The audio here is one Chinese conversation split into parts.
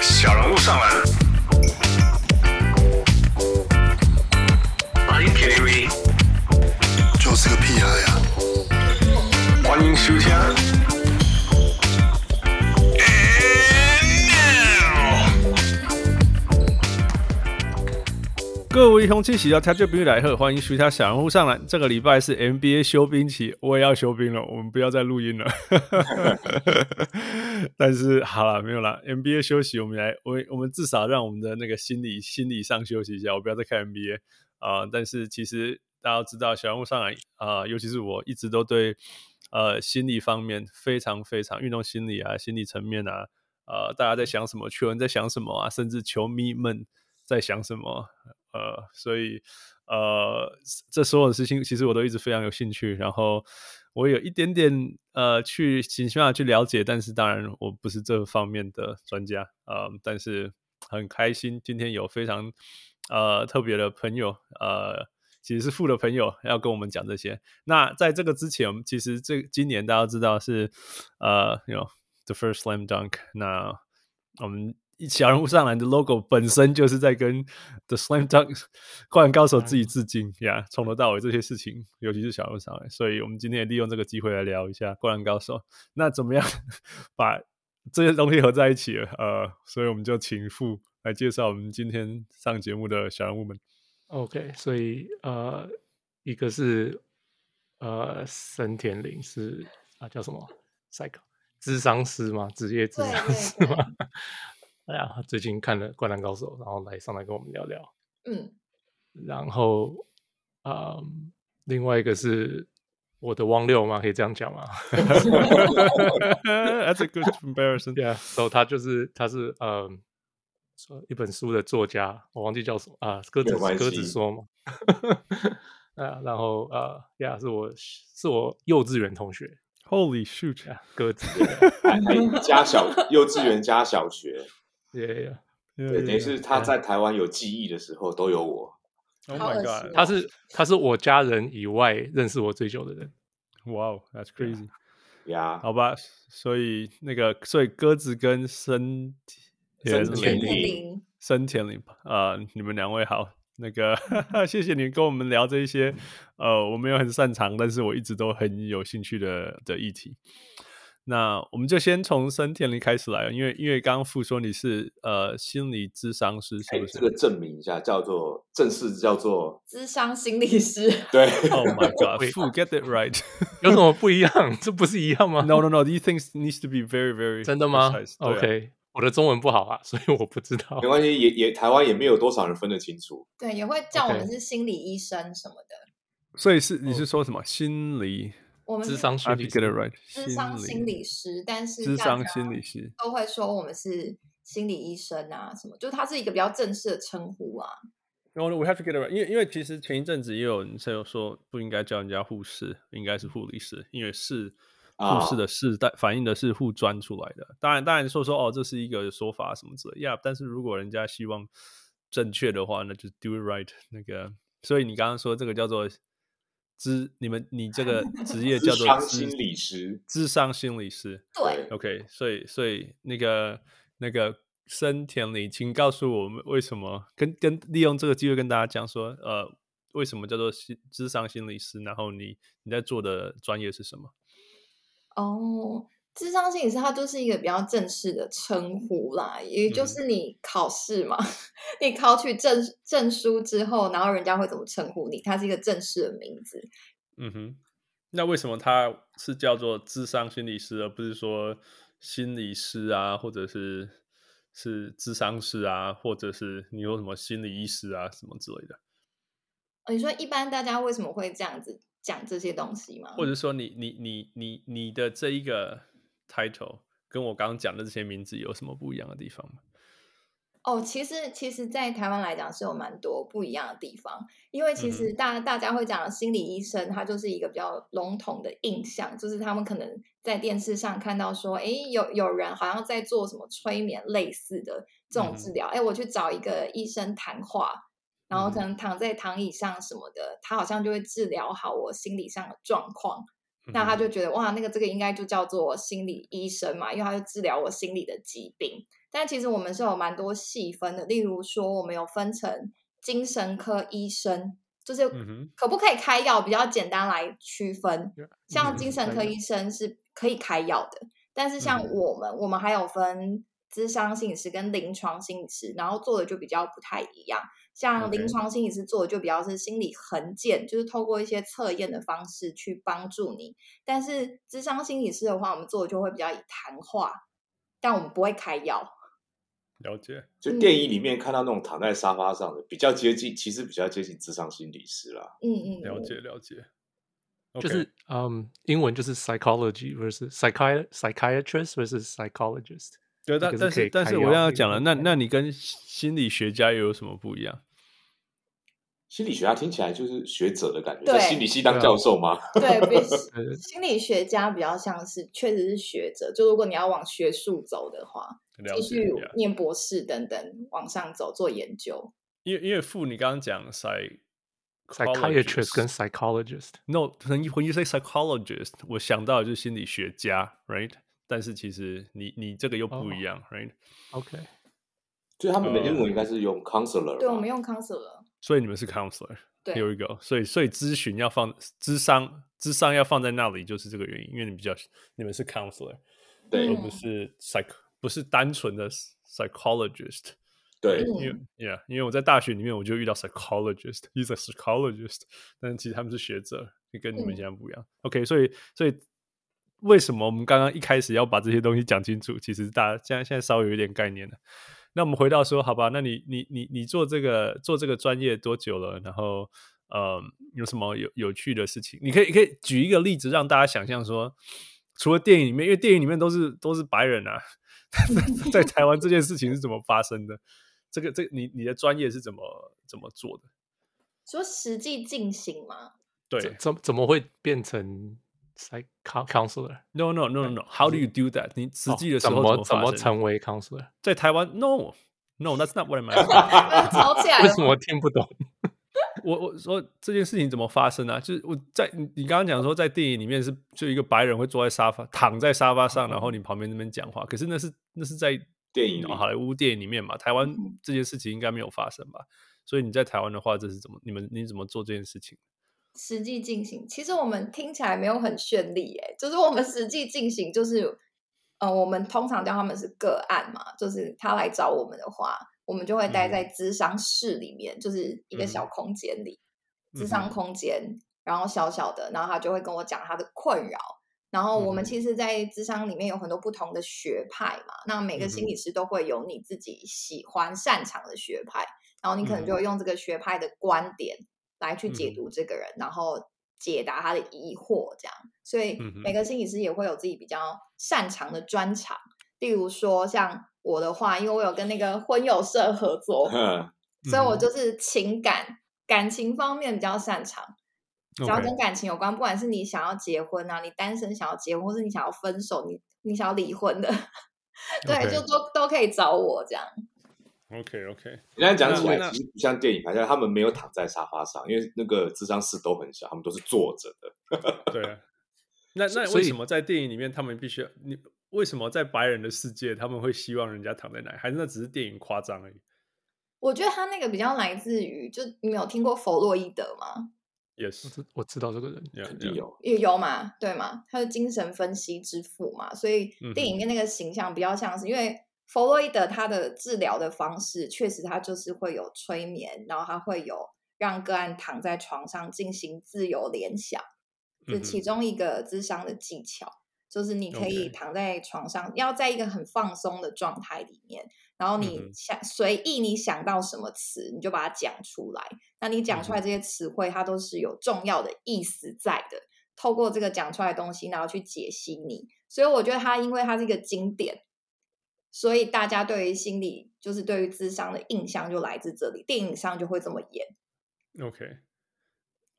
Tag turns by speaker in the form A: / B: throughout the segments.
A: 小人物上篮，Are you kidding me？
B: 就是个屁孩啊呀、
A: 欢迎收听。And now
C: 各位雄起喜到台球兵来贺，欢迎徐家小人物上篮。这个礼拜是 NBA 休兵期，我也要休兵了，我们不要再录音了。但是好了，没有啦 n b a 休息，我们来，我我们至少让我们的那个心理心理上休息一下，我不要再看 NBA 啊、但是其实大家都知道，小人物上篮啊、尤其是我一直都对呃心理方面非常非常运动心理啊、心理层面啊，呃，大家在想什么，球员在想什么啊，甚至球迷们在想什么，呃，所以呃，这所有的事情其实我都一直非常有兴趣，然后我有一点点呃去尽量去了解，但是当然我不是这方面的专家，呃，但是很开心今天有非常呃特别的朋友，呃。其实是富的朋友要跟我们讲这些。那在这个之前，我们其实这今年大家都知道是呃，you know the first slam dunk。那我们一小人物上篮的 logo 本身就是在跟 The Slam Dunk 灌篮高手自己致敬呀，从头到尾这些事情，尤其是小人物上篮，所以我们今天也利用这个机会来聊一下灌篮高手。那怎么样 把这些东西合在一起了？呃，所以我们就请付来介绍我们今天上节目的小人物们。
D: OK，所以呃，一个是呃森田绫是啊叫什么 psycho 智商师吗？职业智
E: 对
D: 商
E: 对
D: 师
E: 对
D: 吗？哎呀，他最近看了《灌篮高手》，然后来上来跟我们聊聊。
E: 嗯，
D: 然后啊、另外一个是我的汪六吗？可以这样讲吗？
C: That's a good comparison.
D: 对啊，然后他就是他是呃，说一本书的作家，我忘记叫什么啊，鸽
F: 没
D: 子
F: 有关
D: 鸽子
F: 系
D: 说嘛， 啊，然后呃呀，是我是我幼稚园同学，
C: Holy shoot！
D: 啊鸽子
F: 还加小幼稚园加小学，
D: 对，
F: 对，等于是他在台湾有记忆的时候都有我。
C: Oh
E: 好
C: my
E: 恶心
C: god！
D: 他是他是我家人以外认识我最久的人，
C: Wow, that's crazy！
F: 呀，
C: 好吧，所以那个，所以鸽子跟森田
F: 森
C: 绫
F: 田绫
E: 森林，
C: 森田绫啊、呃你们两位好。那个，谢谢你跟我们聊这一些，呃，我没有很擅长，但是我一直都很有兴趣的的议题。那我们就先从森田绫开始来，因为因为刚刚傅说你是呃心理咨商师，是
F: 哎，
C: 不是
F: 这个证明一下，叫做正式叫做
E: 智商心理师，
F: 对
C: o h？Oh my god，
D: 会
C: 傅 get it right。
D: 有什么不一样？这不是一样吗？
C: No, no, no. These things needs to be very, very
D: 真的吗
C: precise. 对啊
D: ？OK，我的中文不好啊，所以我不知道
F: 没。关系，也也台湾也没有多少人分得清楚。
E: 对，也会叫我们
D: OK
E: 是心理医生什么的。
C: 所以是你是说什么心理
E: 我们
D: 智
E: 是
D: 商学
C: I
D: 理
C: get it right，
E: 智商心
C: 理
E: 理师，但是
C: 智
E: 大
C: 商
E: 家
C: 心理师。
E: 都会说我们是心理医生啊，什么，就它是一个比较正式的称呼啊。
C: 然后呢，we have to get it right，因为因为其实前一阵子也有人在说不应该叫人家护士，应该是护理师，因为是护
F: 啊
C: 士的士代反映的是护专出来的。当然，当然说说哦，这是一个说法什么之类，Yeah。但是如果人家希望正确的话，那就 do it right。那个，所以你刚刚说这个叫做知，你们你这个职业叫
F: 智
C: 做
F: 商
C: 知
F: 心理师，
C: 智商心理师。
E: 对，
C: OK，所以所以那个那个森田里，请告诉我们为什么跟跟利用这个机会跟大家讲说，呃，为什么叫做心智商心理师？然后你你在做的专业是什么？
E: 哦，智商心理师它就是一个比较正式的称呼啦，也就
C: 嗯
E: 是你考试嘛， 你考取证证书之后，然后人家会怎么称呼你，它是一个正式的名字。
C: 嗯哼，那为什么他是叫做智商心理师，而不是说心理师啊，或者是是智商师啊，或者是你有什么心理医师啊什么之类的？
E: 呃你说一般大家为什么会这样子讲这些东西吗？
C: 或者说你你你你你的这一个 title 跟我刚刚讲的这些名字有什么不一样的地方吗？
E: 哦，其实其实，在台湾来讲是有蛮多不一样的地方，因为其实大、大家会讲心理医生，他就是一个比较笼统的印象，就是他们可能在电视上看到说，诶，有有人好像在做什么催眠类似的这种
C: 嗯
E: 治疗，诶，我去找一个医生谈话，然后可能躺在躺椅上什么的，他好像就会治疗好我心理上的状况。
C: 嗯
E: 那他就觉得哇，那个这个应该就叫做心理医生嘛，因为他就治疗我心理的疾病。但其实我们是有蛮多细分的，例如说我们有分成精神科医生，就是
C: 嗯哼
E: 可不可以开药，比较简单来区分。像精神科
D: 医。
E: 医生是可以开药的，但是像
C: 嗯
E: 我们，我们还有分咨商心理师跟临床心理师，然后做的就比较不太一样。像
C: OK
E: 临床心理师做的就比较是心理横件，就是透过一些测验的方式去帮助你。但是咨商心理师的话，我们做的就会比较以谈话，但我们不会开药。
C: 了解，
F: 就电影里面看到那种躺在沙发上的，比较接近，其实比较接近智商心理师啦。
E: 嗯嗯，
C: 了
E: 嗯
C: 解，了解。
D: 就是嗯，英文就是 psychology versus psychi psychiatrist versus psychologist。
C: 对，
D: 一
C: 但但
D: 个是可以
C: 是但
D: 开
C: 是我
D: 药
C: 刚刚
D: 一个
C: 讲
D: 不
C: 了，
D: 能
C: 那
D: 开
C: 那你跟心理学家又有什么不一样？
F: 心理学家听起来就是学者的感觉，
E: 对
F: 在心理系当教授吗？
E: 对，比
D: 呃
E: 心理学家比较像是确实是学者，就如果你要往学术走的话，
C: 了
E: 继
C: 解
E: 续
C: 一下，
E: 念博士等等往上走做研究。
C: 因为因为父你刚刚讲 psych
D: psychiatrist 跟 psychologist，
C: no，when you when you say psychologist，我想到的就是心理学家，right？但是其实你你这个又不一
D: 哦
C: 样、r i g h t
D: OK，
F: 就是他们的
C: 呃
F: 英文应该是用 counselor，吧
E: 对，我们用 counselor，
C: 所以你们是 counselor，
E: 对
C: 啊有一个，所以所以咨询要放咨商，咨商要放在那里，就是这个原因，因为你比较你们是 counselor，
F: 对
C: 而
E: 嗯
C: 不是 psych，不是单纯的 psychologist。
F: 对
E: 嗯
C: 因为 yeah，因为我在大学里面我就遇到 psychologist，he's a psychologist，但其实他们是学者，就跟你们
E: 嗯
C: 现在不一样。OK，所以所以为什么我们刚刚一开始要把这些东西讲清楚？其实大家现在现在稍微有一点概念了。那我们回到说，好吧，那你你你你做这个做这个专业多久了？然后呃，有什么有有趣的事情？你可以可以举一个例子让大家想象说，除了电影里面，因为电影里面都是都是白人啊， 在台湾这件事情是怎么发生的？这个这个你你的专业是怎么怎么做的？
E: 说实际进 行嘛，
C: 对
D: 怎怎怎么会变成 psych counselor？
C: ，no no no no no，how do you do that？你实际的时
D: 哦怎
C: 候
D: 么
C: 怎
D: 怎
C: 么
D: 么
C: 发生
D: 成为 counselor？
C: 在台湾？No no that's not what I'm asking。
E: 吵
F: 哎
E: 起来
D: 为什
E: 了。
D: 么听不懂？
C: 我我说这件事情怎么发生啊？就是我在你你刚刚讲说在电影里面是就一个白人会坐在沙发躺在沙发上，然后你旁边那边讲话，可是那是那是在
F: 电影里
C: 好莱坞电影里面嘛，台湾这件事情应该没有发生吧？所以你在台湾的话，这是怎么你们你怎么做这件事情？
E: 实际进行，其实我们听起来没有很绚丽，诶，就是我们实际进行就是，呃，我们通常叫他们是个案嘛，就是他来找我们的话，我们就会待
C: 嗯
E: 在咨商室里面，就是一个小
C: 嗯
E: 空间里，
C: 嗯
E: 智商
C: 哼
E: 空间，然后小小的，然后他就会跟我讲他的困扰。然后
C: 嗯
E: 我
C: 哼
E: 们其实，在智商里面有很多不同的学派嘛，那每个
C: 嗯
E: 心
C: 哼
E: 理师都会有你自己喜欢、擅长的学派，然后你可
C: 嗯
E: 能就会用这个学派的观点来去
C: 嗯
E: 解
C: 哼
E: 读这个人，然后解答他的疑惑，这样。所以
C: 嗯哼
E: 每个心理师也会有自己比较擅长的专长，例如说像我的话，因为我有跟那个婚友社合 作，
F: 哼
E: 所以我
C: 嗯
E: 就是情感感情方面比较擅长。只要
C: OK
E: 跟感情有关，不管是你想要结婚啊，你单身想要结婚，或是你想要分手，你你想要离婚的， 对
C: OK
E: 就都都可以找我这样。
C: OK OK，
F: 人家讲起
C: 那
F: 来其实不像电影拍下来，他们没有躺在沙发上，因为那个智商室都很小，他们都是坐着的。
C: 对啊。那
D: 所
C: 那
D: 所
C: 为
D: 以
C: 什么在电影里面他们必须要你？为什么在白人的世界他们会希望人家躺在哪里？还是那只是电影夸张而已？
E: 我觉得他那个比较来自于，就你有听过弗洛伊德吗？
D: 我
C: Yes，
D: 知我知道这个人，
C: yeah,
F: 哦肯
C: yeah
F: 定有，
E: 也有嘛，对嘛，他是精神分析之父嘛，所以
C: 嗯
E: 电
C: 哼
E: 影里面那个形象比较像是，因为弗洛伊德他的治疗的方式，确实他就是会有催眠，然后他会有让个案躺在床上进行自由联想，这
C: 嗯
E: 其
C: 哼
E: 中一个咨商的技巧，就是你可以
C: OK
E: 躺在床上，要在一个很放松的状态里面，然后
C: 嗯
E: 你
C: 哼
E: 想随意你想到什么词，你就把它讲出来。那你
C: 嗯
E: 讲出来这些词汇，它都是有重要的意思在的。透过这个讲出来的东西，然后去解析你，所以我觉得它因为它是一个经典，所以大家对于心理就是对于智商的印象就来自这里，电影上就会这么演。
C: OK，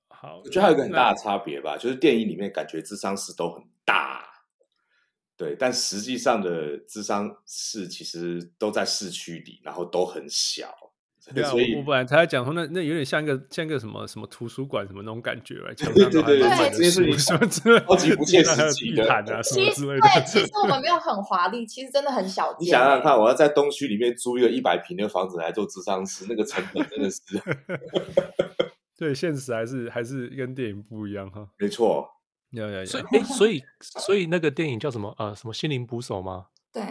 C: 好，
F: 我觉得还有一个很大的差别吧，就是电影里面感觉智商室都很大，对，但实际上的智商室其实都在市区里，然后都很小。
C: 对啊，
F: 所以
C: 我我本来才要讲说那那有点像一个像一个什么什么图书馆什么那种感觉，right？墙
F: 对
C: 上都还
F: 对
E: 对
C: 满满
E: 这
C: 的
F: 件事
C: 书
F: 情
C: 什么之类的，
F: 超级不切
C: 地上还有
F: 实际
C: 地
F: 的
C: 毯啊什
E: 其
C: 么
E: 实
C: 之类
E: 对，其
C: 的。
E: 实我们没有很华丽，其实真的很小间。
F: 你想想看，我要在东区里面租一个一百平的房子来做智商师，那个成本真的是
C: 对，现实还是还是跟电影不一样哈。
F: 没错。
C: 要要
D: 所以
C: 要，
D: 哎，所以所以那个电影叫什么？呃，什么心灵捕手吗？
E: 对，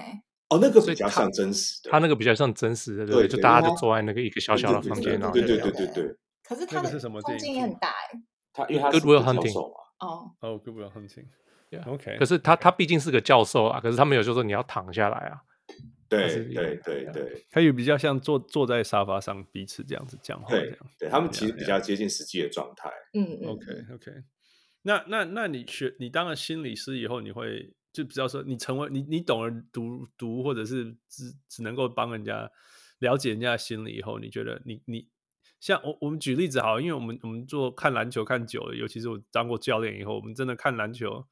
F: 哦，那个
D: 所
F: 比
D: 以
F: 较
D: 他
F: 像真实的，
D: 他那个比较像真实的，对不
F: 对
D: 对？
F: 对
D: 就大家
F: 因为
D: 就
F: 他
D: 坐在那个一个小
F: 对
D: 小的
F: 对
D: 房
F: 对
D: 间，啊然后
F: 对对
D: 就
F: 对对对对，
E: 可是它
C: 那个
E: 的
C: 是什么
E: 空
C: 电
E: 间
C: 影
E: 也
C: 剧
E: 很大哎。
F: 他因为他是
D: Goodwill
F: 教
D: Hunting
F: 授嘛，
E: 哦，
C: 哦，各不了很近。
D: Yeah
C: OK，
D: 可是他他毕竟是个教授啊，可是他没有就说你要躺下来啊，
F: 对
D: 他是一个
F: 对对
D: 对
F: 对
C: 他也比较像坐坐在沙发上彼此这样子讲话这
F: 对
C: 样。
F: 对，他们其实比
C: 对啊
F: 较接近实际的状态。
E: 嗯嗯
C: OK OK，那那那你学你当了心理师以后，你会就比较说你成为你你懂了读读或者是只只能够帮人家了解人家的心理以后，你觉得你你像我我们举例子好了，因为我们我们做看篮球看久了，尤其是我当过教练以后，我们真的看篮球。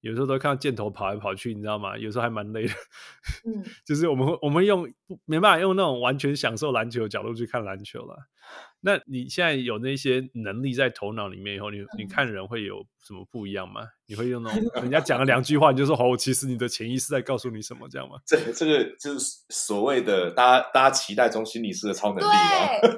C: 有时候都会看到箭头跑来跑去，你知道吗？有时候还蛮累的。
E: 嗯，
C: 就是我们会我们用不没办法用那种完全享受篮球的角度去看篮球了。那你现在有那些能力在头脑里面以后，你你看人会有什么不一样吗？你会用那种人家讲了两句话，你就说哦，其实你的潜意识在告诉你什么，这样吗？
F: 这个这个就是所谓的大家大家期待中心理师的超能力啊。
E: 对，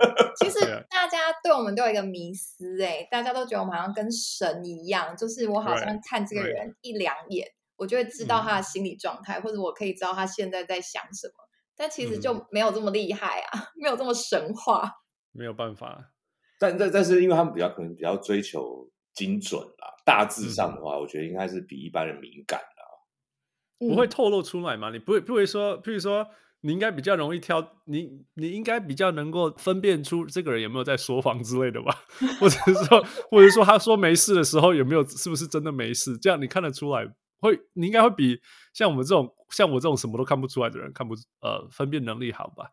E: 其
C: 对啊
E: 实大家对我们都有一个迷思，哎，大家都觉得我们好像跟神一样，就是我好像
C: Right，
E: 看这个
C: right
E: 人一两眼，我就会知道
C: 嗯
E: 他的心理状态，或者我可以知道他现在在想什么。但其实
C: 嗯
E: 就没有这么厉害啊， 没有这么神话。
C: 没有办法，啊
F: 但但但是，因为他们比较可能比较追求精准啦，大致
D: 嗯
F: 上的话，我觉得应该是比一般人敏感啦。
E: 嗯
C: 不会透露出来嘛？你不会不会说，譬如说。你应该比较容易挑，你你应该比较能够分辨出这个人有没有在说谎之类的吧，或者是说，或者说他说没事的时候有没有是不是真的没事？这样你看得出来，会你应该会比像我们这种像我这种什么都看不出来的人看不呃分辨能力好吧？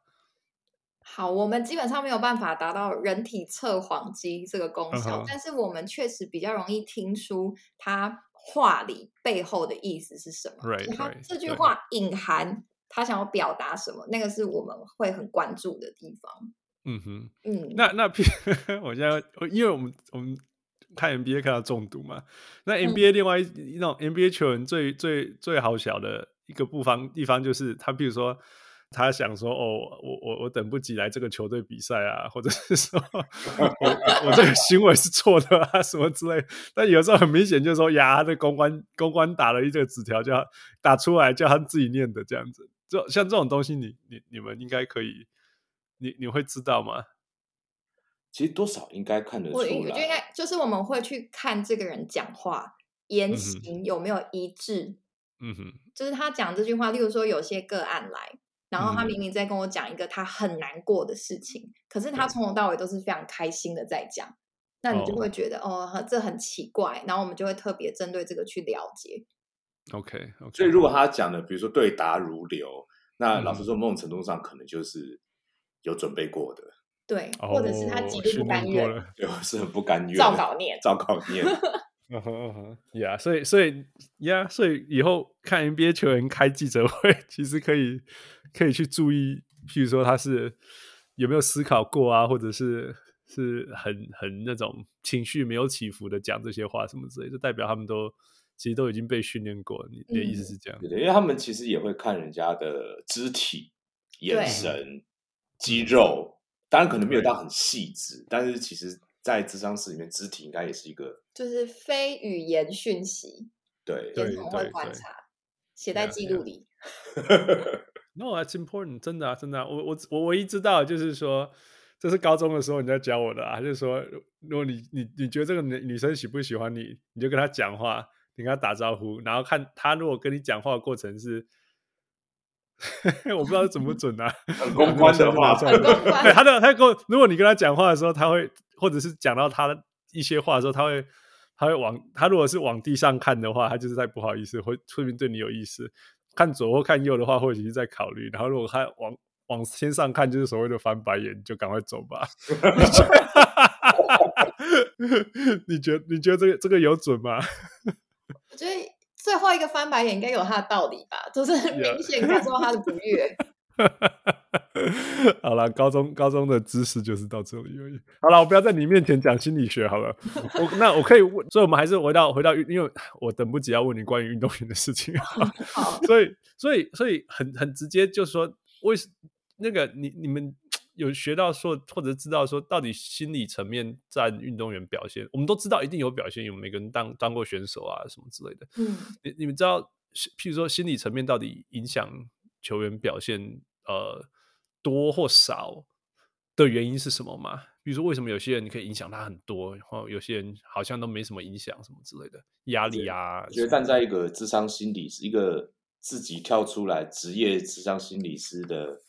E: 好，我们基本上没有办法达到人体测谎机这个功
C: 嗯
E: 效
C: 哼
E: 但是我们确实比较容易听出他话里背后的意思是什么。
C: Right,
E: 就他
C: right,
E: 这句
C: 对
E: 话隐含他想要表达什么，那个是我们会很关注的地方。
C: 嗯哼，
E: 嗯，
C: 那那 P，我 现在我因为我们我们看 NBA 看到中毒嘛，那 NBA 另外一那种 NBA 球员最最最好笑的一个不方地方就是他，比如说。他想说：“哦，我我我等不及来这个球队比赛啊，或者是说我我这个行为是错的啊，什么之类。”但有时候很明显就是说：“呀，那公关公关打了一个纸条，叫他打出来，叫他自己念的这样子。”就像这种东西你，你你们应该可以，你你会知道吗？
F: 其实多少应该看得出
E: 我我
F: 来。
E: 觉得应该就是我们会去看这个人讲话
C: 嗯
E: 言
C: 哼
E: 行有没有一致。
C: 嗯哼，
E: 就是他讲这句话，例如说有些个案来，然后他
C: 嗯
E: 明明在跟我讲一个他很难过的事情，可是他从头到尾都是非常开心的在讲，那你就
C: 哦
E: 会觉得哦这很奇怪，然后我们就会特别针对这个去了解。
C: OK OK，
F: 所以如果他讲的，比如说对答如流，那
C: 嗯
F: 老实说，某种程度上可能就是有准备过的，
E: 对，
C: 哦
E: 或者是他极度不甘愿，
F: 就是很不甘愿。
E: 照稿念。
F: 照稿念，
C: 嗯哼嗯哼，Yeah，所以所以 Yeah，所以以后看 NBA 球员开记者会， 其实可以可以去注意，譬如说他是有没有思考过啊，或者是是很很那种情绪没有起伏的讲这些话什么之类的，就代表他们都其实都已经被训练过了。你你的意思
E: 嗯
C: 是这样？
F: 对对，因为他们其实也会看人家的肢体、眼神、肌肉，当然可能没有到很细致，但是其实，在智商室里面，肢体应该也是一个
E: 就是非语言讯息，
F: 对
C: 对
E: 也是我们会
C: 对
E: 观
C: 对
E: 察，写在
C: Yeah，
E: 记
C: yeah
E: 录里。
C: No, that's important. 真的啊，真的啊、我我我唯一知道的就是说，这是高中的时候你在教我的啊，就是说，如果你你你觉得这个女女生喜不喜欢你，你就跟她讲话，你跟她打招呼，然后看她如果跟你讲话的过程是， 我不知道准不准啊，
F: 很公关的话，
E: 很公关
C: 对，他的他跟我，如果你跟他讲话的时候，他会，或者是讲到他的一些话的时候，他会，他会往他如果是往地上看的话，他就是在不好意思，会说明对你有意思；看左或看右的话，或许是在考虑。然后如果他往往天上看，就是所谓的翻白眼，就赶快走 吧。 你觉你觉得这个这个有准吗？
E: 我觉得最后一个翻白眼应该有他的道理吧，就是
C: Yeah
E: 明显感受到他的不悦。
C: 好了，高中高中的知识就是到这里而已。好了，我不要在你面前讲心理学好了。我那我可以问，所以我们还是回到回到运，因为我等不及要问你关于运动员的事情。
E: 好，
C: 所以所以所以很很直接，就是说为什那个你你们有学到说或者知道说到底心理层面占运动员表现，我们都知道一定有表现，有每个人当当过选手啊什么之类的。
E: 嗯，
C: 你你们知道，是譬如说心理层面到底影响球员表现呃多或少的原因是什么吗？比如说，为什么有些人可以影响他很多，然后有些人好像都没什么影响，什么之类的压力啊
F: 我？觉得站在一个智商心理师，一个自己跳出来职业智商心理师的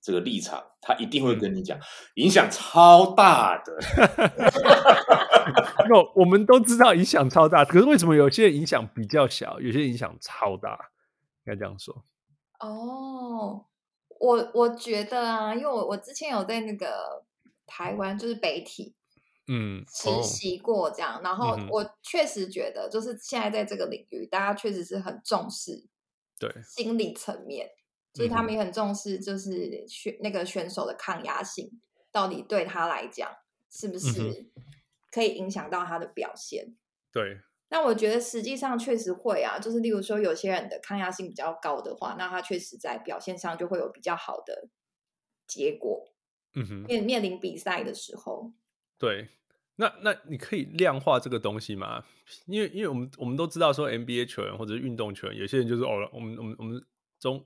F: 这个立场，他一定会跟你讲，影响超大 的。
C: 那我们都知道影响超大，可是为什么有些人影响比较小，有些人影响超大？应该这样说。
E: 哦，我我觉得啊，因为我我之前有在那个台湾，就是北体，
C: 嗯，
E: 实习过这样，然后
C: 嗯哼
E: 我确实觉得，就是现在在这个领域，大家确实是很重视
C: 对，
E: 心理层面，就是他
C: 嗯哼
E: 们也很重视，就是选那个选手的抗压性，到底对他来讲是不
C: 嗯
E: 是可以影响到他的表现。
C: 对，
E: 那我觉得实际上确实会啊，就是例如说有些人的抗压性比较高的话，那他确实在表现上就会有比较好的结果。
C: 嗯哼，
E: 面面临比赛的时候，
C: 对，那那你可以量化这个东西吗？因为因为我们我们都知道说 NBA 球员或者是运动球员，有些人就是哦，我们我们我们中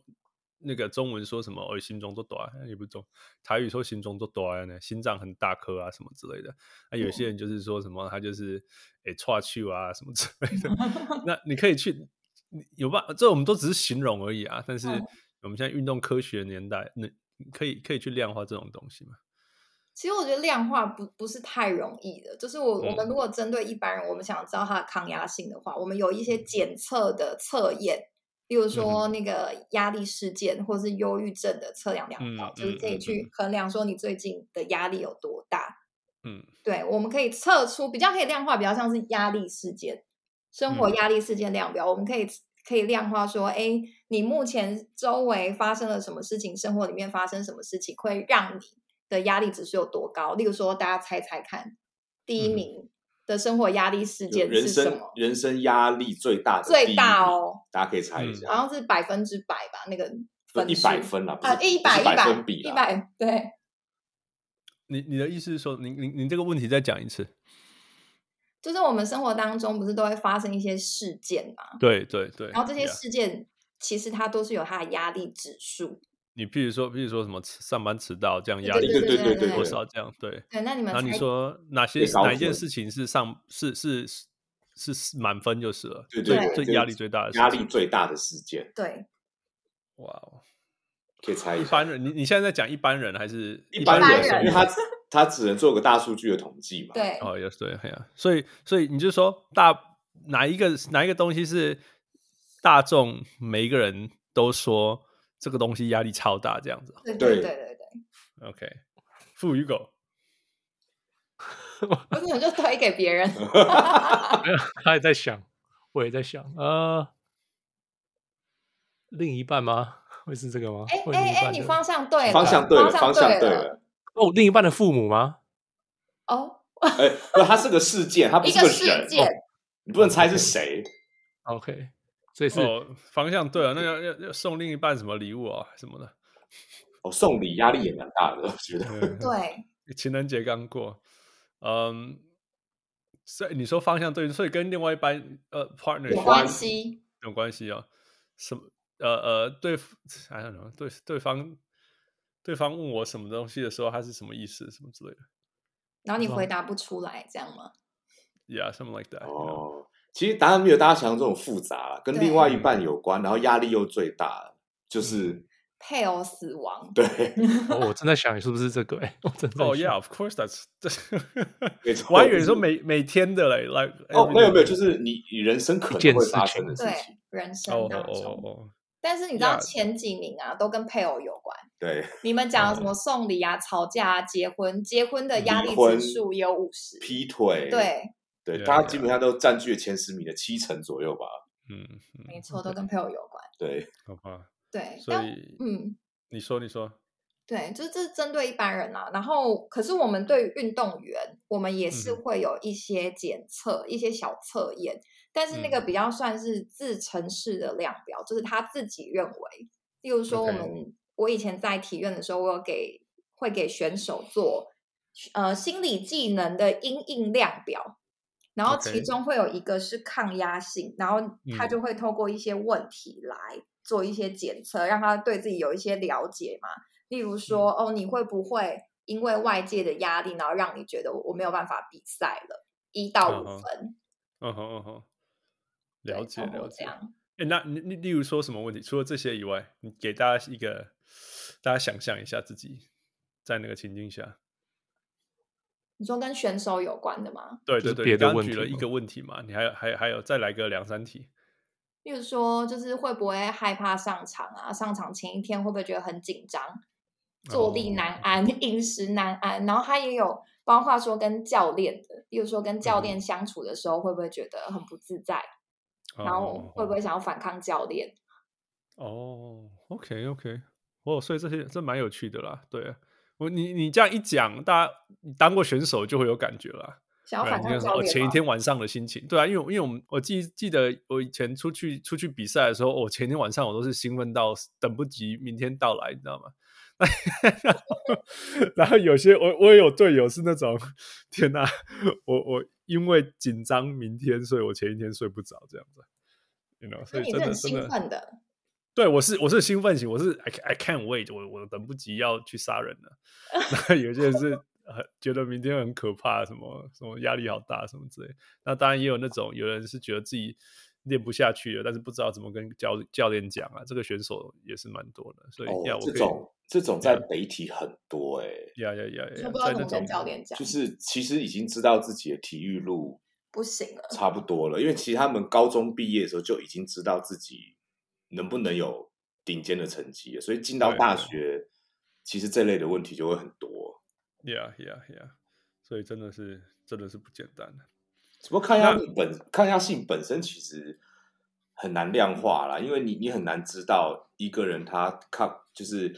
C: 那个中文说什么哦，心中都短，也不是中台语说心中都短呢，心脏很大颗啊什么之类的。那、有些人就是说什么他就是诶岔去啊什么之类的。那你可以去你有办，这我们都只是形容而已啊。但是
E: 嗯
C: 我们现在运动科学年代，那可以可以去量化这种东西吗？
E: 其实我觉得量化不不是太容易的，就是我我
C: 嗯
E: 们如果针对一般人，我们想知道他的抗压性的话，我们有一
C: 嗯
E: 些检测的测验，例如说那个压力事件或是忧郁症的测量量表，
C: 嗯
E: 就是可以
C: 嗯
E: 去衡量说你最近的压力有多大。
C: 嗯
E: 对，我们可以测出比较可以量化，比较像是压力事件、生活
C: 嗯
E: 压力事件量表，我们可以可以量化说，哎，你目前周围发生了什么事情，生活里面发生什么事情，会让你的压力指数有多高？例如说，大家猜猜看，第一
C: 嗯
E: 名的生活压力事件
F: 人
E: 是什
F: 生
E: 么？
F: 人生压力最大的第
E: 最
F: 一
E: 大
F: 名，
E: 哦，
F: 大家可以猜一下，
E: 好像是百分之百吧，那个分
F: 一百
E: 数
F: 分啦，不
E: 啊，
F: 是
E: 一
F: 不
E: 百
F: 是
E: 一
F: 百
E: 百
F: 分比
E: 一
F: 啦，
E: 百，对。
C: 你你的意思是说，您您您这个问题再讲一次？
E: 就是我们生活当中不是都会发生一些事件嘛，
C: 对对对。
E: 啊然后这些
C: yeah
E: 事件其实它都是有它的压力指数。
C: 你譬如说，譬如说什么迟上班迟到，这样压
E: 对
C: 力
E: 对对对对
C: 多
E: 对
C: 少这样对。
E: 对，那你们
C: 然后你
E: 猜
C: 说哪些
F: 最高
C: 哪一件
F: 分
C: 事情是上是是是是满分就是了，
F: 对
E: 对
C: 最
F: 对
C: 最压力最大的事
F: 压
C: 情
F: 力最大的事件，
E: 对，
C: 哇哦！
F: 可以猜一
C: 一
F: 下。
C: 般人，你你现在在讲一般人还是
F: 一般
E: 一般
F: 人，
E: 人
F: 因为他 他只能做个大数据的统计嘛。，
E: 对，
C: 哦，也是对，嘿呀、所以所以你就说大哪一个哪一个东西是大众每一个人都说这个东西压力超大这样子
E: 对对
F: 对
E: 对对对，
C: ？OK，富与狗。
E: 我怎么就推给别 人？哎
D: 他也在想，我也在想，呃，另一半吗？ 会是这个吗？
E: 哎
D: 会另
E: 哎
D: 一
E: 哎，
D: 半
E: 你
D: 的
E: 方向对了，
F: 方向对了，
E: 方
F: 方向
E: 对
F: 对
E: 了。
F: 了。
D: 哦，另一半的父母吗？
E: 哦，
F: 哎，不，他是个事件，他不
E: 一
F: 是
E: 个事
F: 人，哦
E: 件，
F: 你不能猜是谁。
D: OK，所以是、
C: 哦，方向对了，那要要要送另一半什么礼物啊、什么的。
F: 哦，送礼压力也蛮大的，我 觉得。
C: 嗯
E: 对
C: 情人节刚过，嗯，所以你说方向对，所以跟另外一半呃 partner
E: 有
F: 关
E: 关
F: 系
E: 系。
C: 有关系哦。什么呃呃，对，I don't know，对对方对方问我什么东西的时候，他是什么意思，什么之类的
E: 然后
C: 嗯
E: 你
D: 是吧
E: 回答不出来，这样吗？
C: ，Yeah，something like that、
F: 哦，其实答案没有大家想象这种复杂啦，跟
E: 对
F: 另外一半有关，然后压力又最大，就是
E: 配偶死亡，
F: 对，
D: 哦，我正在想是不是这个、哎，我正在
C: 哦、
D: 想
C: yeah，of course that's
F: 没错
C: 我还以为
F: 就是
C: 说哎每每天的嘞，like
F: 哦，没有没有，就是是你你人生可
D: 一件
F: 能会
D: 事
F: 发
D: 情
F: 生的事
E: 对
F: 情，
E: 人
C: 哦
E: 生
C: 哦
E: 当
C: 哦
E: 中。
C: 哦，
E: 但是你知道
C: Yeah
E: 前几名啊，都跟配偶有关。
F: 对，
E: 你们讲的什
C: 哦
E: 么送礼啊、吵架啊、结婚，结婚的压
F: 离
E: 力
F: 婚
E: 指数也有五十。
F: 劈腿，
E: 对，
F: 对，
C: Yeah，
F: 大家
C: yeah
F: 基本上都占据了前十名的七成左右吧，
C: 嗯，嗯
E: 没错，都跟配偶有关。
F: 对。
C: 好吧，
E: 对，
C: 所
E: 但
C: 以
E: 嗯，
C: 你说，你说，
E: 对，就是这是针对一般人啦、然后，可是我们对于运动员，我们也是
C: 嗯哼
E: 会有一些检测、一些小测验，但是
C: 嗯
E: 那个比较算是自程式的量表，就是他自己认为。例如说，我
C: OK
E: 们我以前在体院的时候，我有给会给选手做呃心理技能的因应量表，然后其
C: OK
E: 中会有一个是抗压性，然后他
C: 嗯
E: 就会透过一些问题来做一些检测，让他对自己有一些了解嘛。例
C: 嗯
E: 如说，哦，你会不会因为外界的压力，然后让你觉得我没有办法比赛了？一到五
C: 嗯哼
E: 分，
C: 嗯哼嗯哼，
E: 对
C: 了解
E: 差不多
C: 了
E: 这
C: 解。
E: 样。
C: 哎，那你你例如说什么问题？除了这些以外，你给大家一个，大家想象一下自己在那个情境下，
E: 你说跟选手有关的吗？
C: 对对
D: 就是
C: 对，
D: 别
C: 你
D: 的
C: 刚刚
D: 问
C: 举
D: 题
C: 了一
D: 吗
C: 个问题嘛，你还有还有还有再来个两三题，
E: 例如说，就是会不会害怕上场啊？上场前一天会不会觉得很紧张？坐立
C: 哦
E: 难安， 饮食难安，然后他也有包括说跟教练的，例如说跟
C: 嗯
E: 教
C: 哼
E: 练相处的时候会不会觉得很不自在，然后
C: 哦
E: 会不会想要反抗教练？
C: 哦，OK OK，哦，所以这些这蛮有趣的啦，对啊，我你你这样一讲，大家你当过选手就会有感觉啦。
E: 想要
C: 对啊
E: 反
C: 你这
E: 抗
C: 样说
E: 教
C: 哦，
E: 练
C: 前一
E: 吗
C: 天晚上的心情，对啊，因为我因为我们我记记得我以前出去出去比赛的时候，我、哦前一天晚上我都是兴奋到等不及明天到来，你知道吗？ 然后然后有些我我也有队友是那种，天哪、我我因为紧张明天，所以我前一天睡不着这样子，you know，所
E: 那
C: 以
E: 你
C: 真的
E: 是很
C: 真的
E: 兴奋的，
C: 对，我是我是兴奋型，我是 I ca- I can't wait，我我等不及要去杀人了。 那有些人 是很觉得明天很可怕，什么什么压力好大什么之类。那当然也有那种有人是觉得自己练不下去了，但是不知道怎么跟教教练讲啊。这个选手也是蛮多的，所以啊呀，
F: 哦，
C: 我
F: 这
C: 可
F: 种这种在北体很多哎、
C: 以呀呀呀呀，
E: 就不知道
C: 在
E: 怎
C: 那
E: 么跟
C: 种
E: 教练讲，
F: 就是其实已经知道自己的体育路
E: 不行了。
F: 差不多了，因为其实他们高中毕业的时候就已经知道自己能不能有顶尖的成绩了，所以进到
C: 对
F: 大
C: 对啊
F: 学，其实这类的问题就会很多。
C: 呀呀呀，所以真的是真的是不简单的。
F: 只不过抗压
C: 那
F: 力本抗压性本身其实很难量化啦，因为你你很难知道一个人他抗就是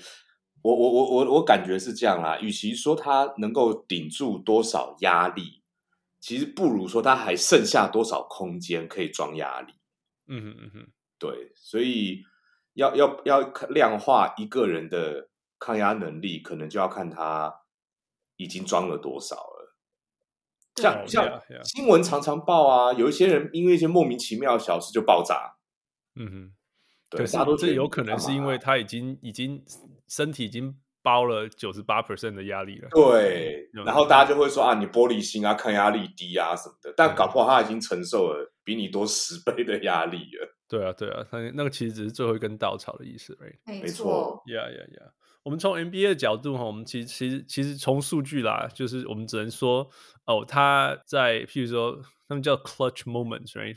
F: 我我我我我感觉是这样啦。与其说他能够顶住多少压力，其实不如说他还剩下多少空间可以装压力。
C: 嗯哼嗯哼，
F: 对，所以要要要量化一个人的抗压能力，可能就要看他已经装了多少了。像
C: 对
F: 像
C: 呀呀
F: 新闻常常报啊，有一些人因为一些莫名其妙的小事就爆炸，
C: 嗯哼。
F: 对，
C: 可是
F: 大家都觉
C: 这
F: 得
C: 有
F: 你
C: 可能
F: 干
C: 是
F: 嘛
C: 因
F: 啊
C: 为他已经已经身体已经包了九十八 percent 的压力了。
F: 对
C: 有，
F: 然后大家就会说啊，你玻璃心啊，抗压力低啊什么的，但搞不好他已经承受了比你多十倍的压力了。
C: 对啊，对啊，那那个其实只是最后一根稻草的意思，right？
E: 没
F: 没错
E: 错，
C: 呀呀呀！我们从 NBA 的角度哈，我们其实其实其实从数据啦，就是我们只能说哦，他在譬如说他们叫 clutch moments，right？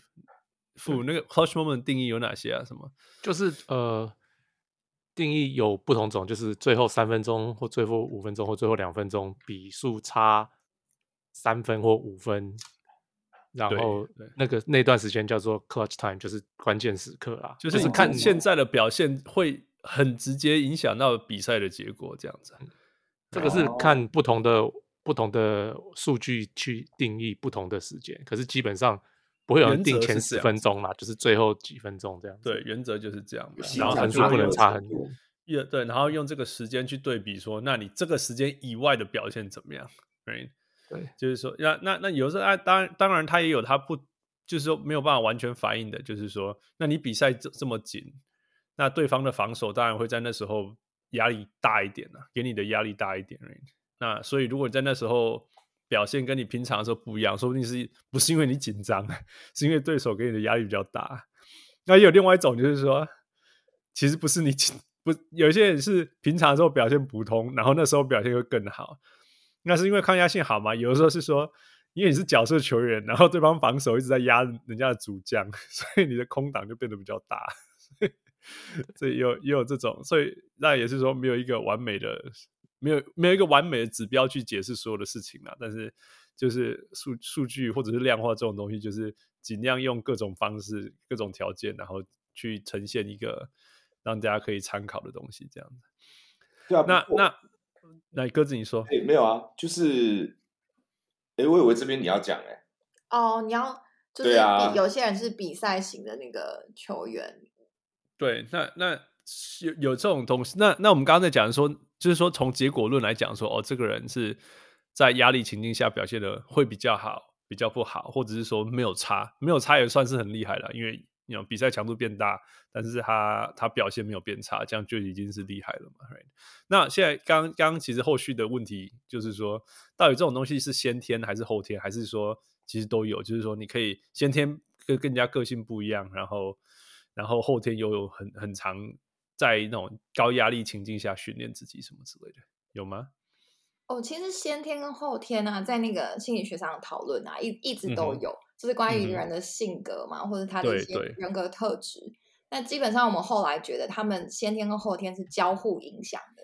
C: 父那个 clutch moment 的定义有哪些啊？什么？
D: 就是呃，定义有不同种，就是最后三分钟或最后五分钟或最后两分钟比数差三分或五分，然
C: 对
D: 后
C: 对
D: 那个那段时间叫做 clutch time，就是关键时刻啦。
C: 就
D: 就是是
C: 看
D: 你
C: 现在的表现会很直接影响到比赛的结果，这样子。啊
D: 这个是
F: 哦
D: 看不同的不同的数据去定义不同的时间，可是基本上不会有人
C: 原
D: 定
C: 则是
D: 前
C: 这
D: 十
C: 样
D: 分
C: 子
D: 钟啦，就是最后几分钟这样子。
C: 对，原则就是这样嘛。
F: 欣
D: 然后
F: 赏
D: 分
F: 就
D: 数
F: 要
D: 不
F: 有
D: 能
F: 程
D: 差很
F: 度
D: 多。
C: 也对，然后用这个时间去对比说，那你这个时间以外的表现怎么样？Right？
D: 对，
C: 就是说，那那那有时候啊，当然当然，他也有他不，就是说没有办法完全反映的，就是说，那你比赛这这么紧，那对方的防守当然会在那时候压力大一点啊，给你的压力大一点，right？那所以如果你在那时候表现跟你平常的时候不一样，说不定是不是因为你紧张，啊是因为对手给你的压力比较大。那也有另外一种，就是说，其实不是你紧不，有一些人是平常的时候表现普通，然后那时候表现会更好。那是因为抗压性好吗？有的时候是说，因为你是角色球员，然后对方防守一直在压人家的主将， 所以你的空档就变得比较大。 所以所以也有也有这种，所以那也是说没有一个完美的，没有没有一个完美的指标去解释所有的事情啦。但是就是数数据或者是量化这种东西，就是尽量用各种方式、各种条件，然后去呈现一个让大家可以参考的东西，这样子。
F: 对啊，
C: 那
F: 不过
C: 那那鸽子你说，
F: 哎、没有啊，就是，哎、我以为这边你要讲哎、
E: 哦，你要就是
F: 对啊
E: 比有些人是比赛型的那个球员，
C: 对，那那有有这种东西，那那我们刚刚在讲说，就是说从结果论来讲说，哦，这个人是在压力情境下表现的会比较好，比较不好，或者是说没有差，没有差也算是很厉害了，因为你比赛强度变大，但是他他表现没有变差，这样就已经是厉害了嘛，right？那现在刚刚其实后续的问题就是说，到底这种东西是先天还是后天，还是说其实都有？就是说你可以先天跟跟人家个性不一样，然后然后后天又有很很长在那种高压力情境下训练自己什么之类的，有吗？
E: 哦，其实先天跟后天啊，在那个心理学上的讨论啊，一一直都
C: 嗯哼
E: 有，就是关
C: 嗯
E: 于
C: 哼
E: 人的性格嘛，或者他的
C: 对
E: 一些
C: 对
E: 人格特质。那基本上我们后来觉得，他们先天跟后天是交互影响的。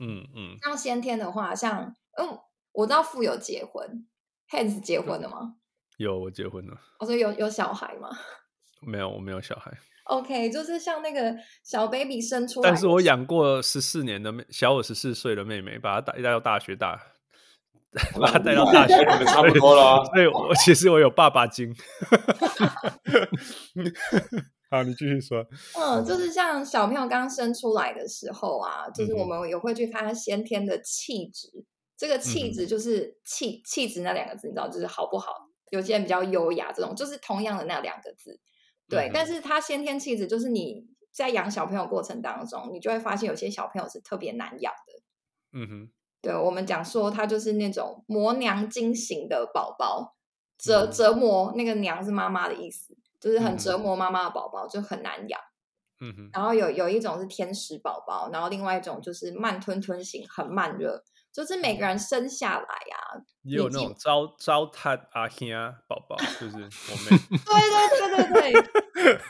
C: 嗯嗯，
E: 像先天的话，像嗯，我知道富有结婚 h a n s 结
C: 嗯
E: 婚了吗？
C: 有我结婚了，
E: 我说有有小孩吗
C: 没有我没有小孩，
E: ？OK，就是像那个小 baby 生出来的时
C: 但是
E: 候，
C: 我养过十四年的妹，小我十四岁的妹妹，把她带带到大学大， 把她带到大学
F: 那你们差不多了啊
C: 所以我其实我有爸爸精。 好，你继续说。
E: 嗯，就是像小朋友刚生出来的时候啊，就是我
C: 嗯
E: 们也会去看他先天的气质。这个气
C: 嗯
E: 质就是气、气质那两个字，你知道，就是好不好？有些人比较优雅，这种就是同样的那两个字。对，
C: 嗯
E: 但是他先天气质就是你在养小朋友过程当中，你就会发现有些小朋友是特别难养的。
C: 嗯哼，
E: 对我们讲说，他就是那种磨娘精型的宝宝，折
C: 嗯
E: 折磨那个娘是妈妈的意思，就是很折
C: 嗯
E: 磨妈妈的宝宝，就很难养。
C: 嗯哼，
E: 然后有有一种是天使宝宝，然后另外一种就是慢吞吞型，很慢热，就是每个人生下来啊，
C: 也有那
E: 你记
C: 种糟糟蹋阿兄啊宝宝，就是我 妹。
E: 对对对对对，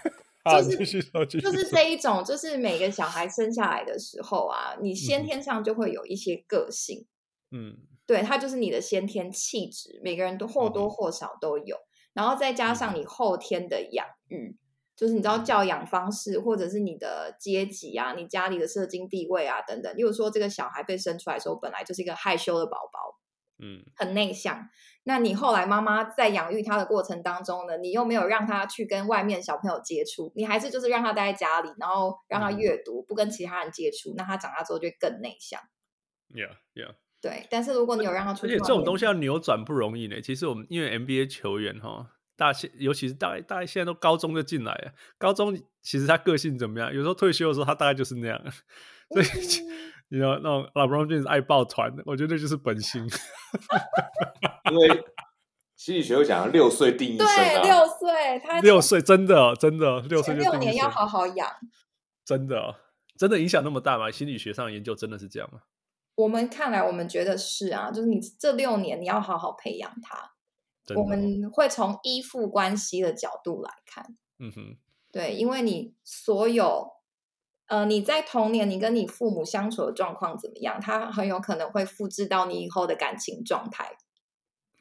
C: 好，
E: 就是
C: 继续说，继续
E: 就是
C: 说。
E: 这一种，就是每个小孩生下来的时候啊，你先天上就会有一些个性，
C: 嗯
E: 对，它就是你的先天气质，每个人都或
C: 嗯
E: 多
C: 哼
E: 或少都有，然后再加上你后天的养育。就是你知道教养方式，或者是你的阶级啊，你家里的社经地位啊等等。例如说，这个小孩被生出来的时候，本来就是一个害羞的宝宝，
C: 嗯
E: 很内向。那你后来妈妈在养育他的过程当中呢，你又没有让他去跟外面小朋友接触，你还是就是让他待在家里，然后让他
C: 嗯
E: 阅读，不跟其他人接触，那他长大之后就会更内向。
C: ，Yeah Yeah。
E: 对，但是如果你有让他出
C: 而
E: 去，
C: 且这种东西
E: 西，
C: 要扭转不容易呢。其实我们因为 NBA 球员哈，大现尤其是大概大概现在都高中就进来了，高中其实他个性怎么样，有时候退休的时候他大概就是那样。所以
E: 嗯
C: 你知道那种 LeBron James 爱抱团，我觉得这就是本性。
F: 因为心理学会讲六岁定义生
E: 对，
F: 啊，
E: 六岁，他
C: 六岁真的哦真的哦六岁
E: 前
C: 就
E: 六
C: 定
E: 年
C: 义
E: 要
C: 生
E: 好好养。
C: 真的哦真的影响那么大吗？心理学上研究真的是这样吗？
E: 我们看来，我们觉得是啊，就是你这六年你要好好培养他。
C: 真的
E: 我
C: 哦、
E: 们会从依附关系的角度来看。
C: 嗯哼
E: 对，因为你所有，呃，你在童年你跟你父母相处的状况怎么样，它很有可能会复制到你以后的感情状态。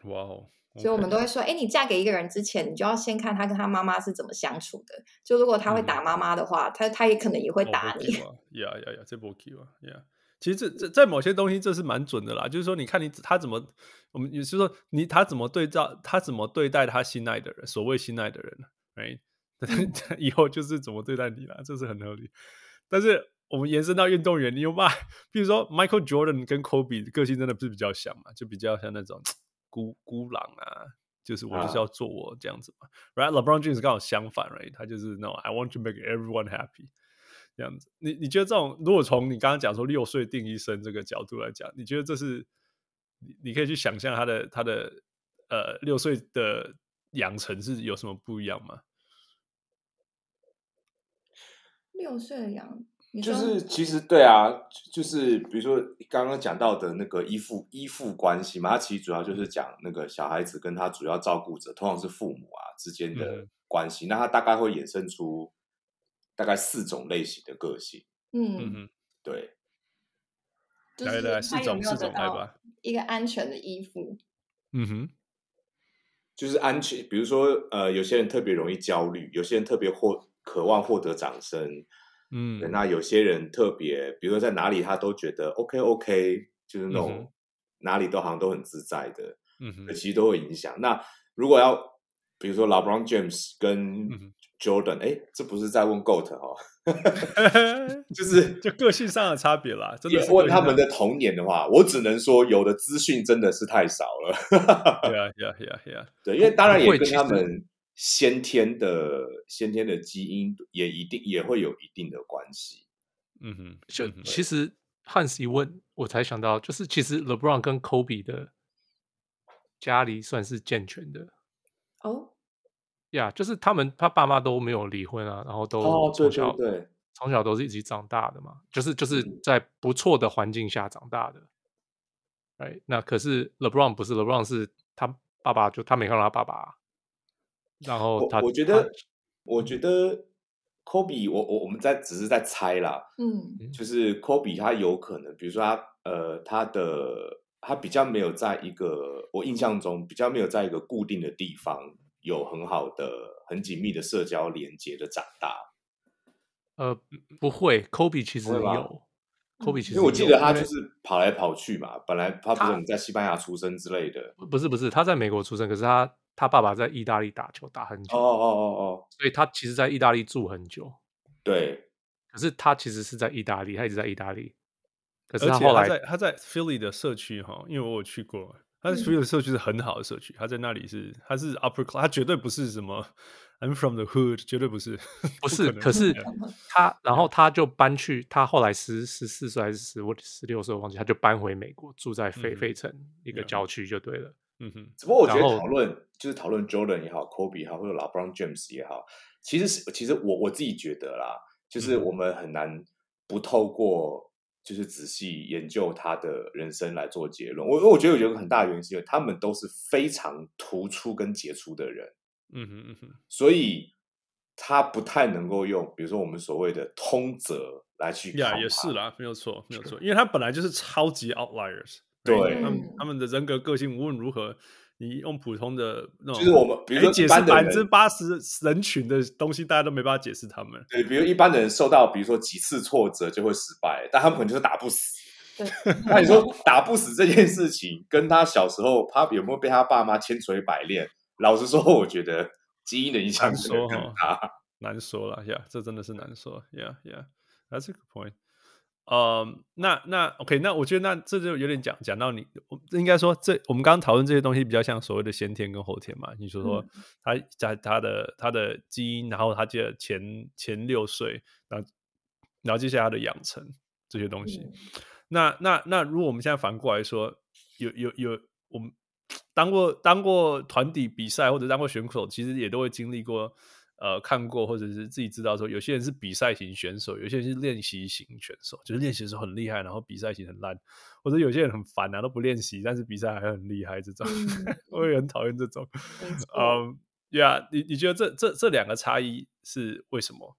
C: 哇哦，
E: 所以我们
C: OK
E: 都会说，哎，你嫁给一个人之前，你就要先看他跟他妈妈是怎么相处的。就如果他会打妈妈的话，他他也可能也会
C: 嗯哦
E: 打
C: 没
E: 你。
C: Q 啊呀呀呀，这波 Q 啊呀。其实这这在某些东西这是蛮准的啦，就是说你看你他怎么，我们也是说你他怎么对照他怎么对待他心爱的人，所谓心爱的人，right？以 后就是怎么对待你啦，这是很合理。但是我们延伸到运动员，你有把，比如说 Michael Jordan 跟 Kobe 个性真的不是比较像嘛，就比较像那种孤孤狼啊，就是我就是
F: 啊
C: 要做我这样子嘛。Right, LeBron James 刚好相反，Right，他就是那种 I want to make everyone happy 这样子。你你觉得这种，如果从你刚刚讲说六岁定一生这个角度来讲，你觉得这是你你可以去想象他的他的呃六岁的养成是有什么不一样吗？
E: 六岁的羊，你
F: 就
E: 说
F: 是其实对啊，就是比如说刚刚讲到的那个依附依附关系嘛，它其实主要就是讲那个小孩子跟他主要照顾者，通常是父母啊之间的
C: 嗯
F: 关系，那它大概会衍生出大概四种类型的个性，
C: 嗯
E: 嗯，
C: 哼，
F: 对，
E: 就
C: 来
E: 是
C: 来来，四
E: 他有
C: 种
E: 没
C: 四
E: 有得
C: 种来
E: 到
C: 吧。
E: 一个安全的依附？
C: 嗯哼，
F: 就是安全，比如说呃，有些人特别容易焦虑，有些人特别获渴望获得掌声，
C: 嗯
F: 对，那有些人特别，比如说在哪里他都觉得 OK OK，就是那
C: 嗯
F: 种哪里都好像都很自在的，
C: 嗯哼
F: 那其实都会影响。那如果要比如说 LeBron James 跟
C: 嗯
F: Jordan，哎、这不是在问 Goat 哦， 就是
C: 就个性上的差别啦，真的是
F: 问他
C: 个
F: 们
C: 性
F: 的童年的话，我只能说有的资讯真的是太少了。
C: 上的，呀呀呀呀，
F: 对，因为当然
D: 不
F: 也
D: 会
F: 跟
D: 其
F: 他
D: 实
F: 们先天的先天的基因也一定也会有一定的关系。
C: 嗯哼，
D: 就
C: 嗯哼
D: 其实汉斯一问，我才想到，就是其实 LeBron 跟 Kobe 的家里算是健全的
E: 哦，
D: 呀就是他们他爸妈都没有离婚啊，然后都
C: 哦
F: 哦对
D: 从小、
F: 对对，
D: 从小都是一起长大的嘛，就是就是
F: 嗯
D: 在不错的环境下长大的。哎、那可是 LeBron 不是 LeBron 是他爸爸，就他没看到他爸爸啊、然后他
F: 我我觉
D: 他
F: 得我觉得 Kobe，我我我们在只是在猜啦，
E: 嗯
F: 就是 Kobe 他有可能，比如说他呃他的他比较没有在一个我印象中比较没有在一个固定的地方有很好的很紧密的社交连接的长大，
D: 呃不会，Kobe 其实
F: 会吧
D: 有，Kobe 其
F: 因
D: 实
F: 为我记
D: 有
F: 得他
D: 因为
F: 就是跑来跑去嘛，本来他不
D: 他
F: 是你在西班牙出生之类的，
D: 不是不是，他在美国出生，可是他他爸爸在意大利打球打很久，
F: 哦哦哦哦，
D: 所以他其实在意大利住很久。
F: 对，
D: 可是他其实是在意大利，他一直在意大利。可是
C: 而且
D: 后来
C: 他在他在 Philly 的社区哈，因为我有去过，他在
E: 嗯
C: Philly 的社区是很好的社区，他在那里是他是 upper class，他绝对不是什么 I'm from the hood，绝对不是，
D: 不
C: 可
D: 是，
C: 能
D: 可是他，然后他就搬去，他后来十十四岁还是十我十六岁，我忘记，他就搬回美国，住在
C: 嗯
D: 费
C: 哼
D: 费城一个
C: 了
D: 郊区就对了。
C: 嗯哼，
F: 只不过我觉得
D: 然后
F: 讨论就是讨论 Jordan 也好，Kobe 也好，或者 LeBron James 也好，其实是其实我我自己觉得啦，就是
C: 嗯
F: 我们很难不透过就是仔细研究他的人生来做结论。我我觉得有一个很大的原因是因为他们都是非常突出跟杰出的人，
C: 嗯哼嗯哼，
F: 所以他不太能够用比如说我们所谓的通则来去
C: 呀、
F: 看
C: 也
F: 他
C: 是啦，没有错没有错，因为他本来就是超级 outliers，
F: 对
C: right？他们
E: 嗯
C: 他们的人格个性无论如何。你用普通的那种，
F: 就是我们比如
C: 可以
F: 说
C: 解
F: 一
C: 释
F: 般的
C: 百分
F: 人
C: 之八十人群的东西，大家都没办法解释他们。
F: 对，比如一般的人受到比如说几次挫折就会失败，但他们可能就是打不死。
E: 对，
F: 那你说打不死这件事情，跟他小时候他有没有被他爸妈千锤百炼？老实说，我觉得基因的影响
C: 难
F: 可能
C: 说
F: 更
C: 哈
F: 大。
C: 难说了，Yeah，这真的是难说，Yeah，Yeah，that's a good point。嗯，那那 OK，那我觉得那这就有点讲讲到你，我应该说这我们刚刚讨论这些东西比较像所谓的先天跟后天嘛。你说说他在他的他的基因，然后他记得前前六岁，然后然后接下来他的养成这些东西。
E: 嗯
C: 那那那如果我们现在反过来说，有有有，我们当过当过团体比赛或者当过选手，其实也都会经历过，呃，看过或者是自己知道说，有些人是比赛型选手，有些人是练习型选手，就是练习的时候很厉害，然后比赛型很烂，或者有些人很烦啊，都不练习，但是比赛还很厉害，这种、
E: 嗯
C: 我也很讨厌这种。
E: 没错。
C: 嗯，呀，你你觉得这这这两个差异是为什么？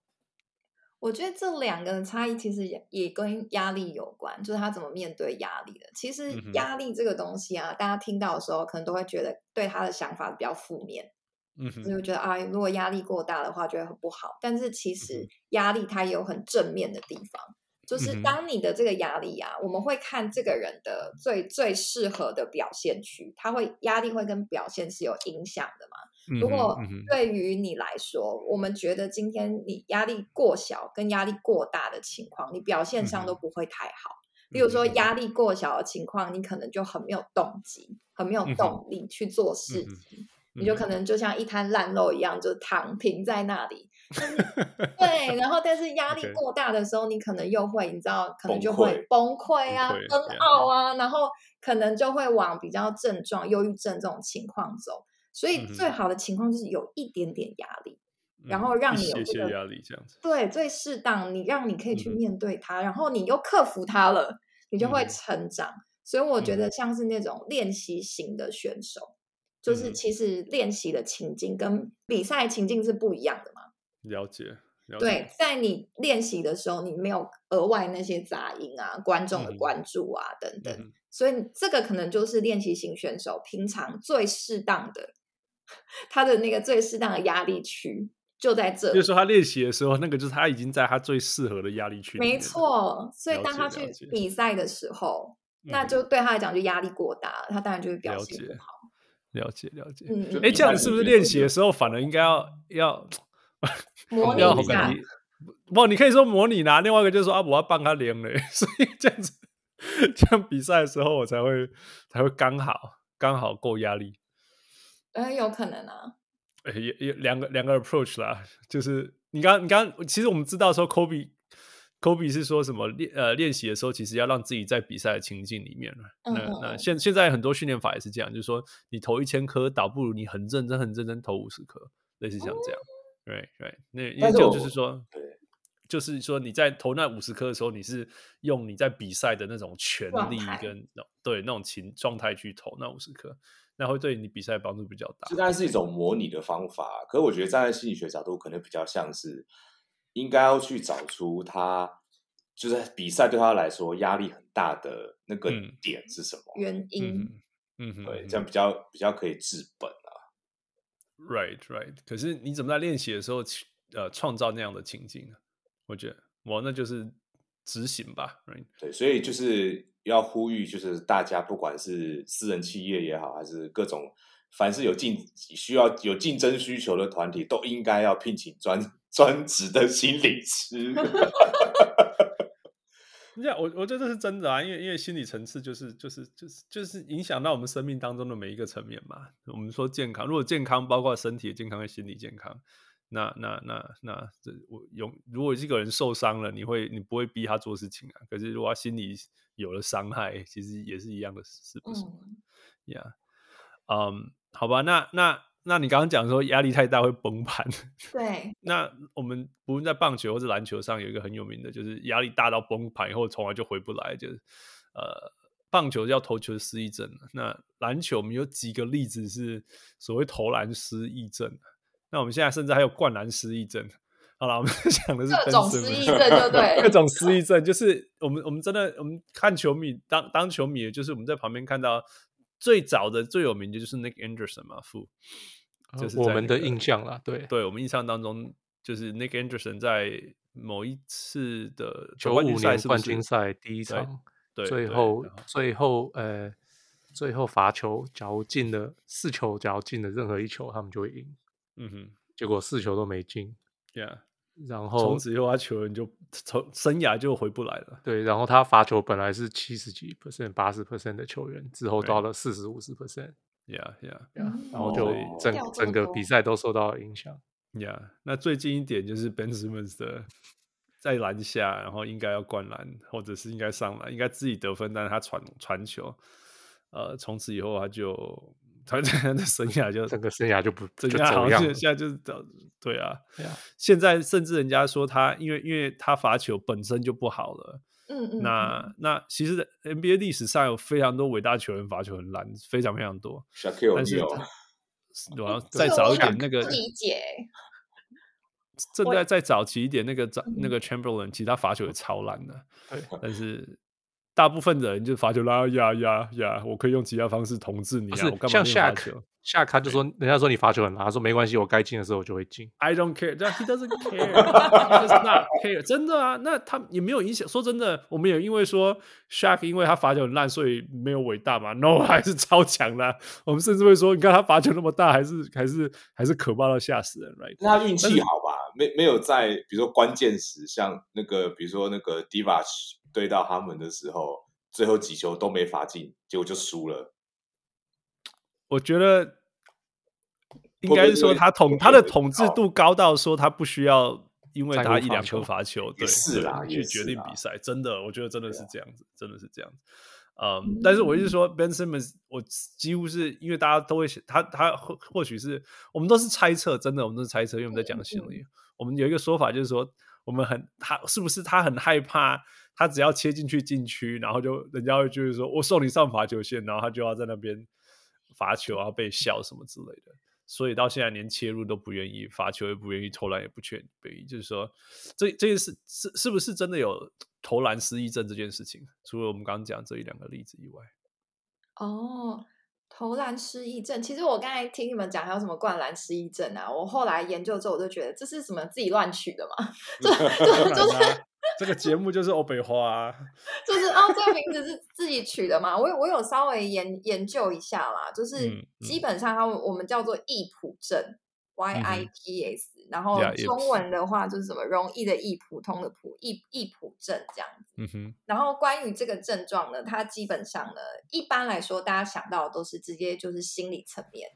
E: 我觉得这两个差异其实也也跟压力有关，就是他怎么面对压力的。其实
C: 嗯哼
E: 压力这个东西啊，大家听到的时候可能都会觉得对他的想法比较负面，
C: 嗯
E: 就
C: 哼，
E: 是觉得啊，如果压力过大的话，就会很不好。但是其
C: 嗯
E: 实压力它也有很正面的地方，就
C: 嗯
E: 是
C: 哼
E: 当你的这个压力啊，我们会看这个人的最最适合的表现区，他会压力会跟表现是有影响的嘛。如果
C: 嗯哼
E: 对于你来说，我们觉得今天你压力过小跟压力过大的情况，你表现上都
C: 嗯
E: 不会太好。比如说
C: 嗯哼
E: 压力过小的情况，你可能就很没有动机，很没有
C: 嗯哼
E: 动力去做事
C: 嗯哼
E: 情。你就可能就像一滩烂肉一样，就躺平在那里。但是对，然后但是压力
C: OK
E: 过大的时候，你可能又会，你知道，可能
F: 崩
E: 就会
F: 溃
E: 崩溃啊、
C: 崩
E: 奔
C: 溃对啊
E: 傲啊，然后可能就会往比较症状、忧郁症这种情况走。所以
C: 嗯哼
E: 最好的情况就是有一点点压力，
C: 嗯
E: 然后让
C: 一
E: 你有
C: 些
E: 这
C: 些
E: 个
C: 压力这样子。
E: 对，最适当，你让你可以去
C: 嗯哼
E: 面对它，然后你又克服它了，你就会
C: 嗯哼
E: 成长。所以我觉
C: 嗯
E: 得像是那种练习型的选手，就
C: 嗯
E: 是
C: 哼
E: 其实练习的情境跟比赛情境是不一样的嘛。
C: 了解，了解
E: 对，，在你练习的时候，你没有额外那些杂音啊、观众
C: 嗯
E: 的
C: 哼
E: 关注啊等等，
C: 嗯
E: 所以这个可能就是练习型选 手平常最适当的他的那个最适当的压力区。就在这
C: 就是说他练习的时候，那个就是他已经在他最适合的压力区。
E: 没，错，所以
C: 了
E: 当
C: 解
E: 他
C: 了
E: 去
C: 解
E: 比赛的时候，那
C: 嗯
E: 就对他来讲就压力过大了，他当然就会表
C: 了
E: 现
C: 解
E: 不好。
C: 了解了解。
E: 嗯，
F: 就
C: 哎，这样子是不是练习的时候反而应该要要
E: 模拟
C: 要
E: 一下，
C: 你不，你可以说模拟啦。另外一个就是说啊，我要帮他练嘞， 所以这样子，这样比赛的时候我才会才会刚好刚好够压力。
E: 呃，有可能啊，
C: 呃也也两个两个 approach 啦，就是你刚你刚其实我们知道说 Kobe Kobe 是说什么练呃练习的时候，其实要让自己在比赛的情境里面了。
E: 嗯
C: 那
E: 嗯
C: 那
E: 嗯
C: 现现在很多训练法也是这样，就是说你投一千颗，倒不如你很认真很认真投五十颗，类似像这样。对对，那因为
F: 但是
C: 这样就
F: 我
C: 是说
F: 对。
C: 就是说，你在投那五十颗的时候，你是用你在比赛的那种全
E: 状
C: 力
E: 态
C: 跟对那种情状态去投那五十颗，那会对你比赛帮助比较大。
F: 这当然是一种模拟的方法，可是我觉得站在心理学角度，可能比较像是应该要去找出他就是比赛对他来说压力很大的那个
C: 嗯
F: 点是什么，
E: 原因。
C: 嗯嗯哼，
F: 对，这样比较比较可以治本啊。
C: right right。可是你怎么在练习的时候去，呃，创造那样的情境呢？我觉得，我那就是执行吧，right？
F: 对，所以就是要呼吁，就是大家不管是私人企业也好，还是各种凡是有竞需要有竞争需求的团体，都应该要聘请专 专职的心理师。
C: 你看，我我觉得这是真的啊，因为因为心理层次就是就是就是就是影响到我们生命当中的每一个层面嘛。我们说健康，如果健康包括身体的健康和心理健康，那那那那这我有，如果这个人受伤了，你会你不会逼他做事情啊？可是如果他心里有了伤害，其实也是一样的事，是不是？
E: 嗯，
C: Yeah，嗯、好吧，那那那你刚刚讲说压力太大会崩盘，
E: 嗯对，
C: 那我们不论在棒球或者篮球上有一个很有名的，就是压力大到崩盘以后，从来就回不来，就是呃，棒球叫投球失忆症了，那篮球我们有几个例子是所谓投篮失忆症，啊那我们现在甚至还有灌篮失忆症。好了，我们 讲的是
E: 各
C: Ben
E: 种
C: Simmons
E: 失忆症就 对
C: 各种失忆症，就是我们我们真的我们看球迷当当球迷，就是我们在旁边看到最早的最有名的就是 Nick Anderson 嘛，父，
D: 呃
C: 哦就是
D: 我
C: 在
D: 们
C: 那
D: 的
C: 个
D: 印象啦，对，
C: 对我们印象当中，就是 Nick Anderson 在某一次的
D: 九
C: 总冠军
D: 五
C: 赛
D: 年
C: 是不
D: 冠
C: 是
D: 军赛第
C: 对
D: 一场，
C: 对
D: 最
C: 对
D: 后
C: 然后
D: 最后呃最后罚球嚼进了四球嚼进了任何一球，他们就会赢。
C: 嗯哼
D: 结果四球都没进，
C: ，Yeah，
D: 然后
C: 从此以后他球员就从生涯就回不来了。
D: 对，然后他罚球本来是七十几 percent、八十 percent 的球员，之后
C: 对
D: 到了四十五十 percent，
C: Yeah, yeah,
E: 嗯
D: 然后
C: 所
F: 哦
D: 就
C: 以
D: 整
E: 掉这
D: 整
E: 么
D: 个
E: 多
D: 比赛都受到影响。
C: yeah。那最近一点就是 Ben Simmons 的在篮下，然后应该要灌篮，或者是应该上篮，应该自己得分，但是他传传球，呃，从此以后他就他 他的生涯就
D: 整个生涯就不
C: 这
D: 就
C: 家好像
D: 走样
C: 是
D: 了
C: 现在就是到对啊，
D: 对啊
C: 现在甚至人家说他，因为因为他罚球本身就不好了，
E: 嗯嗯，
C: 那那其实 NBA 历史上有非常多伟大球员罚球很烂，非常非常多。
F: Shaquille
C: 但是
F: O'Neal，
C: 我
D: 嗯
C: 要
E: 这
C: 再
E: 个
C: 早
E: 我
C: 一点，那个
E: 不理解，
C: 正
E: 我
C: 在再早期一点，那个早
E: 嗯
C: 那个 Chamberlain 其实他罚球也超烂的，
D: 对
C: 但是大部分人就罚球啦呀呀呀，我可以用其他方式统治你
D: 不
C: 啊，我
D: 是
C: 干嘛
D: 像
C: 练罚
D: Shaq
C: 球
D: Shaq 他就说，人家说你罚球很烂，他说没关系，我该进的时候我就会进。
C: I don't care，但 he doesn't care，he does not care。真的啊，那他也没有影响。说真的，我们也因为说 Shaq 因为他罚球很烂，所以没有伟大嘛？No，还是超强的啊、我们甚至会说，你看他罚球那么大，还是还是还是可怕到吓死人，right？
F: 那他运气好吧？没没有在比如说关键时，像那个比如说那个 Diva 对到他们的时候，最后几球都没罚进，结果就输了。
C: 我觉得
F: 会
C: 应
F: 不会
C: 该是说他
F: 因
C: 统
F: 为
C: 他的统治度高到说他不需要。因为
D: 在乎
C: 他一两
D: 罚
C: 颗
D: 球
C: 罚球，对，
F: 也是啦
C: 对
F: 也
C: 去
F: 是
C: 决定
F: 啦
C: 比赛，真的，我觉得真的是这样子，真的是这样子。嗯，但是我一直说 Ben Simmons，我几乎是因为大家都会写他，他或或许是我们都是猜测，真的，我们都是猜测，因为我们在讲心理。我们有一个说法就是说，我们很他是不是他很害怕，他只要切进去禁区，然后就人家会就是说我送你上罚球线，然后他就要在那边罚球啊被笑什么之类的。所以到现在连切入都不愿意，罚球也不愿意，投篮也不愿意，就是说，这这件事是是不是真的有投篮 失忆症这件事情？除了我们刚刚讲这一两个例子以外，
E: 哦，投篮失忆症，其实我刚才听你们讲还有什么灌篮失忆症啊，我后来研究之后我就觉得这是什么自己乱取的嘛， 就
C: 当
E: 就
C: 然
E: 就是
C: 啦这个节目就是欧北花、啊，
E: 就是哦，这个名字是自己取的嘛？我有我有稍微研研究一下啦，就是
C: 嗯嗯
E: 基本上它我们叫做易普症 （Y I P S），、然后
C: Yeah,
E: 中
C: it's-
E: 文的话就是什么容易的易，普通的普，易易普症这样子。
C: 嗯哼，
E: 然后关于这个症状呢，它基本上呢，一般来说大家想到的都是直接就是心理层面。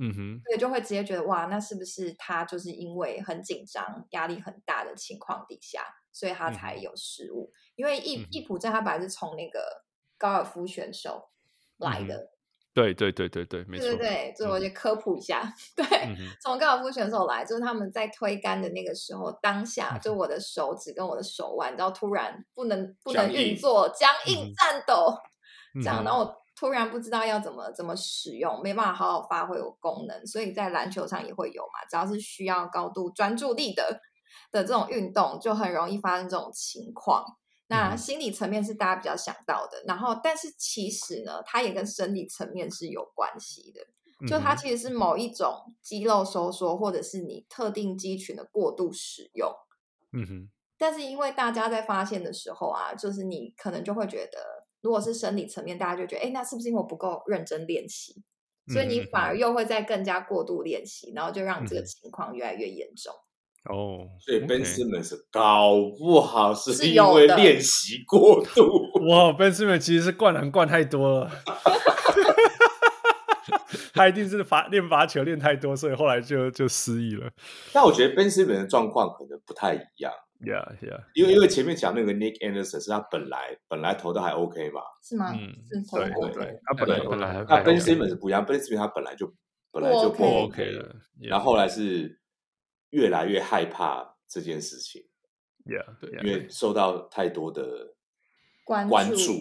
C: 嗯哼，
E: 对，就会直接觉得哇，那是不是他就是因为很紧张、压力很大的情况底下，所以他
C: 嗯
E: 才
C: 哼
E: 有失误？因为易
C: 嗯哼
E: 易普症他本来是从那个高尔夫选手
C: 嗯
E: 来
C: 哼
E: 的，
C: 对对对对对，没错，
E: 对对对，所以我
C: 嗯
E: 就科普一下， 对，
C: 嗯哼，
E: 从高尔夫选手来，就是他们在推杆的那个时候，当
C: 嗯
E: 下就我的手指跟我的手腕，然后突然不能不能
F: 僵
E: 运
F: 硬
E: 作，僵
C: 嗯
E: 硬
C: 哼
E: 颤抖，
C: 嗯
E: 这样，
C: 哼
E: 然后我突然不知道要怎么怎么使用，没办法好好发挥我功能，所以在篮球上也会有嘛，只要是需要高度专注力的的这种运动，就很容易发生这种情况。那
C: 嗯
E: 心理层面是大家比较想到的，然后但是其实呢，它也跟生理层面是有关系的。就它
C: 嗯哼
E: 其实是某一种肌肉收缩，或者是你特定肌群的过度使用。
C: 嗯哼，
E: 但是因为大家在发现的时候啊，就是你可能就会觉得，如果是生理层面，大家就觉得，哎，那是不是因为我不够认真练习？所以你
C: 嗯嗯
E: 反而
C: 嗯
E: 又会再更加过度练习，然后就让这个
C: 嗯
E: 情况越来越严重。
C: 哦，
F: 所以
C: OK
F: Ben Simmons 搞不好
E: 是
F: 是因
E: 有
F: 为
E: 的
F: 练习过度。
C: 哇，Ben Simmons 其实是灌篮灌太多了，他一定是罚练罚球练太多，所以后来就就失忆了。
F: 但我觉得 Ben Simmons 的状况可能不太一样，
C: Yeah, yeah，
F: 因为因为前面讲那个 Nick Anderson 是他本来本来投的还 OK 嘛，
E: 是吗？
C: 嗯
E: 是头
C: 对
E: 头
C: 对
E: 头
C: 对，他哎本
D: 对
C: 来
D: 本来
F: 那
D: 还
F: Ben
D: OK
F: Simmons 不一样，Ben Simmons 他本来就本来就
E: 不
F: 不
E: OK
C: OK
F: 了，
C: 了，
F: 然后后来是越来越害怕这件事情，
C: Yeah，
D: 对
F: 因
C: yeah，
F: 为受到太多的
E: 关
F: 关
E: 注
F: 注，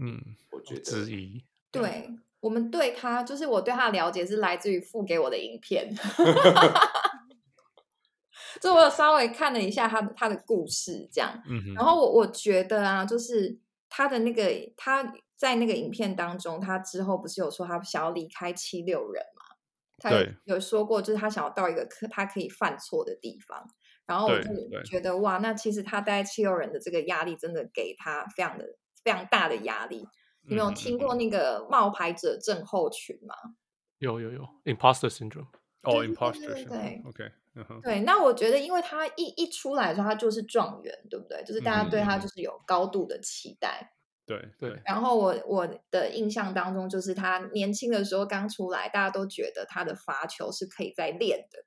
C: 嗯
F: 我觉得
D: 质疑，
E: 对我们对他，就是我对他的了解是来自于付给我的影片，就我有稍微看了一下他的他的故事这样，
C: 嗯哼，
E: 然后我我觉得啊，就是他的那个他在那个影片当中，他之后不是有说他想要离开七六人嘛？他有
C: 对
E: 有说过，就是他想要到一个可他可以犯错的地方。然后我
C: 对
E: 就
C: 对
E: 觉得哇，那其实他待在七六人的这个压力，真的给他非常的非常大的压力。你们有
C: 嗯
E: 听
C: 嗯
E: 过那个冒牌者症候群吗？
D: 有有有，imposter syndrome，
C: 哦
E: 对对对
C: ，imposter，
E: 对对
C: o k 嗯哼，
E: 对，那我觉得，因为他一一出来的时候，他就是状元，对不对？就是大家对他
C: 嗯嗯嗯
E: 就是有高度的期待。
C: 对
D: 对，
E: 然后我我的印象当中，就是他年轻的时候刚出来，大家都觉得他的罚球是可以再练的，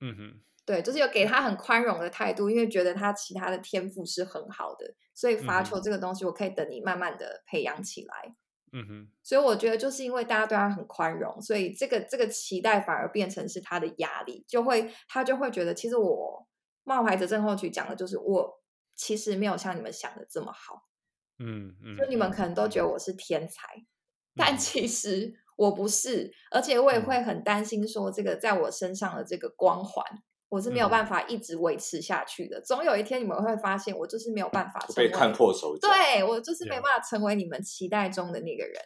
C: 嗯哼，
E: 对，就是有给他很宽容的态度，因为觉得他其他的天赋是很好的，所以罚
C: 嗯哼
E: 球这个东西，我可以等你慢慢的培养起来。
C: 嗯哼，
E: 所以我觉得，就是因为大家对他很宽容，所以这个这个期待反而变成是他的压力，就会他就会觉得，其实我冒牌者症候群讲的就是我其实没有像你们想的这么好。
C: 嗯嗯，
E: 就你们可能都觉得我是天才，但
C: 嗯
E: 其实我不是，而且我也
F: 嗯
E: 会很担心说，这个在我身上的这个光环，我是没有
C: 嗯
E: 办法一直维持下去的。总有一天你们会发现，我就是没有办法成
F: 被
E: 为，
F: 看破手脚。
E: 对我就是没
C: Yeah
E: 办法成为你们期待中的那个人。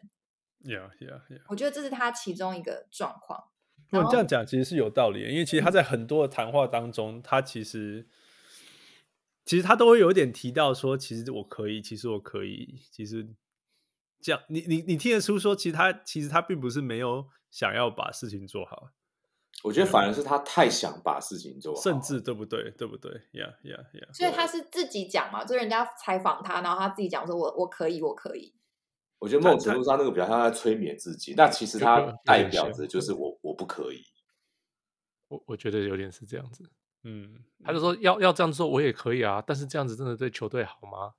C: ，Yeah Yeah Yeah。
E: 我觉得这是他其中一个状况。
C: 如
E: 然
C: 果
E: 后嗯
C: 这样讲，其实是有道理的，因为其实他在很多的谈话当中，他其实其实他都会有一点提到说，其实我可以，其实我可以，其实这样，你你你听得出说，其实他其实他并不是没有想要把事情做好，
F: 我觉得反而是他太想把事情做好，
C: 甚
E: 哦
C: 至对不对？对不对？Yeah Yeah Yeah。
E: 所以他是自己讲嘛，就是人家采访他，然后他自己讲说我我可以，我可以。
F: 我觉得某种程度上那个比较像在催眠自己，那其实
D: 有
F: 它
D: 点
F: 代表
D: 像
F: 着就是我我不可以。
D: 我我觉得有点是这样子。
C: 嗯，
D: 他就说要要这样做，我也可以啊，但是这样子真的对球队好吗？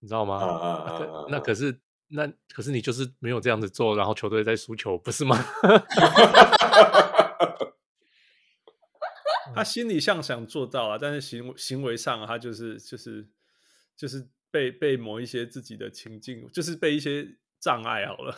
D: 你知道吗？
F: 嗯
E: 啊
F: 嗯嗯
D: 那
F: 嗯
D: 可
F: 嗯
D: 那可是那可是你就是没有这样子做，然后球队在输球，不是吗？
F: 嗯
C: 他心里像想做到啊，但是行为行为上、啊、他就是就是就是被被某一些自己的情境，就是被一些障碍好了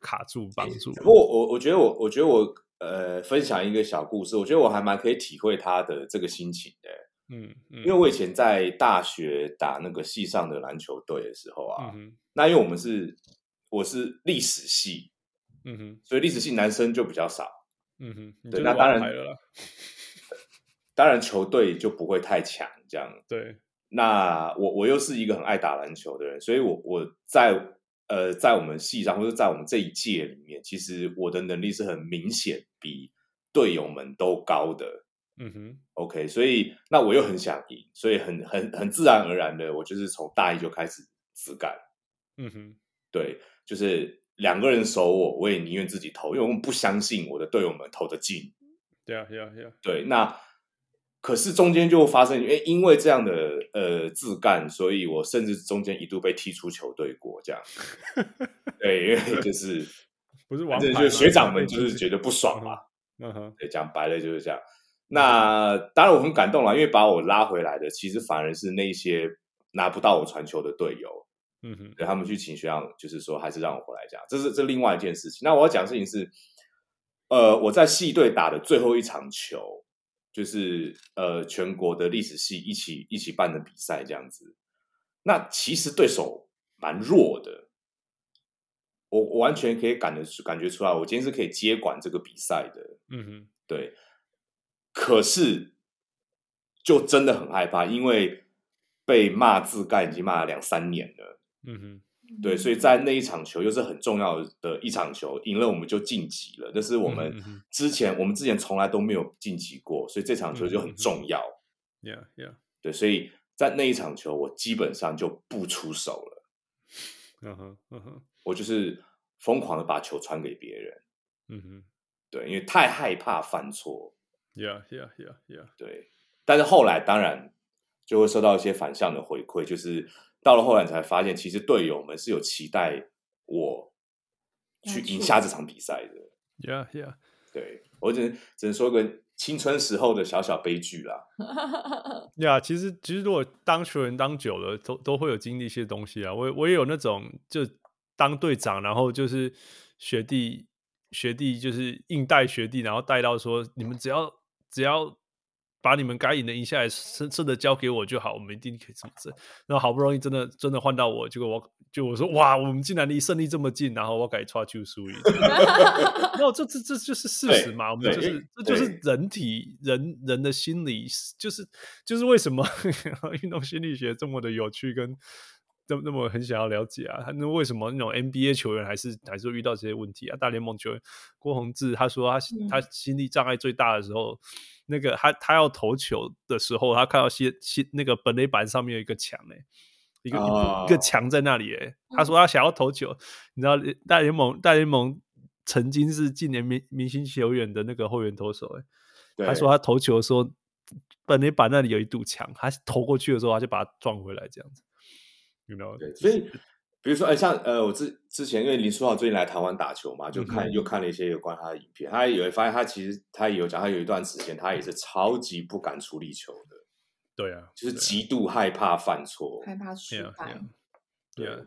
C: 卡住绑住
F: 不。过我我我觉得我我觉得我呃分享一个小故事，我觉得我还蛮可以体会他的这个心情的，
C: 嗯嗯，
F: 因为我以前在大学打那个系上的篮球队的时候啊，
C: 嗯哼
F: 那因为我们是我是历史系，
C: 嗯嗯哼，
F: 所以历史系男生就比较少。
C: 嗯哼，你就
F: 对
C: 是
F: 那当
C: 王
F: 然
C: 牌了啦。
F: 当然，球队就不会太强这样。
C: 对，
F: 那我我又是一个很爱打篮球的人，所以我我在呃在我们系上或者在我们这一届里面，其实我的能力是很明显比队友们都高的。
C: 嗯哼，
F: OK，所以那我又很想赢，所以很很很自然而然的，我就是从大一就开始自干，
C: 嗯哼，
F: 对，就是两个人守我，我也宁愿自己投，因为我不相信我的队友们投得进。
C: 对啊，对啊，对啊，
F: 对，那可是中间就发生，因为因为这样的呃自干，所以我甚至中间一度被踢出球队过， 这样。对，因为就是
C: 不是 王
F: 反
C: 牌
F: 正
C: 嘛，
F: 就是学长们
C: 被
F: 就是觉得不爽嘛，
C: 嗯哼，
F: 对，讲白了就是这样。那当然我很感动了，因为把我拉回来的，其实反而是那些拿不到我传球的队友，
C: 嗯哼，
F: 对他们去请学长，就是说还是让我回来讲，这是这是另外一件事情。那我要讲的事情是，呃，我在系队打的最后一场球，就是呃全国的历史系一起一起办的比赛这样子。那其实对手蛮弱的，我我完全可以感得出感觉出来，我今天是可以接管这个比赛的。
C: 嗯哼，
F: 对，可是就真的很害怕，因为被骂自干已经骂了两三年了。
C: 嗯哼，
F: 对，所以在 那一场球又是很重要的一场球，赢了我们就晋级了。但是我们
C: 嗯哼嗯哼
F: 之前、我们之前从来都没有晋级过，所以这场球就
C: 嗯哼嗯
F: 很
C: 哼
F: 重要。
C: ，yeah yeah，
F: 对，所以在那一场球我基本上就不出手了，
C: 嗯哼，嗯哼，
F: 我就是疯狂的把球传给别人。
C: 嗯哼
F: 对，因为太害怕犯错。
C: ，yeah yeah yeah yeah，
F: 对，但是后来当然就会收到一些反向的回馈，就是到了后来你才发现，其实队友们是有期待我去赢下这场比赛的。
C: Yeah, yeah，
F: 对我只能只能说个青春时候的小小悲剧啦。
C: yeah。其实，其实如果当球员当久了，都都会有经历一些东西啊。我我也有那种就当队长，然后就是学弟学弟就是硬带学弟，然后带到说你们只要只要把你们该赢的赢下来，剩剩的交给我就好，我们一定可以什么这。然后好不容易真的真的换到我，结果我就我说哇，我们竟然离胜利这么近，然后我改差就输赢。 没有，这这这就是事实嘛，我们
F: 对
C: 就是这
F: 对
C: 就是人体人人的心理，就是就是为什么 运动心理学这么的有趣跟。那么那么很想要了解啊，那为什么那种 NBA 球员还是还是会遇到这些问题啊？大联盟球员郭宏志他说他、
E: 嗯
C: 他心理障碍最大的时候，那个他他要投球的时候，他看到新新那个本垒板上面有一个墙哎、一个、
F: 哦嗯
C: 一个墙在那里哎、他说他想要投球，你知道大联盟大联盟曾经是近年明明星球员的那个后援投手哎、
F: 对，
C: 他说他投球的时候，本垒板那里有一堵墙，他投过去的时候他就把它撞回来这样子，you know，
F: 对，所以比如说，哎，像呃，我之之前因为林书豪最近来台湾打球嘛，就看、
C: 嗯哼
F: 又看了一些有关他的影片，他也会发现他其实他也有讲，他有一段时间他也是超级不敢处理球的，
C: 对啊，
F: 就是
C: 对啊啊
F: 极度害怕犯错。
E: 害怕失
C: Yeah,
E: 败
C: yeah.，Yeah，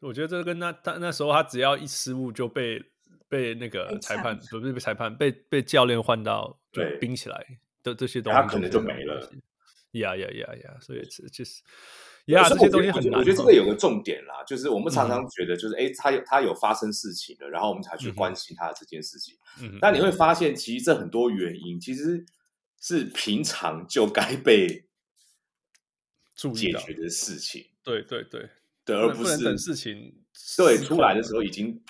C: 我啊觉得这跟那他那时候他只要一失误就被被那个
E: 被
C: 裁
E: 呛
C: 判不是被裁判被被教练换到就
F: 对
C: 冰起来的这些东西
F: 他
C: 都
F: 可能
C: 是
F: 就
C: 这样
F: 没
C: 的
F: 了
C: 东西。呀呀呀呀！所以这就是呀，啊这
F: 所以
C: 些
F: 我觉得
C: 东西
F: 我觉得
C: 很难。嗯
F: 我觉得这个有个重点啦，就是我们常常觉得就是哎、他有他有发生事情了，然后我们才去
C: 嗯哼
F: 关心他的这件事情。
C: 嗯
F: 但你会发现，其实这很多原因其实是平常就该被
C: 注意
F: 解
C: 到，
F: 决的事情，
C: 对对对，
F: 对，
C: 不
F: 而
C: 能不
F: 是
C: 能等事情
F: 对
C: 失
F: 出来的
C: 控
F: 时候已经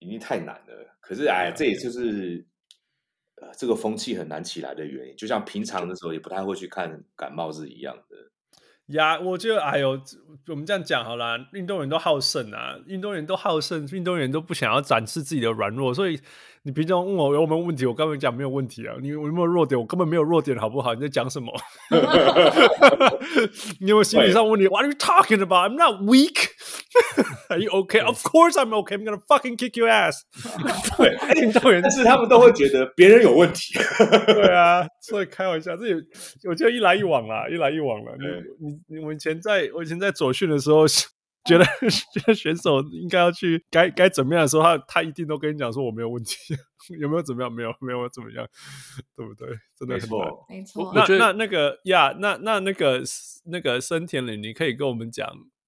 F: 已经太难了。可是哎，
C: 对啊
F: 这也就是。呃，这个风气很难起来的原因，就像平常的时候也不太会去看感冒是一样的。
C: 呀，我觉得，哎呦，我们这样讲好啦，运动员都好胜啊，运动员都好胜，运动员都不想要展示自己的软弱，所以你平常问我有没有问题，我根本讲没有问题啊，你有没有弱点，我根本没有弱点，好不好？你在讲什么？ 你有没有心理上问题？What are you talking about? I'm not weak. Are you okay? Of course I'm okay. I'm gonna fucking kick your ass. 对，运动员
F: 但是他们都会觉得别人有问题，
C: 对啊，所以开玩笑，这也我觉得一来一往啦，一来一往啦。
F: 对
C: 你你你，我以前在我以前在左训的时候， 觉得觉得选手应该要去该该怎么样的时候，他他一定都跟你讲说我没有问题， 有没有怎么样？没有没有怎么样，对不对？真 的
F: 没
C: 很难。
F: 错。
E: 没错
D: 我
C: 那
D: 觉得
C: 那那个呀，那那那个那个森田里，你可以跟我们讲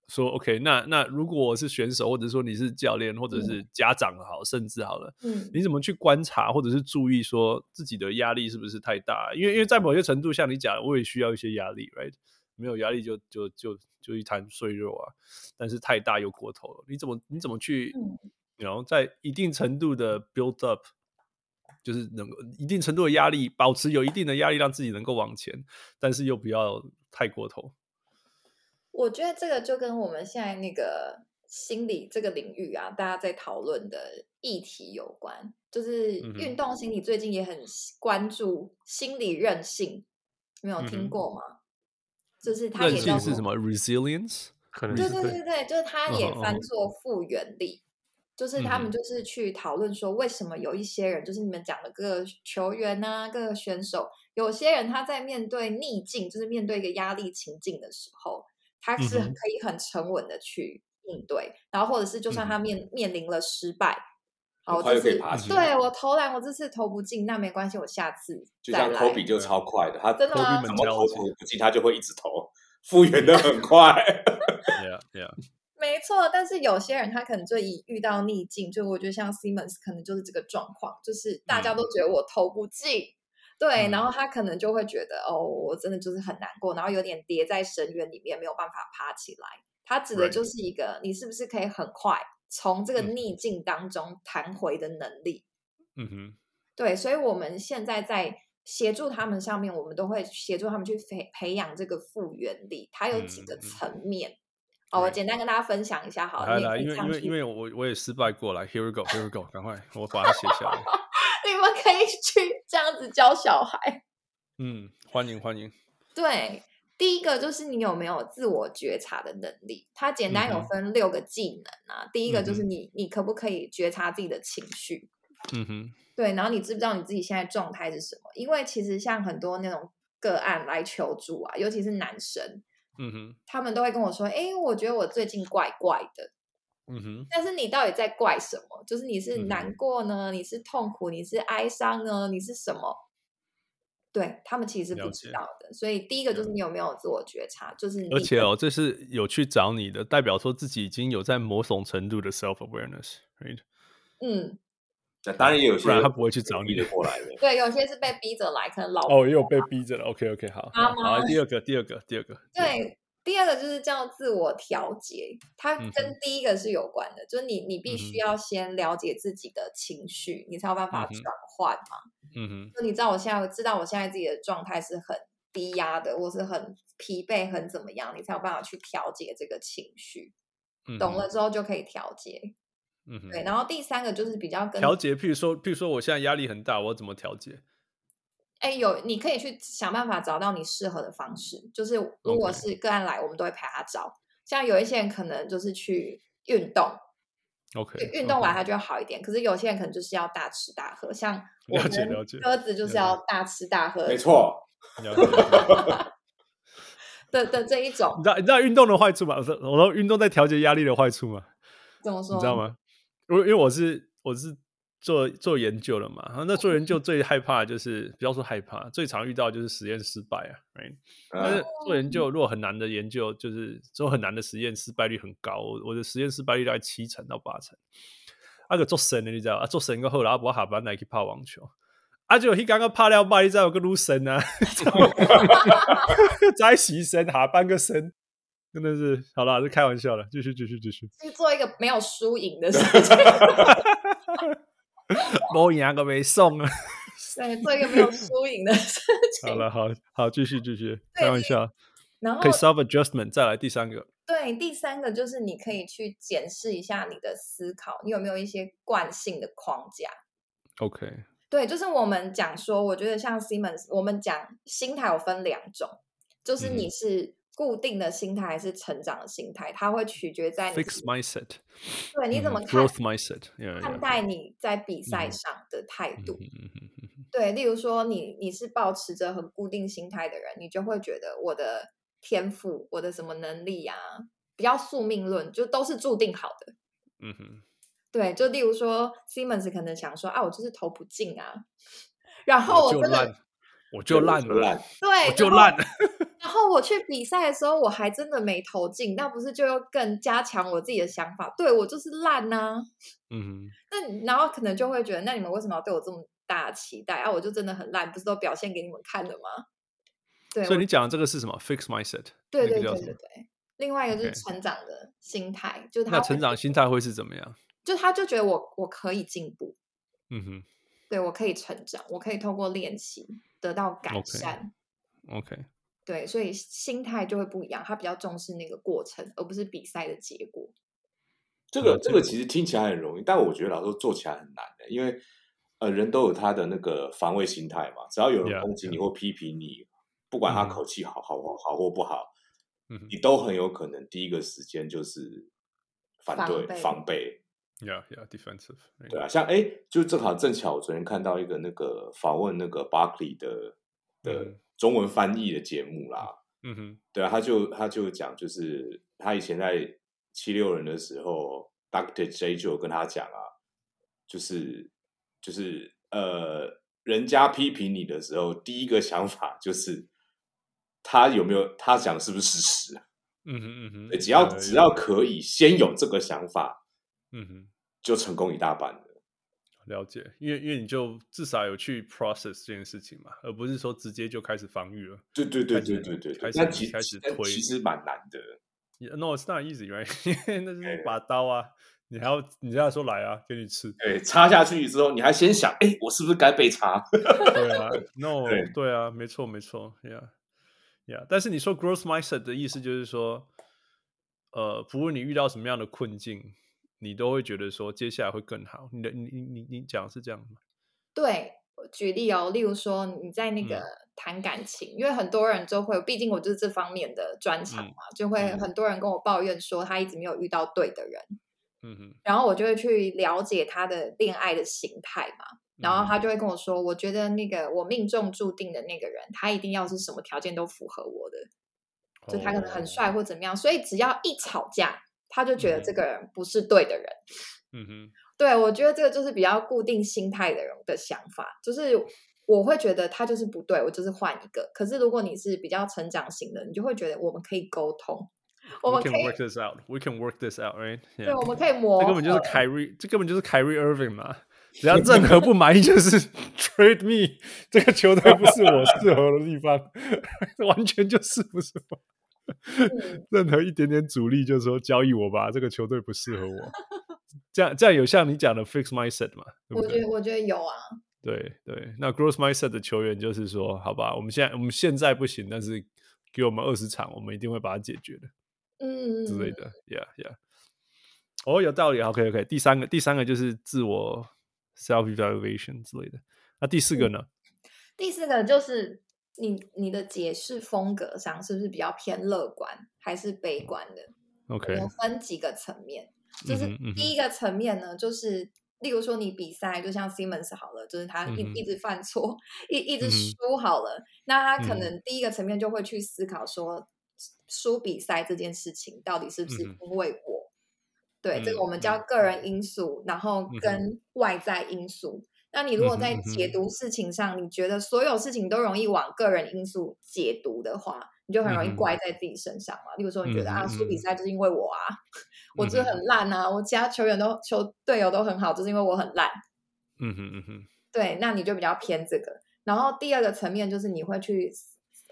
C: 说 OK，那那如果我是选手，或者说你是教练，或者是家长好，甚至好了，
E: 嗯
C: 你怎么去观察或者是注意说自己的压力是不是太大？啊因为因为在某些程度，像你讲的，我也需要一些压力，right？没有压力就就就就一滩碎肉啊，但是太大又过头了。你怎么你怎么去
E: 嗯，
C: 然后在一定程度的 build up，就是能够一定程度的压力，保持有一定的压力，让自己能够往前，但是又不要太过头。
E: 我觉得这个就跟我们现在那个心理这个领域啊，大家在讨论的议题有关。就是
C: 嗯哼
E: 运动心理最近也很关注心理韧性，没有
C: 嗯哼
E: 听过吗？就是它
C: 韧
E: 也叫
C: 性是什么？resilience？
D: 可能
E: 对
D: 是
E: 对对对，就是它也
C: 嗯
E: 翻
C: 嗯
E: 作复原力，就是他
C: 嗯
E: 们
C: 哼
E: 就是去讨论说，为什么有一些人，就是你们讲的各个球员啊，各个选手，有些人他在面对逆境，就是面对一个压力情境的时候，他是
C: 嗯哼
E: 可以很沉稳的去应对，然后或者是就算他
C: 嗯
E: 面、面临了失败，
F: 很
E: 好，
F: 快
E: 哦
F: 就
E: 就
F: 可以
E: 是
F: 爬起来
E: 对我投篮我这次投不进，那没关系，我下次
F: 就
E: 再
F: 像
E: 来。
F: 科比就超快的，他
E: 真的
F: 投
E: 吗
F: 怎么投
C: Kobe mentality
F: 投不进，他就会一直投，复原的很快。
C: Yeah, yeah.
E: 没错，但是有些人他可能就一遇到逆境，就我觉得像 Simmons 可能就是这个状况，就是大
C: 嗯
E: 家都觉得我投不进，对，然后他可能就会觉得哦，我真的就是很难过，然后有点跌在深渊里面，没有办法爬起来。他指的
C: Right.
E: 就是一个你是不是可以很快从这个
C: 嗯
E: 逆境当中弹回的能力。
C: 嗯哼，
E: 对，所以我们现在在协助他们上面，我们都会协助他们去培培养这个复原力，它有几
C: 嗯
E: 个
C: 嗯
E: 层面。哦，我
C: Right
E: 简单跟大家分享一下好
C: 来
E: 了，你也
C: 来，
E: 可以
C: 因为
E: 这样
C: 因为
E: 去
C: 因为我我也失败过来，Here we go, Here we go，赶快，我把它写下来。
E: 你们可以去这样子教小孩。
C: 嗯，欢迎欢迎。
E: 对，第一个就是你有没有自我觉察的能力，它简单有
C: 嗯哼
E: 分六个技能啊。第一个就是
C: 嗯
E: 你你可不可以觉察自己的情绪，
C: 嗯哼，
E: 对，然后你知不知道你自己现在状态是什么？因为其实像很多那种个案来求助啊，尤其是男生，
C: 嗯哼，
E: 他们都会跟我说：“哎，我觉得我最近怪怪的。”
C: 嗯哼，
E: 但是你到底在怪什么？就是你是
C: 嗯哼
E: 难过呢？你是痛苦？你是哀伤呢？你是什么？对他们其实是不
C: 了
E: 知
C: 解
E: 道的。所以第一个就是你有没有自我觉察，就是你
C: 而且哦，这是有去找你的，代表说自己已经有在某种程度的 self awareness，right？
E: 嗯，
F: 那当然也有些
C: 不然他不会去找你
F: 逼
C: 的
F: 得。过来的。
E: 对，有些是被逼着来，可能老
C: 哦，也有被逼着了。OK OK，好，
E: 妈
C: 好，好来第二个，第二个，第二个。第二个，
E: 对，第二个就是叫自我调节，它
C: 嗯
E: 跟第一个是有关的，就是你你必须
C: 嗯
E: 要先了解自己的情绪，你才有办法
C: 嗯哼
E: 转换嘛。
C: 嗯哼，
E: 就你知道我现在知道我现在自己的状态是很低压的，或是很疲惫，很怎么样，你才有办法去调节这个情绪。
C: 嗯哼
E: 懂了。之后就可以调节。
C: 嗯哼，
E: 对，然后第三个就是比较跟
C: 调节，譬如说，譬如说，我现在压力很大，我要怎么调节？
E: 哎，有你可以去想办法找到你适合的方式。就是如果
C: OK
E: 是个案来，我们都会陪他找。像有一些人可能就是去运动，
C: OK，
E: 就运动完
C: OK
E: 他就要好一点。可是有些人可能就是要大吃大喝，像我
C: 了解
E: 跟
C: 了解
E: 鸽子就是
C: 了
E: 要大吃大喝，
F: 没错，
C: 了解了解
E: 的的这一种
C: 你知道你知道运动的坏处吗？我说我说运动在调节压力的坏处吗？
E: 怎么说？
C: 你知道？吗？我因为我是我是做做研究的嘛，然后那做研究最害怕的就是不要说害怕，最常遇到就是实验失败啊，right？但是
F: 嗯，
C: 做研究如果很难的研究，就是做很难的实验失败率很高，我我的实验失败率大概七成到八成。啊个做神的你知道吗，啊做神过后，然后我下班来去拍网球。啊！就迄刚刚拍了败，你知道有个女神 啊，再牺牲下半个身，真的是好啦，这开玩笑了，继续继续继续。
E: 去做一个没有输赢的事 情，
C: 无赢个没送啊！
E: 对，做一个没有输赢的事
C: 好
E: 情。
C: 了，好好继续继续，
E: 对
C: 开玩笑，
E: 然后
C: 可以 self adjustment，再来第三个，
E: 对，第三个就是你可以去检视一下你的思考，你有没有一些惯性的框架？
C: OK，
E: 对，就是我们讲说，我觉得像 Simmons，我们讲心态有分两种，就是
C: 嗯
E: 你是固定的心态还是成长的心态，它会取决在你
C: fix mindset，
E: 对你怎么
C: 嗯
E: 看、
C: growth mindset，yeah,
E: 看
C: yeah,
E: 待你在比赛
C: 嗯
E: 上的态度。
C: 嗯嗯嗯
E: 对，例如说你你是保持着很固定心态的人，你就会觉得我的天赋、我的什么能力啊，比较宿命论，就都是注定好的。
C: 嗯哼，
E: 对，就例如说 Simmons 可能想说啊，我就是投不进啊，然后我
C: 就
E: 真的
C: 烂，我就
F: 我
C: 烂
F: 就
C: 了，
F: 烂，
E: 对，
C: 我就
E: 然后
C: 烂了。
E: 然后我去比赛的时候，我还真的没投进，那不是就又更加强我自己的想法？对我就是烂呐、
C: 嗯
E: 那你然后可能就会觉得，那你们为什么要对我这么大的期待啊？我就真的很烂，不是都表现给你们看了吗？对，
C: 哼，所以
E: 我
C: 你讲的这个是什么？Fix mindset，
E: 对
C: 那
E: 对
C: 个叫
E: 对
C: 什
E: 对
C: 么？
E: 对。另外一个就是
C: OK
E: 成长的心态，就是他
C: 那
E: 会
C: 成长心态会是怎么样？
E: 就他就觉得我我可以进步，
C: 嗯
E: 对我可以成长，我可以通过练习得到改
C: OK
E: 善。
C: 哼，OK，
E: 对，所以心态就会不一样，他比较重视那个过程，而不是比赛的结果。
F: 这个
C: 嗯
F: 这个其实听起来很容易，但我觉得老实说做起来很难的，因为呃人都有他的那个防卫心态嘛，只要有
C: Yeah,
F: 人攻击你或批评你，不管他
C: 嗯
F: 口气好好好好或不好，
C: 嗯哼
F: 你都很有可能第一个时间就是反
E: 防
F: 对
E: 备
F: 防备，
C: ，Yeah Yeah，defensive，
F: 对啊，像哎，诶就正好正巧，我昨天看到一个那个访问那个巴克利的的
C: 嗯
F: 中文翻译的节目啦，
C: 嗯哼，
F: 对啊，他就他就讲，就是他以前在七六人的时候，Doctor J 就有跟他讲啊，就是就是呃，人家批评你的时候，第一个想法就是 他有没有他讲是不是事实啊？
C: 嗯哼嗯
F: 对
C: 哼，
F: 只要
C: 呃
F: 只要可以先有这个想法，
C: 嗯哼。
F: 就成功一大半了。
C: 了解，因为因为你就至少有去 process 这件事情嘛，而不是说直接就开始防御了。
F: 对对对
C: 开始
F: 对对对
C: 开
F: 对，
C: 始
F: 但其
C: 开始
F: 但
C: 推
F: 其实蛮难的。
C: Yeah, No, it's not easy, right？因 为那就是一
F: 对
C: 把刀啊，你还要你还要说来啊，给你吃。
F: 对，插下去之后，你还先想，哎，我是不是该被插？
C: 对啊，No，
F: 对
C: 对啊，没错没错，Yeah，Yeah。但是你说 growth mindset 的意思就是说，呃，不论你遇到什么样的困境，你都会觉得说接下来会更好。你的你你你你讲的是这样吗？
E: 对，我举例哦，例如说你在那
C: 嗯
E: 个谈感情，因为很多人就会，毕竟我就是这方面的专长
C: 嗯
E: 嘛，就会
C: 嗯
E: 很多人跟我抱怨说他一直没有遇到对的人，
C: 嗯哼，
E: 然后我就会去了解他的恋爱的形态嘛，然后他
C: 嗯
E: 就会跟我说，我觉得那个我命中注定的那个人，他一定要是什么条件都符合我的，就他可能很帅
C: 哦
E: 或怎么样，所以只要一吵架，他就觉得这
C: 嗯
E: 个人不是对的人。
C: 嗯哼，
E: 对，我觉得这个就是比较固定心态的人的想法，就是我会觉得他就是不对，我就是换一个。可是如果你是比较成长型的，你就会觉得我们可以沟通，我
C: We
E: 们可
C: can
E: 以
C: work this out. We can work this out, right?
E: 对，
C: Yeah.
E: 我们哦可以磨
C: 这根
E: 合。
C: 本就是凯瑞，这根本就是凯瑞 Irving 嘛。只要任何不满意，就是 trade me，这个球队不是我适合的地方， 完全就是不是我。
E: 嗯
C: 任何一点点阻力，就说交易我吧，这个球队不适合我。 这样这样有像你讲的 fix mindset 嘛？对不
E: 我
C: 对？
E: 觉得我觉得有啊，
C: 对对，那 growth mindset 的球员就是说，好吧，我们现在我们现在不行，但是给我们二十场，我们一定会把它解决的。
E: 嗯
C: 之类。的，Yeah Yeah。哦，有道理，OK OK。第三个，第三个就是自我 self evaluation 之类的。那第四个
E: 嗯
C: 呢？
E: 第四个就是你你的解释风格上是不是比较偏乐观还是悲观的？
C: OK，
E: 我分几个层面，就是
C: 嗯哼嗯哼
E: 第一个层面呢，就是例如说你比赛，就像 Simmons 好了，就是他一、
C: 嗯哼
E: 一直犯错，一一直
C: 嗯哼
E: 输好了，那他可
C: 嗯
E: 能第一个层面就会去思考说，输比赛这件事情到底是不是
C: 嗯
E: 因为我。对，这个我们
C: 嗯
E: 叫
C: 嗯
E: 个人因素，然后
C: 哼
E: 跟外在因素。那你如果
C: 嗯哼
E: 在
C: 嗯哼
E: 解读事情上，你觉得所有事情都容易往个人因素解读的话，你就很容易
C: 嗯哼
E: 怪在自己身上嘛。例如说，你觉得、
C: 嗯
E: 啊，
C: 哼
E: 输
C: 嗯
E: 比
C: 哼
E: 赛就是因为我啊， 我就是
C: 嗯哼
E: 很烂啊，我其他球员都球队友都很好，就是因为我很烂。
C: 嗯哼嗯哼
E: 对，那你就比较偏这个。然后第二个层面就是你会去，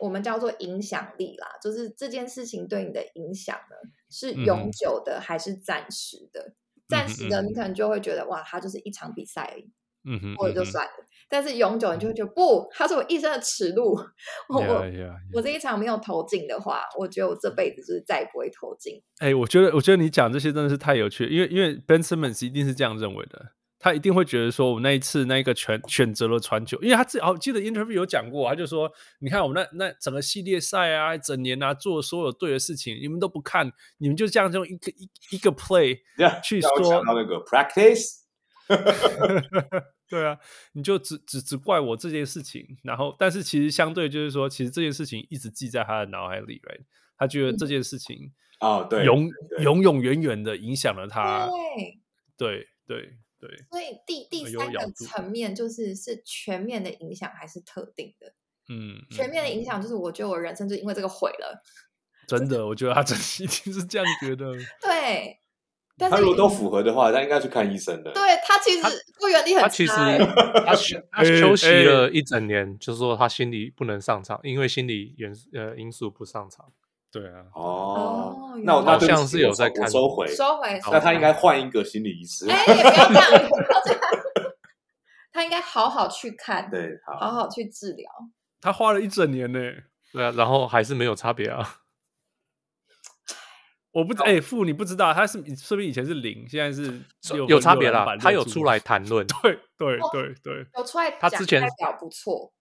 E: 我们叫做影响力啦，就是这件事情对你的影响呢是
C: 嗯
E: 永
C: 哼
E: 久的还是暂时的？暂时的，
C: 嗯哼嗯
E: 你可能就会觉得哇，它就是一场比赛而已，
C: 嗯哼，
E: 或者就算了。但是永久，你就会觉得不，它是我一生的耻辱。我
D: 啊
E: 我
C: Yeah Yeah。
E: 我这一场没有投进的话，我觉得我这辈子就是再也不会投进。
C: 哎，我觉得我觉得你讲这些真的是太有趣了，因为因为 Ben Simmons 一定是这样认为的。他一定会觉得说，我那一次那一个选选择了传球，因为他自己，哦，我记得 interview 有讲过，他就说，你看我们那那整个系列赛啊，整年啊，做所有对的事情，你们都不看，你们就这样用一个一一个 play，去
F: 让我
C: 说
F: 想到那个 practice，
C: 对啊，你就只只只怪我这件事情，然后但是其实相对就是说，其实这件事情一直记在他的脑海里，right？他觉得这件事情
F: 哦，嗯对，
C: 永
F: 对啊
C: 永永远远的影响了他，
E: 对，
C: 对对对，
E: 所以第第
C: 哎呦
E: 三
C: 咬
E: 个
C: 住
E: 层面就是是全面的影响还是特定的？
C: 嗯，
E: 全面的影响就是，我觉得我人生就因为这个毁了。
C: 真的，我觉得他真的一定是这样觉 得。
E: 对，但
F: 他
E: 是
F: 如果都符合的话，他应该去看医生的。
E: 对他其实
D: 他
E: 复原力很
D: 他
E: 差、
D: 其实
E: 欸
D: 他休他
C: 哎
D: 休息
C: 哎
D: 了一整年，就是说他心理不能上场，因为心理元呃因素不上场。
C: 对啊，
F: 哦
E: 哦，
F: 那我
E: 原来
F: 那对不起
D: 好像是有在
F: 我收
D: 看
F: 我收回。
E: 收回，收
F: 那
E: 回
F: 他应该换一个心理医师。啊
E: 哎，也不要这样，也不要这样，他应该好好去看，
F: 对，好，
E: 好好去治疗。
C: 他花了一整年呢。
D: 对啊，然后还是没有差别啊。
C: 我
D: 哦
C: 不知哎，父你不知道，他是说不定以前是零，现在 是六
D: 有差别啦
C: 了。，
D: 他有出 来。谈论，
C: 对对
E: 哦
C: 对对，
E: 有出来
D: 他
E: 讲
D: 之前
E: 代表不错，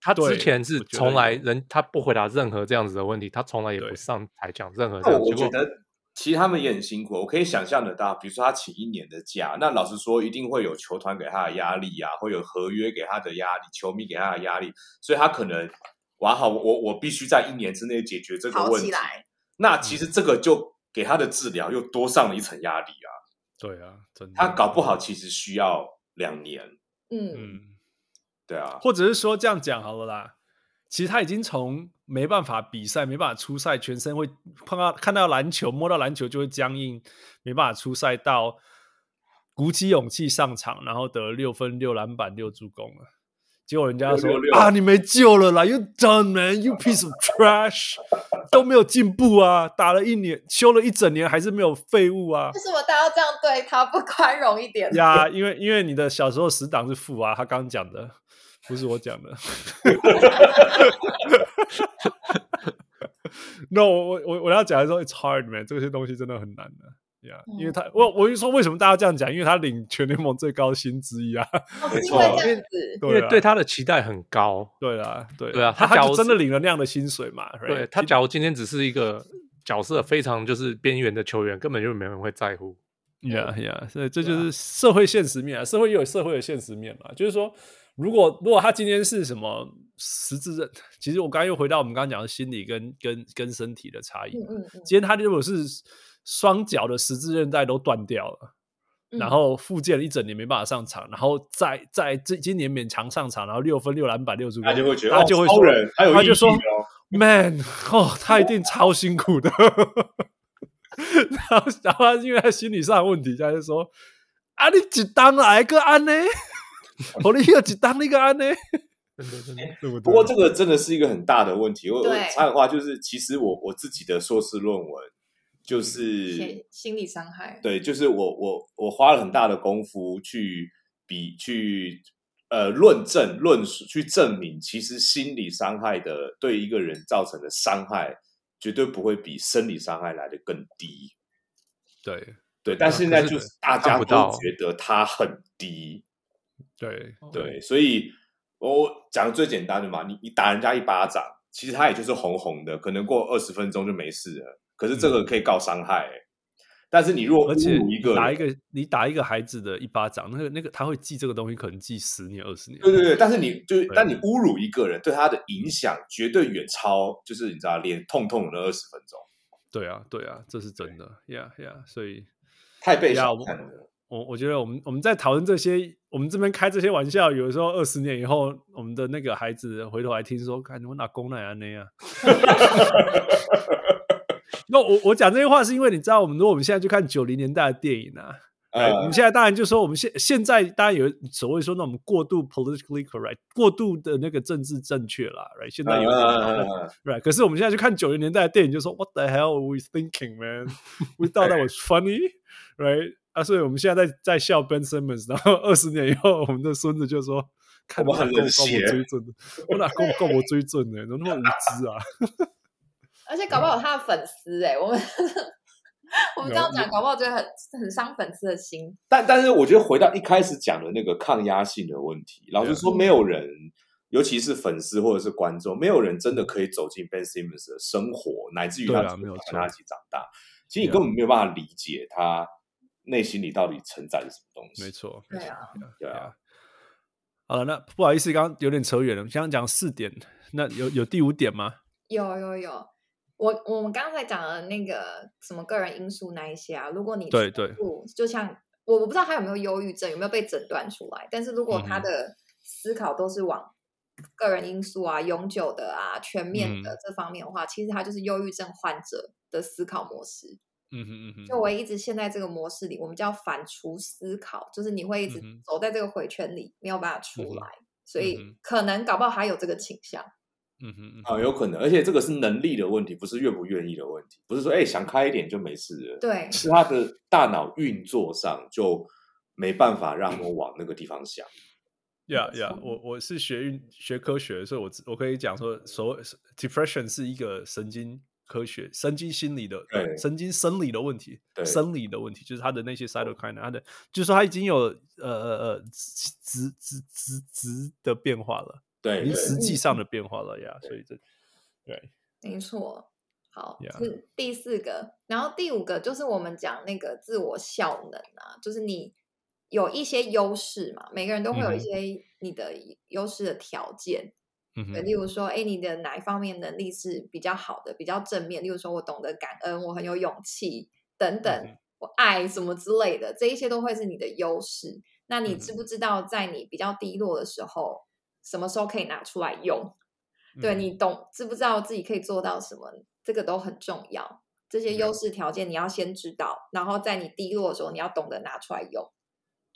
D: 他
C: 对
D: 之前是
C: 我觉得
D: 从来
C: 有
D: 人他不回答任何这样子的问题，他从来也不
C: 对
D: 上台讲任何这
F: 那
D: 样。
F: 我
D: 结
F: 觉
D: 果
F: 得其实他们也很辛苦，我可以想象得到，比如说他请一年的假，那老实说，一定会有球团给他的压力啊，会有合约给他的压力，球迷给他的压力，所以他可能，哇好，我我必须在一年之内解决这个
E: 好
F: 问
E: 起
F: 题。
E: 来。
F: 那其实这个就给他的治疗又多上了一层压力啊，
C: 对啊，真的。
F: 他搞不好其实需要两年，
E: 嗯，
C: 嗯，
F: 对啊，
C: 或者是说这样讲好了啦，其实他已经从没办法比赛、没办法出赛，全身会碰到看到篮球、摸到篮球就会僵硬，没办法出赛，到鼓起勇气上场，然后得六分、六篮板、六助攻了。结果人家说
F: 6-6-6
C: 啊，你没救了啦，You done man, you piece of trash，都没有进步啊！打了一年，修了一整年，还是没有废物啊！
E: 为什么大家要这样对他不 宽容一点？
C: 呀，因为因为你的小时候死党是负啊，他刚刚讲的，不是我讲的。no，我我我我要讲的时候，it's hard man，这些东西真的很难的呀。因为他，我我就说为什么大家这样讲，因为他领全联盟最高薪资一啊。
E: 哦
F: 没
E: 是因
F: 错
E: 为这样子，
D: 因为
C: 对啊
D: 对他的期待很高，
C: 对啦，对
D: 对啊
C: 他
D: 他假
C: 他
D: 如
C: 就真的
D: 是
C: 领了那样的薪水嘛？right？
D: 对他假如今天只是一个角色非常就是边缘的球员，根本就没人会在乎。
C: Yeah, yeah，所以这
E: 啊
C: 就是社会现实面啊，社会也有社会的现实面嘛。就是说，如果如果他今天是什么实质认，其实我刚刚又回到我们刚刚讲的心理跟跟跟身体的差异
E: 嗯
C: 嘛。
E: 嗯嗯
C: 今天他如果是双脚的十字韧带都断掉了，
E: 嗯，
C: 然后复健了一整年没办法上场，然后再在这今年勉强上场，然后六分六篮板六助攻，
F: 他就会觉得
C: 他就会
F: 哦超
C: 说，
F: 人，还有
C: 他
F: 毅
C: 就
F: 力
C: 说
F: 哦
C: Man，哦，他一定超辛苦的。 然后，然后他因为他心理上的问题，他就说：“啊，你一当来个安呢？ 我你又一当那个安呢？
D: 真的真的，
C: 对不对？”
F: 不过这个真的是一个很大的问题。我我
E: 对
F: 插的话就是，其实我我自己的硕士论文就是
E: 心心理伤害，
F: 对，就是我我我花了很大的功夫去比去呃论证论述去证明，其实心理伤害的对一个人造成的伤害，绝对不会比生理伤害来的更低。
C: 对
F: 对，但现在就是大家都
D: 看不到
F: 觉得它很低，
C: 对
F: 对，所以我讲的最简单的嘛，你你打人家一巴掌，其实他也就是红红的，可能过二十分钟就没事了。可是这个可以告伤害欸、但是你如果
C: 嗯而且
F: 侮辱一个
C: 你打一
F: 人，
C: 个你打一个孩子的一巴掌，那个那个他会记这个东西，可能记十年二十年。
F: 对对对，但是你就是
C: 对
F: 但你侮辱一个人，对他的影响绝对远超，就是你知道，连痛痛的那二十分钟，
C: 对啊对啊，这是真的呀呀，所以。
F: 太被
C: 呀
F: 小
C: 我
F: 看了。
C: 我我觉得我们我们在讨论这些，我们这边开这些玩笑，有的时候二十年以后，我们的那个孩子回头来听说，看我哪公奶啊那样。 那我我讲这些话是因为你知道，我们如果我们现在去看九零年代的电影啊，哎我
F: 呃
C: 们，现在当然就说我们现现在当然有所谓说那种过度 politically correct，过度的那个政治正确啦，right？现在有一种
F: 嗯嗯
C: 讨论
F: 嗯嗯嗯
C: Right，可是我们现在去看九零年代的电影，就说 What the hell were we thinking, man? We thought that was funny, right? 啊，所以我们现在在在笑 Ben Simmons，然后二十年以后，我们的孙子就说：“看
F: 我们很
C: 哪够
F: 冷
C: 够
F: 血
C: 我追准的，我哪够够我追准的，怎么那么无知啊
E: 而且搞不好他的粉丝哎，我们 我们这样
C: 有
E: 讲，搞不好就很很伤粉丝的心。
F: 但但是我觉得回到一开始讲的那个抗压性的问题，老
C: 啊
F: 实说，没有人，尤其是粉丝或者是观众，没有人真的可以走进 Ben Simmons 的生活，乃至于
C: 对
F: 他
C: 啊
F: 怎么
C: 没有
F: 跟他一
C: 错
F: 起长大。其实你
C: 对啊
F: 根本没有办法理解他内心里到底承载着什么东？”西。
C: 没错，
E: 对啊，
F: 对啊，
C: 好了，那不好意思，刚刚有点扯远了。我们刚刚讲四点，那有有第五点吗？
E: 有有有，我我们刚才讲的那个什么个人因素那一些啊，如果你
C: 对
E: 全
C: 对
E: 部，就像我我不知道他有没有忧郁症，有没有被诊断出来，但是如果他
C: 嗯哼
E: 的思考都是往个人因素啊、永久的啊、全面
C: 嗯
E: 的这方面的话，其实它就是忧郁症患者的思考模式。
C: 嗯哼嗯哼，
E: 就我一直陷在这个模式里，我们叫反刍思考，就是你会一直
C: 嗯哼
E: 走在这个回圈里，没有办法出
C: 嗯哼
E: 来，所以
C: 嗯哼
E: 可能搞不好还有这个倾向。
C: 嗯哼嗯哼
F: 啊，有可能，而且这个是能力的问题，不是愿不愿意的问题，不是说哎、想开一点就没事了，
E: 对，
F: 是他的大脑运作上就没办法让我往那个地方想。
C: 呀呀，啊我我是学运学科学，所以我知我可以讲说，所谓 depression 是一个神经科学、神经心理的、
F: 对
C: 神经生理的问题
F: 对，
C: 生理的问题，就是他的那些 cytokine，他的啊就是说他已经有呃呃呃值值值值的变化了，
F: 对
C: 已经
F: 对
C: 实际上的变化了呀，所以这对，
E: 没错。好
C: Yeah.
E: 是第四个，然后第五个就是我们讲那个自我效能啊，就是你有一些优势嘛，每个人都会有
C: 嗯哼
E: 一些你的优势的条件，
C: 嗯
E: 对
C: 哼，
E: 例如说，哎，你的哪一方面能力是比较好的，比较正面，例如说我懂得感恩，我很有勇
F: 嗯
E: 气等等，我爱什么之类的，这一些都会是你的优势。那
F: 嗯
E: 你知不知道，在你比较低落的时候，什么时候可以拿出来用？对
C: 嗯
E: 你懂知不知道自己可以做到什么，这个都很重要。这
F: 嗯
E: 些优势条件你要先知道，然后在你低落的时候，你要懂得拿出来用。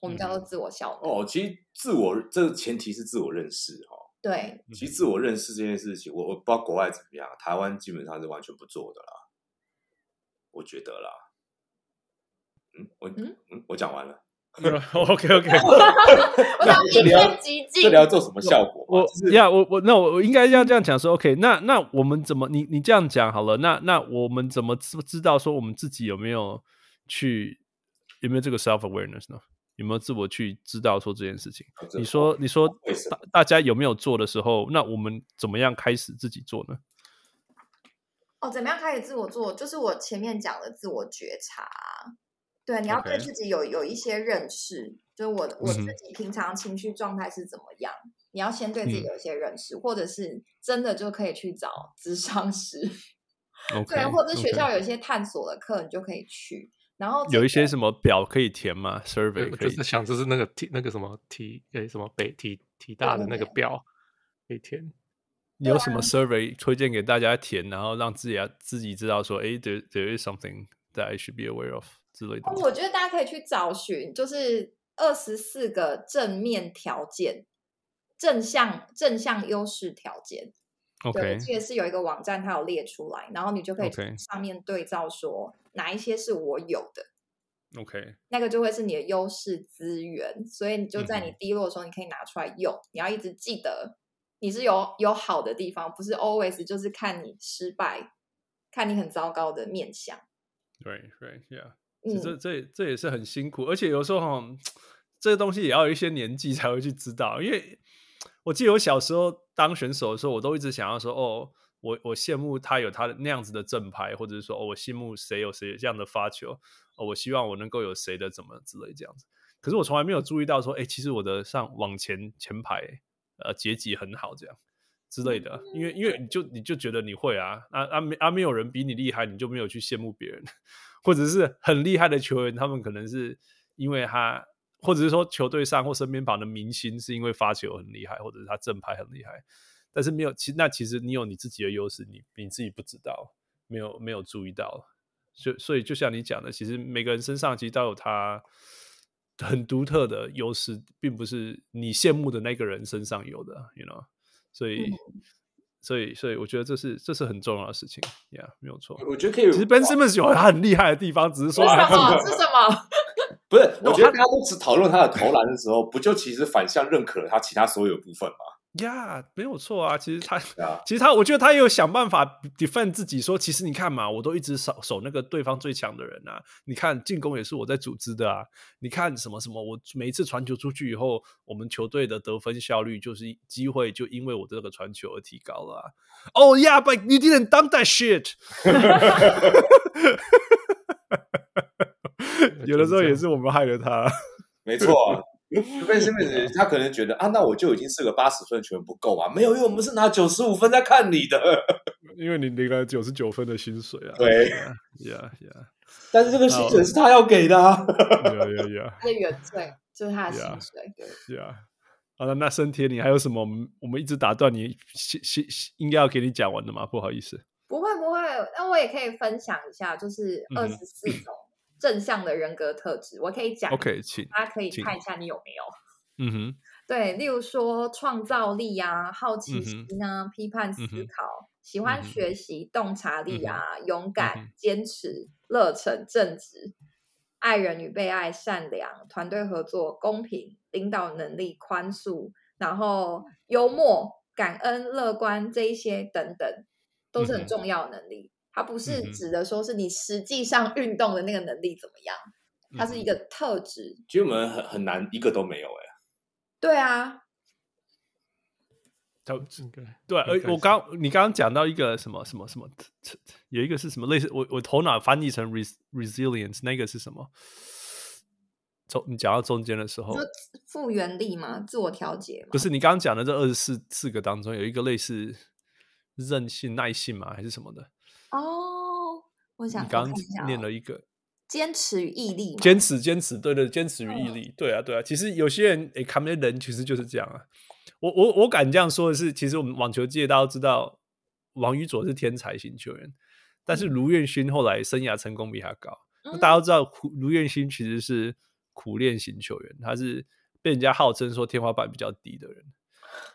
E: 我们叫做自我效能。
F: 哦，其实自我这前提是自我认识哦。
E: 对，
C: 嗯
F: 其实自我认识这件事情，我我不知道国外怎么样，台湾基本上是完全不做的啦，我觉得啦。嗯，我
E: 嗯
F: 嗯，我讲完了，
C: ，OK OK，
E: 我想
F: 这里
E: 一
F: 要
E: 片激
F: 这
E: 进
F: 里。要做什么效果吗？
C: 我
F: 就是
C: 呀，我我那我我应该要这样讲说，OK，那那我们怎么你你这样讲好了，那那我们怎么知知道说我们自己有没有去有没有这个 self awareness 呢？有没有自我去知道说这件事情？
F: 这
C: 你说你说
F: 为什么
C: 大大家有没有做的时候，那我们怎么样开始自己做呢？
E: 哦，怎么样开始自我做？就是我前面讲的自我觉察啊。对，你要对
C: OK
E: 自己有有一些认识，就是我我自
C: 嗯哼
E: 己平常情绪状态是怎么样，你要先对自己
C: 嗯
E: 有一些认识，或者是真的就可以去找咨 商师。
C: OK，
E: 对，啊或者学
C: OK
E: 校有一些探索的课，你就可以去。然后这
C: 有一
E: 个
C: 些什么表可以填吗？survey
D: 我
C: 可
D: 就
C: 以
D: 是想，就是那个体那个什么体诶什么北体体大的那个表可以填。。
C: 你
E: 啊
C: 有什么 survey 推荐给大家填，然后让自己啊自己知道说，诶 t h e r e there is something that I should be aware of 之类的
E: 哦
C: 吗。
E: 我觉得大家可以去找寻，就是二十四个正面条件，正向正向优势条件。对，
C: OK，
E: 我记得是有一个网站它有列出来，然后你就可以
C: OK
E: 上面对照说哪一些是我有的，
C: OK，
E: 那个就会是你的优势资源，所以你就在
C: 嗯
E: 你
C: 哼
E: 低落的时候，你可以拿出来用。你要一直记得你是有有好的地方，不是 always 就是看你失败，看你很糟糕的面相。
C: right right yeah，其实这
E: 嗯，
C: 这这也是很辛苦，而且有时候哈，这个东西也要有一些年纪才会去知道。因为我记得我小时候当选手的时候，我都一直想要说，哦，我我羡慕他有他的那样子的正牌，或者是说，哦，我羡慕谁有谁这样的发球，哦，我希望我能够有谁的怎么之类这样子。可是我从来没有注意到说，哎，其实我的上往前前排，呃，结集很好这样。之类的，因为因为你就你就觉得你会啊啊啊没啊没有人比你厉害，你就没有去羡慕别人，或者是很厉害的球员，他们可能是因为他，或者是说球队上或身边旁的明星是因为发球很厉害，或者是他正牌很厉害，但是没有其那其实你有你自己的优势，你你自己不知道，没有没有注意到，所所以就像你讲的，其实每个人身上其实都有他很独特的优势，并不是你羡慕的那个人身上有的，you know，所以。所以，所以我觉得这是这是很重要的事情，Yeah，没有错。
F: 我觉得可以，
C: 其实 Ben Simmons 有他很厉害的地方，只是
E: 是
C: 说
E: 什
C: 他
E: 么？是什么？
F: 不是，我觉得大家都只讨论他的投篮的时候，不就其实反向认可了他其他所有部分吗？
C: 呀没有错啊。其实他
F: 啊，
C: 其实他，我觉得他也有想办法 defend 自己，说其实你看嘛，我都一直守守那个对方最强的人啊。你看进攻也是我在组织的啊。你看什么什么，我每一次传球出去以后，我们球队的得分效率就是机会就因为我这个传球而提高了、啊。Oh yeah, but you didn't dunk that shit 有的时候也是我们害了他。啊
F: 没错。Ben Simmons 他可能觉得啊，那我就已经是个八十分球员不够啊，没有，因为我们是拿九十五分在看你的。
C: 因为你领了九十九分的薪水啊。
F: 对
C: ，Yeah Yeah
F: 但是这个薪水是他要给的、啊。
C: Yeah Yeah
E: 他的原罪就是他的薪
C: Yeah.
E: 水。
C: Yeah Yeah。好了，那升天你还有什么？我们我们一直打断你，是是是应该要给你讲完的嘛？不好意思，
E: 不会不会，那我也可以分享一下，就是
C: 嗯哼
E: 二十四种正向的人格特质，我可以讲
C: OK，请
E: 大家可以
C: 请
E: 看一下你有没有。
C: 嗯哼，
E: 对，例如说创造力啊、好奇
C: 嗯哼
E: 心啊、批判思
C: 嗯哼
E: 考、喜欢
C: 嗯哼
E: 学习、洞察
C: 嗯
E: 力
C: 哼
E: 啊、勇敢、
C: 哼
E: 坚持、热忱、正直、爱人与被爱、善良、团队合作、公平、领导能力、宽恕，然后幽默、感恩、乐观这一些等等，都是
C: 嗯
E: 很
C: 哼
E: 重要的能力。它不
C: 嗯
E: 是
C: 哼
E: 指的说是你实际上运动的那个能力怎么样，
C: 嗯
E: 它是一个特质。
F: 其实我们很很难一个都没有哎、
E: 对啊，
C: 他
D: 应该
C: 对，啊呃
D: 应该
C: 而我
D: 是
C: 刚你刚刚讲到一个什么什么什么，有一个是什么类似我我头脑翻译成 res resilience 那个是什么？中你讲到中间的时候
E: 就，复原力嘛，自我调节嘛。
C: 哦不是你刚刚讲的这二十四四个当中有一个类似韧性、耐性嘛，还是什么的？
E: 哦，我想
C: 你
E: 我
C: 刚
E: 看
C: 刚
E: 一下
C: 念
E: 哦
C: 了一个
E: 坚持与毅力嘛，
C: 坚持，坚持，对对，坚持与毅力，对啊，对啊。其实有些人，诶，他们人其实就是这样啊。我我我敢这样说的是，其实我们网球界大家都知道，王宇佐是天才型球员，但是卢彦勋后来生涯成功比他高。那大家都知道，苦卢彦勋其实是苦练型球员，他是被人家号称说天花板比较低的人。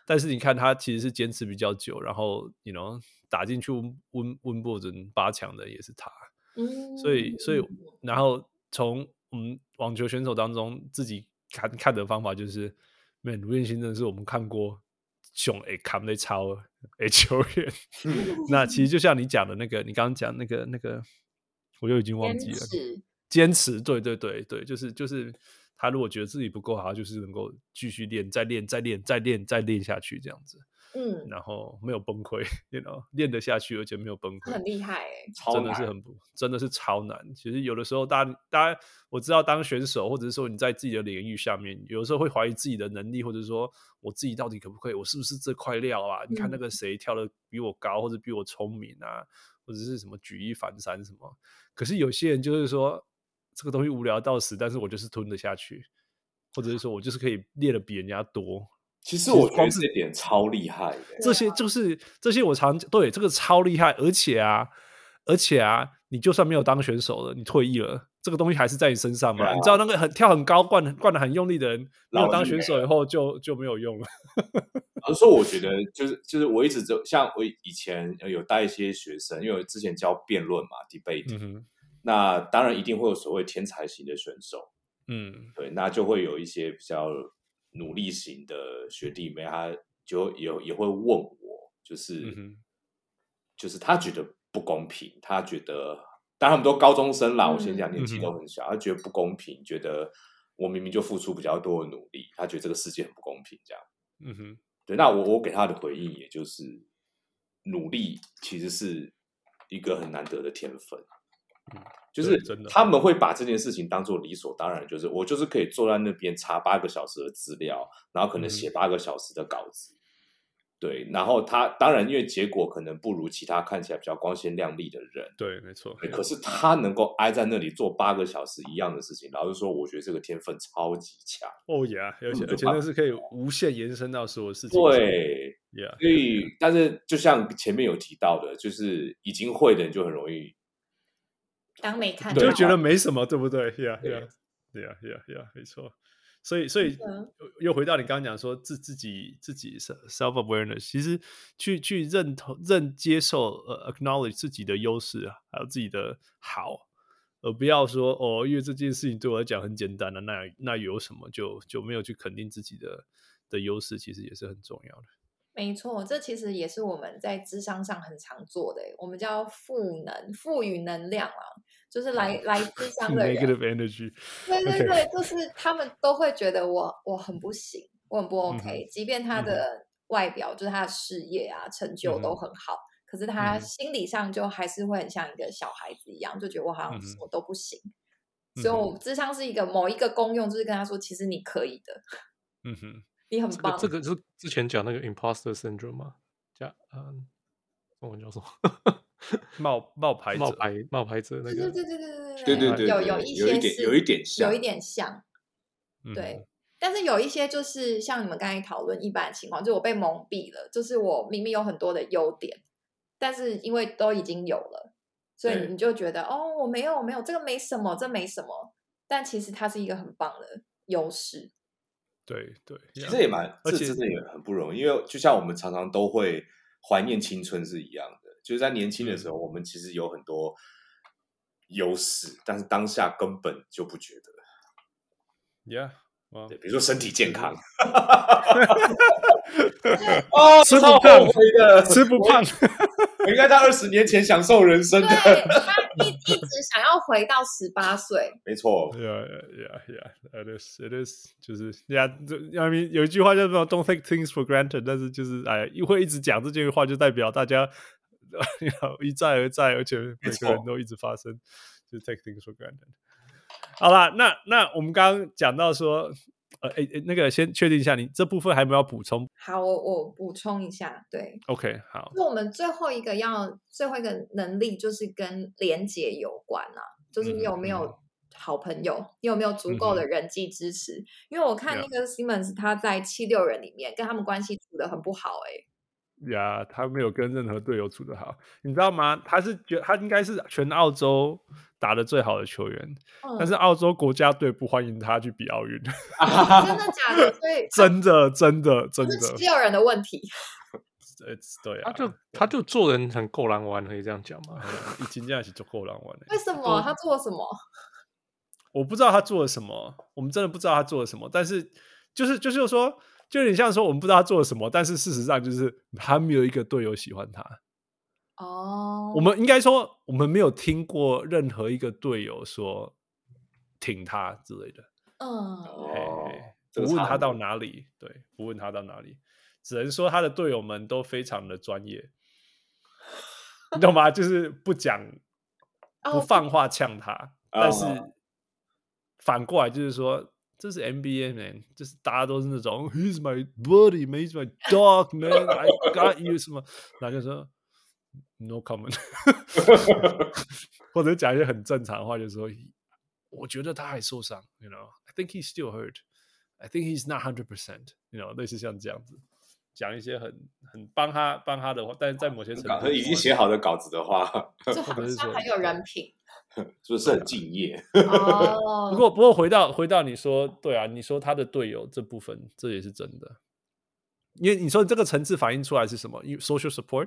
C: 但是你看，他其实是坚持比较久，然后你 you know 打进去温温温布顿八强的也是他。
E: 嗯，
C: 所以，所以
E: 嗯，
C: 然后从我们网球选手当中自己看看的方法就是，没有卢彦勋真的是我们看过熊诶扛的超诶球员。 那其实就像你讲的那个，你刚刚讲那个那个，我就已经忘
E: 坚
C: 记了。
E: 持，
C: 坚持，对对对对，就是就是他如果觉得自己不够好，他就是能够继续练，再练，再练，再练，再练下去这样子，
E: 嗯，
C: 然后没有崩溃，you know，练得下去，而且没有崩溃
E: 很，厉害欸
F: 超
C: 真的是
F: 难
C: 很不，真的是超难。其实有的时候大家，大家我知道，当选手或者是说你在自己的领域下面，有的时候会怀疑自己的能力，或者说我自己到底可不可以，我是不是这块料啊？你看那
E: 嗯
C: 个谁跳的比我高，或者比我聪明啊，或者是什么举一反三什么。可是有些人就是说这个东西无聊到死，但是我就是吞得下去，或者是说我就是可以练的比人家多，
F: 其实我觉得这点超厉害欸的、
C: 这些就是这些我常对这个超厉害，而且啊，而且啊，你就算没有当选手了，你退役了，这个东西还是在你身上嘛。
F: 对啊
C: 你知道那个很跳很高、灌灌的很用力的人，没
F: 老
C: 有
F: 了
C: 当
F: 就
C: 选
F: 没
C: 手以后就就没有用了。
F: 而说，我觉得就是就是我一直就像我以前有带一些学生，因为我之前教辩论嘛，debate，、
C: 嗯哼，
F: 那当然一定会有所谓天才型的选手，
C: 嗯
F: 对，那就会有一些比较努力型的学弟妹，他就也也会问我，就是、
C: 嗯哼，
F: 就是他觉得不公平，他觉得，当然他们都高中生啦，我先讲年纪
C: 嗯哼
F: 都很小，他觉得不公平，觉得我明明就付出比较多的努力，他觉得这个世界很不公平，这样。
C: 嗯哼，
F: 对，那我我给他的回应也就是，努力其实是一个很难得的天分，就是
C: 嗯对真的
F: 他们会把这件事情当做理所当然，就是我就是可以坐在那边查八个小时的资料，然后可能写
C: 嗯
F: 八个小时的稿子。对，然后他当然，因为结果可能不如其他看起来比较光鲜亮丽的人，
C: 对，没错。
F: 对可是他能够挨在那里做八个小时一样的事情，老实说，我觉得这个天分超级强。
C: 哦耶，而且
F: 嗯
C: 而且
F: 把
C: 那是可以无限延伸到所有事情。
F: 对，
C: ，Yeah，
F: 所以，但是就像前面有提到的，就是已经会的你就很容易，
E: 当没看
C: 你
E: 到，
C: 就觉得没什么，对 不对
F: 对
C: ？Yeah，Yeah，Yeah，Yeah，Yeah，没错。所以，所以
E: 的
C: 又又回到你刚刚讲说自自己自己 self awareness，其实去去认同、认接受、呃 acknowledge 自己的优势啊，还有自己的好，而不要说哦，因为这件事情对我来讲很简单的、啊那那有什么就就没有去肯定自己的的优势，其实也是很重要的。
E: 没错，这其实也是我们在智商上很常做的欸，我们叫赋能，赋予能量啊，就是来
C: 哦
E: 来智商的人，
C: Negative energy，
E: 对对
C: OK
E: 对，就是他们都会觉得我我很不行，我很不 OK，、即便他的外表就是他的事业啊成就
C: 嗯
E: 都
C: 哼
E: 很好，可是他
C: 嗯哼
E: 心理上就还是会很像一个小孩子一样，就觉得我
C: 嗯
E: 好像
C: 哼
E: 什么都不行。所
C: 嗯
E: 以，
C: 哼
E: 我智商是一个某一个功用，就是跟他说，其实你可以的，
C: 嗯哼，
E: 你很
D: 这
E: 棒。
D: 个这个是之前讲那个 imposter syndrome 嘛，叫嗯，中文叫什么？
C: 冒冒牌者，
D: 冒牌冒牌者那
E: 对对
D: 个
E: 对对
F: 对
E: 对
F: 对对，
E: 有
F: 对
E: 有
F: 对
E: 一
F: 有
E: 些
F: 一点
E: 是
F: 有一点像
E: 有一点像，
C: 嗯哼
E: 对，但是有一些就是像你们刚才讨论一般的情况，就是我被蒙蔽了，就是我明明有很多的优点，但是因为都已经有了，所以
F: 对
E: 你就觉得哦，我没有，我没有，这个没什么，这没什么。但其实它是一个很棒的优势。
C: 对对，
F: 其
C: yeah
F: 实也蛮，
C: 而
F: 这
C: 且
F: 真的也很不容易，因为就像我们常常都会怀念青春是一样的，就是在年轻的时候，我们其实有很多优势，但是当下根本就不觉得。
C: yeah，哇
F: 对，比如说身体健康，
D: 啊
C: 哦，吃
F: 超
C: 不
F: 后
C: 胖，
F: 悔的，
C: 吃不胖，
F: 我应该在二十年前享受人生
E: 对
F: 的。
E: 他一一直想要回到十八岁，
F: 没错，
C: Yeah, yeah, yeah, yeah. It is, it is，就是，Yeah，这 I mean，有一句话叫做 "Don't take things for granted"，但是就是哎，会一直讲这句话，就代表大家 you know, 一再而再，而且每个人
F: 错
C: 都一直发生，就是 take things for granted。好啦，那那我们刚刚讲到说，呃，哎，哎那个先确定一下，你这部分还有没有要补充
E: 好，我我补充一下，对，
C: ？OK，好，
E: 那我们最后一个要最后一个能力就是跟连接有关啦、就是你有
C: 嗯
E: 没有好朋友，你有没有足够的人际支持？因为我看
C: Yeah
E: 那个 Simmons 他在七六人里面跟他们关系处的很不好、欸，
C: 呀、他没有跟任何队友处得好，你知道吗？他是觉他应该是全澳洲打的最好的球员，
E: 嗯，
C: 但是澳洲国家队不欢迎他去比奥运，
E: 真的假的？所以
C: 真的，真的，真
E: 这
C: 的
E: 是，七六人的问题，
C: 呃，对
D: 他
C: 啊，
D: 就他就做人很够狼玩，可以这样讲吗？
C: 已经这样子就够难玩了。
E: 为什么他做什么？
C: 我不知道他做了什么，我们真的不知道他做了什么，但是就是就是说，就有点像说我们不知道他做了什么，但是事实上就是他没有一个队友喜欢他。
E: 哦，
C: 我们应该说，我们没有听过任何一个队友说挺他之类的。
E: 嗯，
C: 嘿
F: 哦
C: 嘿
F: 这
C: 不
F: 个
C: 问
F: 差
C: 他
F: 很
C: 到
F: 多
C: 哪里，对，不问他到哪里，只能说他的队友们都非常的 专业，你懂吗？就是不讲，
E: 哦
C: 不放话呛他，但是
F: 哦
C: 反过来就是说。这是 NBA man，就是大家都是那种 He's my buddy, man, he's my dog, man, I got you 什么，然后就说 No comment，或者讲一些很正常的话，就是说，我觉得他还受伤，you know，I think he's still hurt，I think he's not hundred percent，you know，类似像这样子，讲一些很很帮他帮他的话，但是在某些程
F: 搞
C: 度
F: 已经写好的稿子的话，
E: 就好
C: 不是
E: 像
C: 说
E: 很有人品
F: 是不是很敬业？
E: 哦。
C: 不过不过回到回到你说，对啊，你说他的队友这部分，这也是真的，因为你说这个层次反映出来是什么？因为 social support。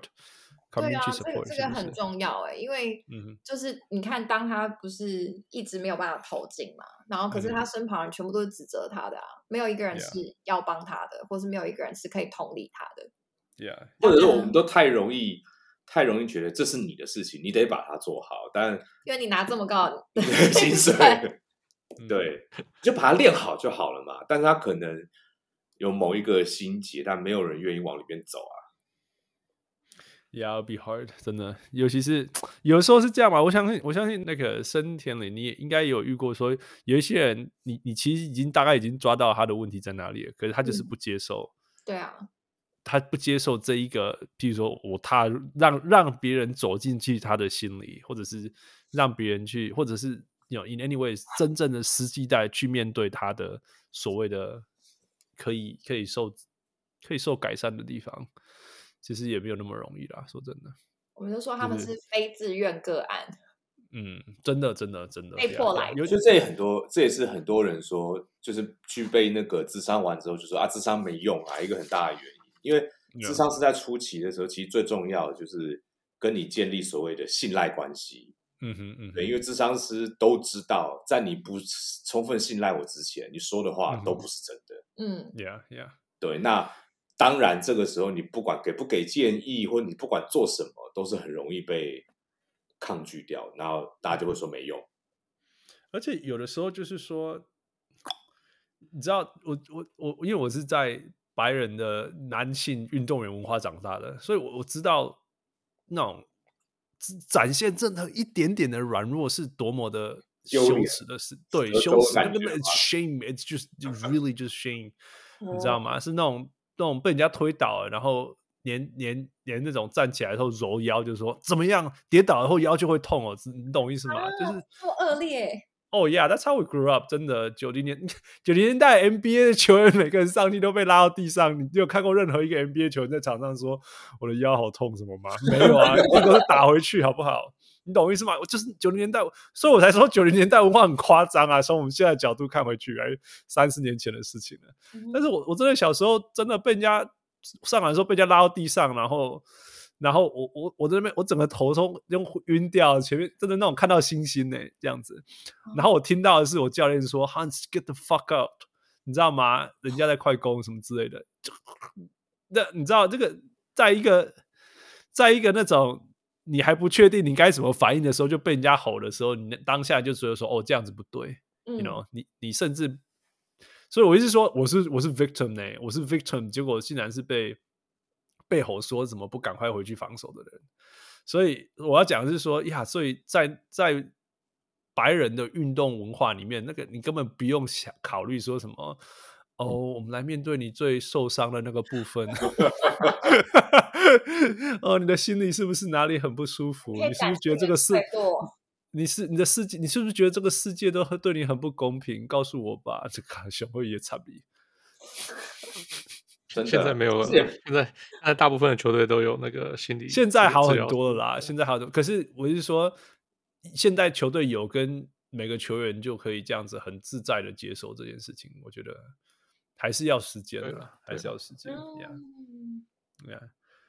E: 对
C: community
E: 啊，这个
C: support
E: 这
C: 是
E: 个
C: 不
E: 很
C: 是
E: 重要哎、因为
C: 嗯哼
E: 就是你看，当他不是一直没有办法投进嘛，然后可是
C: 嗯
E: 他身旁人全部都是指责他的啊，没有一个人
C: Yeah
E: 是要帮他的，或是没有一个人是可以同理他的。
C: ，Yeah，
F: 或者是我们都太容易，太容易觉得这是你的事情，你得把它做好，但
E: 因为你拿这么高的
F: 你的薪水。
C: 嗯，
F: 对，就把它练好就好了嘛。但是他可能有某一个心结，但没有人愿意往里面走啊。
C: Yeah, it'll be hard，真的，尤其是有的时候是这样吧。我相信，我相信那个森田里，你也应该有遇过说，有一些人，你你其实已经大概已经抓到他的问题在哪里了，可是他就是
E: 嗯
C: 不接受，
E: 对啊，
C: 他不接受这一个，譬如说我踏入让让别人走进去他的心里，或者是让别人去，或者是 you know in any ways 真正的实际带去面对他的所谓的可以可以受可以受改善的地方，其实也没有那么容易啦。说真的。
E: 我们就说他们
C: 就是
E: 是非自愿个案，
C: 嗯，真的，真的，真的啊
E: 被
C: 呀
E: 迫
C: 呀
E: 来
C: 有
F: 就这也很多，这也是很多人说，就是去被那个智商完之后，就说啊，智商没用啊，一个很大的原因，因为
C: Yeah.
F: 智商是在初期的时候，其实最重要的就是跟你建立所谓的信赖关系。
C: 嗯哼嗯哼，
F: 对，因为智商师都知道，在你不充分信赖我之前，你说的话
C: 嗯
F: 都不是真的。
E: 嗯，
C: ，Yeah Yeah，
F: 对，那当然这个时候你不管给不给建议，或你不管做什么，都是很容易被抗拒掉，然后大家就会说没用。
C: 而且有的时候就是说，你知道，我我我，因为我是在白人的男性运动员文化长大的，所以我我知道那种只展现任何一点点的软弱是多么的
F: 丢
C: 羞
F: 脸
C: 耻的事，对，
F: 舌
C: 羞
F: 头
C: 耻，那
F: 感
C: 根
F: 觉
C: 本
F: 吧
C: it's shame，it's just it's really just shame。你知
E: 哦
C: 道吗？是那种那种被人家推倒了，然后连连连那种站起来后揉腰，就说怎么样，跌倒了后腰就会痛哦，是你懂我意思吗？就是
E: 这么恶劣，
C: Oh yeah, that's how we grew up。真的，九零年九零年代 NBA 的球员每个人上去都被拉到地上。你有看过任何一个 NBA 球员在场上说我的腰好痛什么吗？没有啊， 一定都是打回去，好不好？你懂我意思吗？我就是九零年代，所以我才说九零年代文化很夸张啊。从我们现在的角度看回去，哎，三十年前的事情了。
E: 嗯
C: 但是我我真的小时候真的被人家上来的时候被人家拉到地上，然后然后我我我在那边我整个头都用晕掉，前面真的那种看到星星呢、这样子。然后我听到的是我教练说 Hans get the fuck up，你知道吗？人家在快攻什么之类的。就那你知道这个在一个在一个那种。你还不确定你该怎么反应的时候，就被人家吼的时候，你当下就觉得说：“哦，这样子不对。”
E: 嗯
C: you know，你你甚至，所以我一直说我是我是 victim 呢、我是 victim，结果竟然是被被吼说怎么不赶快回去防守的人，所以我要讲的是说呀，所以在在白人的运动文化里面，那个你根本不用想考虑说什么。哦，我们来面对你最受伤的那个部 分。哦，你的心里是不是哪里很不舒服？
E: 可以
C: 你是不
E: 感
C: 是觉
E: 受
C: 得这
E: 你
C: 个
E: 的
C: 是
E: 脆弱
C: 你是你的世界，你是不是觉得这个世界都很对你很不公平？告诉我吧，这个小会也差不多。
F: 真的
D: 现 在没有了，
F: 这也
D: 现在现在大部分的球队都有那个心理，
C: 现在好
D: 治
C: 很
D: 疗
C: 多了啦，现在好很多。可是我是说，现在球队有跟每个球员就可以这样子很自在的接受这件事情，我觉得还是要时间的
D: 对
C: 啦
D: 啦，
C: 还
D: 对啊
C: 是
D: 啦
C: 要时间。Yeah,
E: 嗯
C: yeah.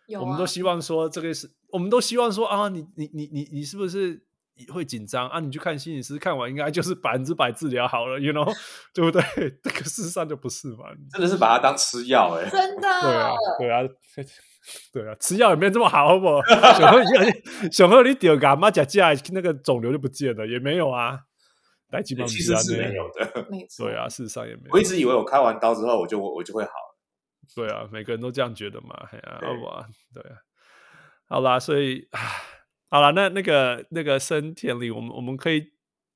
E: 有啊，
C: 我们都希望说这个是，我们都希望说啊，你你你你你是不是会紧张啊？你去看心理师，看完应该就是百分之百治疗好了，you know，对不对？ 这个事实上就不是嘛。
F: 真的是把它当吃药哎、
E: 真的
C: 对啊，对啊，对啊，吃药也没这么好，好不好？ 想喝你，想喝你丢干嘛？假假那个肿瘤就不见了，也没有啊。来几毛
F: 其实是没有的。
E: 没错，
C: 啊对啊，事实上也没
F: 我一
C: 有。
F: 直以为我开完刀之后我就我我就会好了，
C: 对啊，每个人都这样觉得嘛。哎呀，
F: 对
C: 好不好？对啊。好啦，所以唉好啦，那那个那个生田里，我们我们可以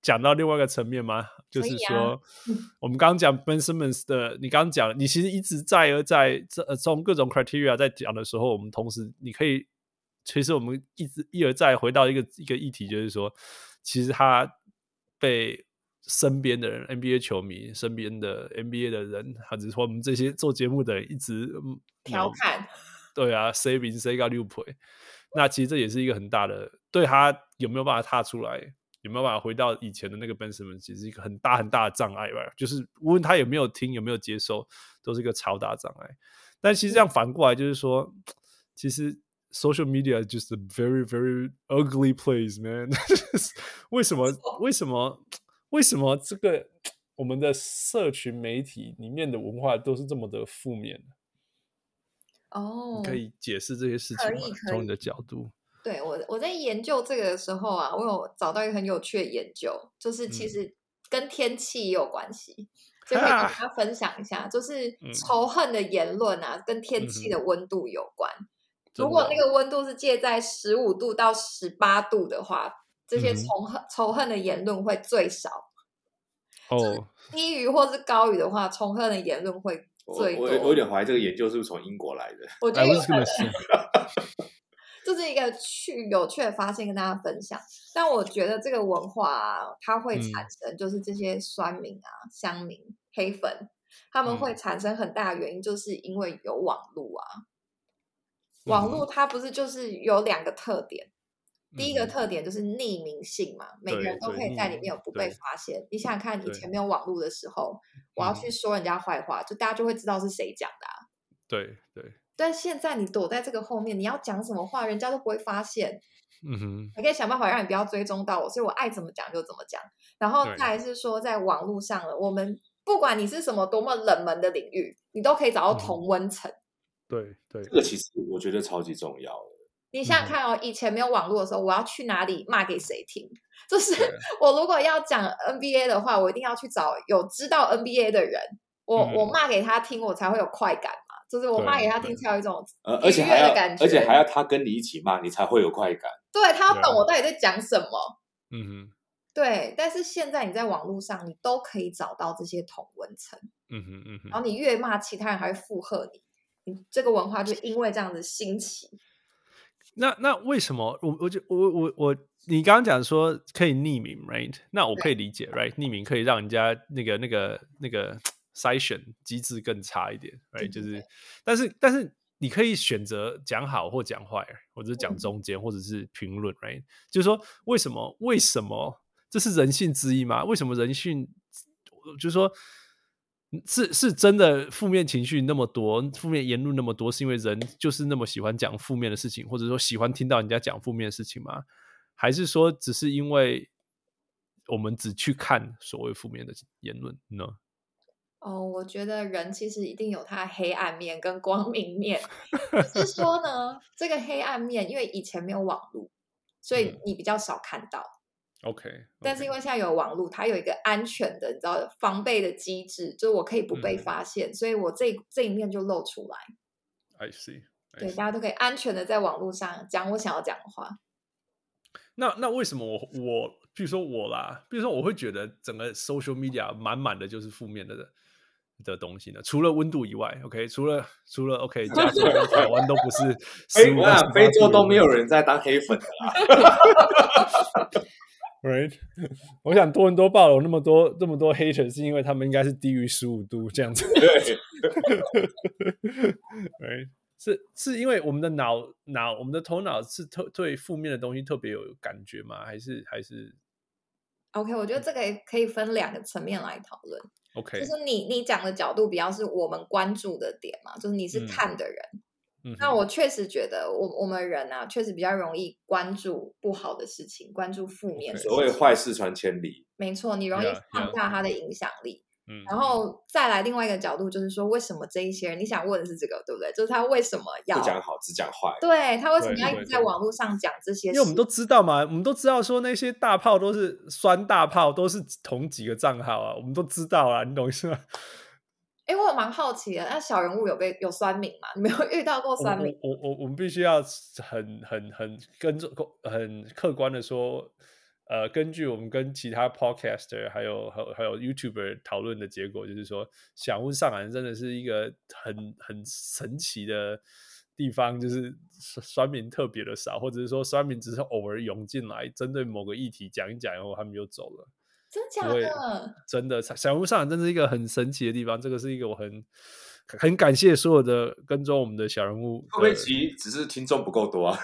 C: 讲到另外一个层面吗？就
E: 可
C: 是
E: 以啊
C: 说，
E: 嗯
C: 我们刚刚讲 Ben Simmons 的，你刚刚讲，你其实一直在而在这呃从各种 criteria 在讲的时候，我们同时你可以，其实我们一直一而再回到一个一个议题，就是说，其实他被身边的人 NBA 球迷、身边的 NBA 的人，或者是说我们这些做节目的人，一直嗯
E: 调侃，
C: 对啊，谁赢谁高六倍。那其实这也是一个很大的，对他有没有办法踏出来，有没有办法回到以前的那个 Ben Simmons，其实是一个很大很大的障碍吧。就是无论他有没有听，有没有接受，都是一个超大的障碍。但其实这样反过来就是说，其实 social media is just a very very ugly place, man 。 为什么？为什么？为什么这个我们的社群媒体里面的文化都是这么的负面？
E: 哦
C: 你，可以解释这些事
E: 嗯可
C: 情吗
E: 以？可
C: 从你
E: 以
C: 的角度，
E: 对我，我在研究这个的时候啊，我有找到一个很有趣的研究，就是其
C: 嗯
E: 实跟天气也有关系，就可以跟大家分享一下，就是
C: 嗯
E: 仇恨的言论啊，跟天气
C: 嗯
E: 的温度有关。
C: 真
E: 如果
C: 的哦
E: 那个温度是介在十五度到十八度的话，这些
C: 嗯哼
E: 仇恨、仇恨的言论会最少；
C: 哦，
E: 低于或是高于的话，仇恨的言论会
F: 我
E: 最
F: 我
E: 多。
F: 我有点怀疑这个研究是不是从英国来的？
E: 我觉
C: I
E: 得有
C: was gonna say，
E: 这是一个趣有趣的发现，跟大家分享。但我觉得这个文化、啊、它会
C: 嗯
E: 产生，就是这些酸民啊、乡民、黑粉，他们
C: 嗯
E: 会产生很大的原因，就是因为有网络啊。网络它不是就是有两个特点，第一个
C: 嗯
E: 特点就是匿名性嘛，每个
C: 对
E: 人都
C: 对
E: 可以
C: 匿
E: 在里
C: 名
E: 面有不
C: 对
E: 被发现。你想想看，以
C: 对
E: 前没有网络的时候，我要去
C: 嗯
E: 说人家坏话，就大家就会知道是谁讲的啊、
C: 对对，
E: 但现在你躲在这个后面，你要讲什么话，人家都不会发现。
C: 嗯哼，
E: 我可以想办法让你不要追踪到我，所以我爱怎么讲就怎么讲。然后
C: 对啊
E: 再来是说，在网络上了，我们不管你是什么多么冷门的领域，你都可以找到
C: 嗯
E: 同温层。
C: 对对
F: 这，个其实我觉得超级重要的。
E: 你
C: 嗯
E: 想想看哦，以前没有网络的时候，我要去哪里骂给谁听？就是 我如果要讲 NBA 的话，我一定要去找有知道 NBA 的人，我、我
C: 嗯
E: 骂给他听，我才会有快感嘛。就是我骂
C: 对
E: 给他
C: 对
E: 听，才有一种
F: 呃，
E: 愉
F: 而且
E: 悦
F: 还
E: 的
F: 要
E: 感，
F: 而且
E: 觉
F: 还要他跟你一起骂，你才会有快感。
E: 对他要
C: 对啊
E: 懂我到底在讲什么。
C: 嗯哼，
E: 对，但是现在你在网络上，你都可以找到这些同温层。
C: 嗯哼，嗯哼
E: 然，后你越骂其他人，还会附和你，你这个文化就因为这样子兴起。
C: 那那为什么我我就我我我你刚刚讲说可以匿名，right？那我可以理解，right？匿名可以让人家那个那个那个筛选机制更差一点
E: 对
C: ，right？
E: 对
C: 就是
E: 对，
C: 但是但是你可以选择讲好或讲坏，或者是讲
E: 嗯
C: 中间，或者是评论，right？就是说为什么为什么这是人性之一吗？为什么人性就是说？是是真的负面情绪那么多，负面言论那么多，是因为人就是那么喜欢讲负面的事情，或者说喜欢听到人家讲负面的事情吗？还是说只是因为我们只去看所谓负面的言论呢？
E: 哦，我觉得人其实一定有他的黑暗面跟光 明面。只是说呢，这个黑暗面，因为以前没有网络，所以你比较少看到。
C: 嗯 OK，
E: 但是因为现在有网络，它有一个安全的，你知道防备的机制，就是我可以不被
C: 嗯
E: 发现，所以我这这一面就露出来，
C: I see，
E: 对，大家都可以安全的在网络上讲我想要讲的话。
C: 那那为什么我我，比如说我啦，比如说我会觉得整个 social media 满满的就是负面的的东西呢？除了温度以外，OK，除了除了 OK，加州跟台湾都不是
F: 非
C: 15
F: 哎我
C: 到
F: 想
C: 18
F: 非洲
C: 度
F: 都没有人在当黑粉 的啦，
C: Right，我 想多伦多暴有那么多这么多 hater，是因为他们应该是低于十五度这样 子。
F: 对，
C: right，是是因为我们的脑脑我们的头脑是特对负面的东西特别有感觉吗？还是还是
E: OK，我
C: 嗯
E: 觉得这个也可以分两个层面来讨论，
C: OK？
E: 就是你你讲的角度比较是我们关注的点嘛，就是你是
C: 嗯
E: 看的人。
C: 嗯哼
E: 那我确实觉得我我们人啊，确实比较容易关注不好的事情，关注负面的
C: 对
F: 所
E: 事
F: 谓
E: 情
F: 坏事传千里，
E: 没错，你容易
C: Yeah,
E: 放
C: yeah.
E: 大它的影响力。
C: 嗯
E: 然后再来另外一个角度，就是说为什么这一些人，你想问的是这个，对不对？就是他为什么要
F: 不讲好只讲坏，
E: 对他为什么
C: 对
E: 要一
C: 对
E: 直在
C: 对
E: 网络上讲这些
C: 因
E: 事？
C: 为我们都知道嘛，我们都知道说那些大炮都是酸大炮，都是同几个账号啊，我们都知道啊，你懂意思吗？
E: 哎，我蛮好奇的，那小人物有被有酸民吗？ 你没有遇到过
C: 我
E: 酸民？
C: 我我我我们必须要很很很跟着很客观的说，呃，根据我们跟其他 podcaster 还有还有还有 YouTuber 讨论的结果，就是说，想问上岸真的是一个很很神奇的地方，就是酸酸民特别的少，或者是说酸民只是偶尔涌进来，针对某个议题讲一讲，然后他们就走了。
E: 真假
C: 我也
E: 的？
C: 真的，小红书上真是一个很神奇的地方，这个是一个我很很感谢所有的跟踪我们的小人物的。
F: 会不会其实只是听众不够多 啊？